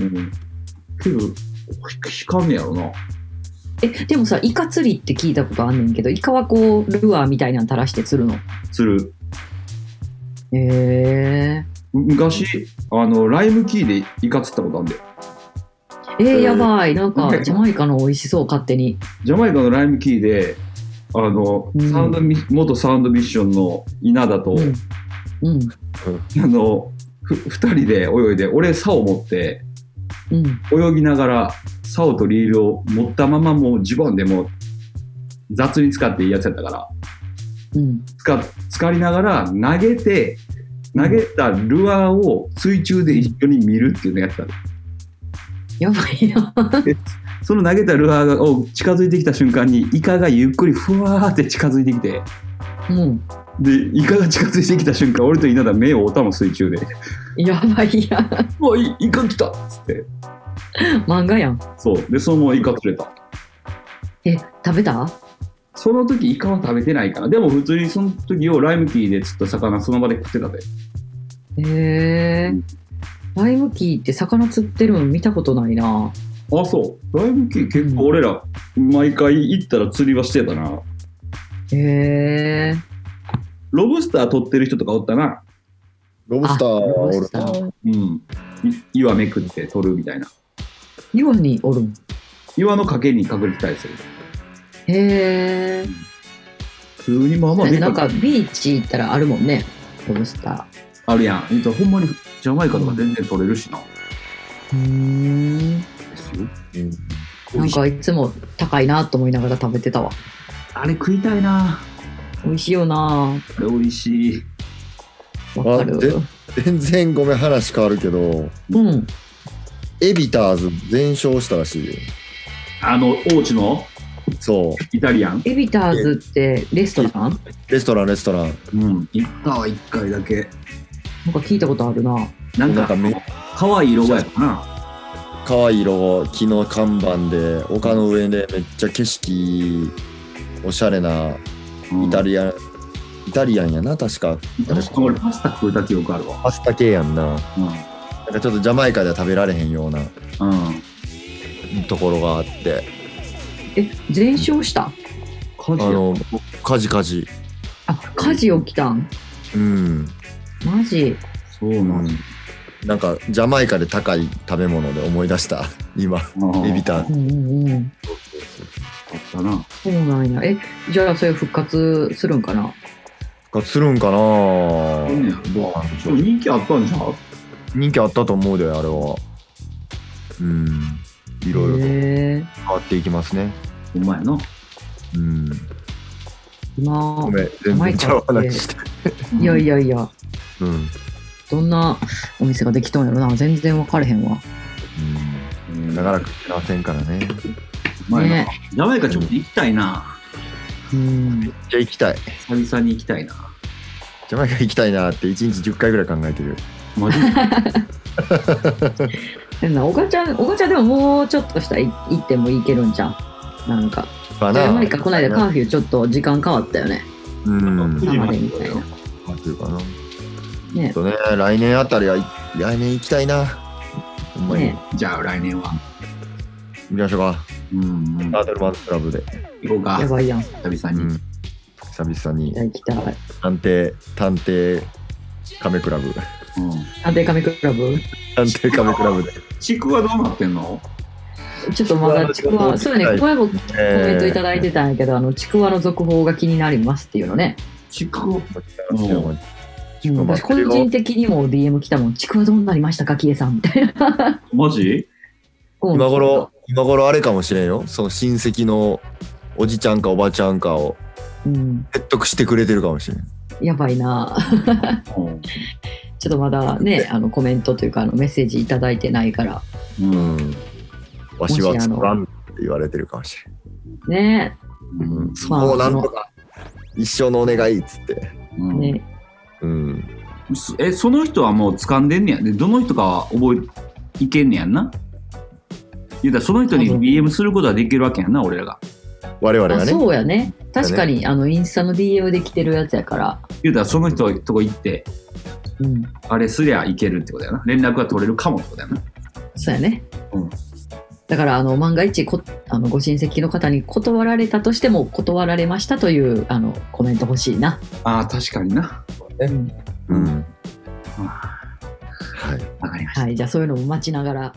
Speaker 1: う
Speaker 2: うん、けど光んねやろな
Speaker 1: えでもさイカ釣りって聞いたことあんねんけどイカはこうルアーみたいなの垂らして釣るのへ
Speaker 2: 釣る
Speaker 1: え
Speaker 2: 昔あのライムキーでイカ釣ったことあるんだよ
Speaker 1: えー
Speaker 2: ー
Speaker 1: やばいなん
Speaker 2: なん
Speaker 1: か
Speaker 2: か
Speaker 1: ジャマイカの美味しそう勝手に
Speaker 2: ジャマイカのライムキーであの、
Speaker 1: うん
Speaker 2: サウンドミ元サウンドミッションの稲田と、
Speaker 1: うんうん
Speaker 2: あのふ2人で泳いで俺竿持って
Speaker 1: うん
Speaker 2: 泳ぎながら竿とリールを持ったままもうジボンでもう雑に使っていいやつやったから
Speaker 1: うん
Speaker 2: 使使いながら投げて投げたルアーを水中で一緒に見るっていうのやってた
Speaker 1: やばいな
Speaker 2: その投げたルアーを近づいてきた瞬間にイカがゆっくりふわーって近づいてきて
Speaker 1: うん
Speaker 2: でイカが近づいてきた瞬間俺と稲田目を追ったもん水中で
Speaker 1: やばいや
Speaker 2: 「おいイカ来た!」っつって
Speaker 1: 漫画やん
Speaker 2: そうでそのままイカ釣れた
Speaker 1: え食べた
Speaker 2: その時イカは食べてないからでも普通にその時をライムキーで釣った魚その場で食ってたで
Speaker 1: へえ
Speaker 2: うん
Speaker 1: ライムキーって魚釣ってるの見たことないな
Speaker 2: あそうライムキー結構俺ら毎回行ったら釣りはしてたな
Speaker 1: へえ
Speaker 2: ロブスター取ってる人とかおったな
Speaker 3: ロブスターはおる
Speaker 1: あロブス
Speaker 2: うんい岩めくって取るみたいな
Speaker 1: 岩におるん
Speaker 2: 岩の賭けに隠れてたりする
Speaker 1: へえ
Speaker 2: 普通にまあまあでっ
Speaker 1: なん
Speaker 2: か
Speaker 1: かビーチ行ったらあるもんねロブスタ
Speaker 2: あるやん。えっとほんまにジャマイカとか全然取れるしな。
Speaker 1: ーうーんなんかいつも高いなと思いながら食べてたわ
Speaker 2: あれ食いたいな。
Speaker 1: 美味しいよな
Speaker 2: あれ美味しい。
Speaker 1: わかる
Speaker 3: あで全然ごめん話変わるけど
Speaker 1: うん
Speaker 3: エビターズ全勝したらしいよ
Speaker 2: あの、大地の
Speaker 3: そ
Speaker 2: イタリアン。
Speaker 1: エビターズってレストラン
Speaker 3: うレストランレストラン
Speaker 2: うん。行ったわ、一回だけ。
Speaker 1: なんか聞いたことあるな
Speaker 2: なん
Speaker 3: な
Speaker 2: か
Speaker 3: んかめ
Speaker 2: 可愛い色がやったな。
Speaker 3: 可愛い色木の看板で丘の上でめっちゃ景色おしゃれなイタ
Speaker 2: リ
Speaker 3: リアン、イタリアンやな確か
Speaker 2: アン。確か俺パスタ食うた記憶あるわ。
Speaker 3: パスタ系やんな
Speaker 2: うん。
Speaker 3: なんかちょっとジャマイカでは食べられへんような
Speaker 2: うん。
Speaker 3: ところがあって
Speaker 1: え全焼した
Speaker 2: 火
Speaker 3: あのカジカジ
Speaker 1: あ火事起きたん
Speaker 3: うん
Speaker 1: マジ
Speaker 2: そうなんだ。
Speaker 3: なんかジャマイカで高い食べ物で思い出した 今
Speaker 2: うん
Speaker 3: エビター
Speaker 1: うんうんうん
Speaker 2: あったな。
Speaker 1: そうなんや。え、じゃあそれ復活するんかな
Speaker 3: がするんかな
Speaker 2: そうね
Speaker 3: どうなんでし
Speaker 2: で
Speaker 3: ょ
Speaker 2: も
Speaker 3: う
Speaker 2: 人気あったんじゃう
Speaker 3: 人気あったと思うであれはうんい
Speaker 1: い
Speaker 3: ろいろと
Speaker 1: へえ。
Speaker 3: 変わっていきますね
Speaker 2: お前な。
Speaker 3: うん
Speaker 1: ま
Speaker 3: ごめん全然ちゃう話して
Speaker 1: あ、いやいやいや、
Speaker 3: うん、うん
Speaker 1: どんなお店ができたんやろな。全然分かれへんわ。
Speaker 2: うん
Speaker 3: 長らく来てませんからね
Speaker 2: お前な
Speaker 1: ね。
Speaker 2: ジャマイカちょっと行きたいな。
Speaker 1: うん。
Speaker 3: じゃあ行きたい
Speaker 2: 久々に行きたいな。
Speaker 3: ジャマイカ行きたいなって1日10回ぐらい考えてる
Speaker 2: マジで
Speaker 1: 変な、おがちゃん、おがちゃんでももうちょっとしたらい行ってもいけるんじゃん。なんか。
Speaker 3: か
Speaker 1: ジ
Speaker 3: な
Speaker 1: ャマイカ、この間カーフィーちょっと時間変わったよね。
Speaker 3: うん
Speaker 2: 9時まで
Speaker 1: みたいな。
Speaker 3: なんていうかなちょ
Speaker 1: ね
Speaker 3: っ。とね来年あたりは来年行きたいなほんまに
Speaker 1: ね。
Speaker 2: じゃあ来年は。
Speaker 3: 行きましょうか
Speaker 2: うんうん。
Speaker 3: タ
Speaker 2: 行
Speaker 3: ートルマンズクラブで、
Speaker 2: こうか
Speaker 1: や。ばいやん。いう
Speaker 2: 久々
Speaker 3: う
Speaker 2: に。
Speaker 3: ん、久々に
Speaker 1: や、行きたい。
Speaker 3: 探偵探偵亀クラブ
Speaker 1: 探偵カメクラブ
Speaker 3: 探偵亀クラ ブで、
Speaker 2: ちくわどうなってんの
Speaker 1: ちょっとまだちくわ、そうね、これもコメントいただいてたんやけど、あの、ちくわの続報が気になりますっていうのね。
Speaker 2: ちくわ。
Speaker 3: うん
Speaker 1: うん私個人的にも DM 来たもん、ちくわどうなりましたか、キエさんみたいな。
Speaker 2: マジ
Speaker 3: 今頃今頃あれかもしれんよその親戚のおじちゃんかおばちゃんかを
Speaker 1: うん、
Speaker 3: 説得してくれてるかもしれない。
Speaker 1: やばいなちょっとまだねあのコメントというかあのメッセージいただいてないから
Speaker 3: うん。わしは作らんって言われてるかもしれ
Speaker 1: ね
Speaker 3: ない。
Speaker 2: う
Speaker 3: うんん。そこをなんとか、一生のお願いっつって。
Speaker 2: うん
Speaker 1: ね
Speaker 3: うん。
Speaker 2: すえその人はもう掴んでんねやでどの人かは覚えいけんねやんな言うたらその人に
Speaker 1: 多分
Speaker 2: DM することはできるわけやんな俺らが
Speaker 3: 我々が
Speaker 1: あ
Speaker 3: ね。
Speaker 1: そうやね確かにあのインスタの DM で来てるやつやから、
Speaker 2: 言うたらその人のとこ行って
Speaker 1: うん、
Speaker 2: あれすりゃいけるってことやな連絡が取れるかもってことやな
Speaker 1: そうやね、
Speaker 2: うん
Speaker 1: だからあの万が一こあのご親戚の方に断られたとしても断られましたというあのコメント欲しいな
Speaker 2: あー確かにな
Speaker 3: うん。
Speaker 2: は
Speaker 3: はい。
Speaker 2: わかりました
Speaker 1: はいじゃあそういうのも待ちながら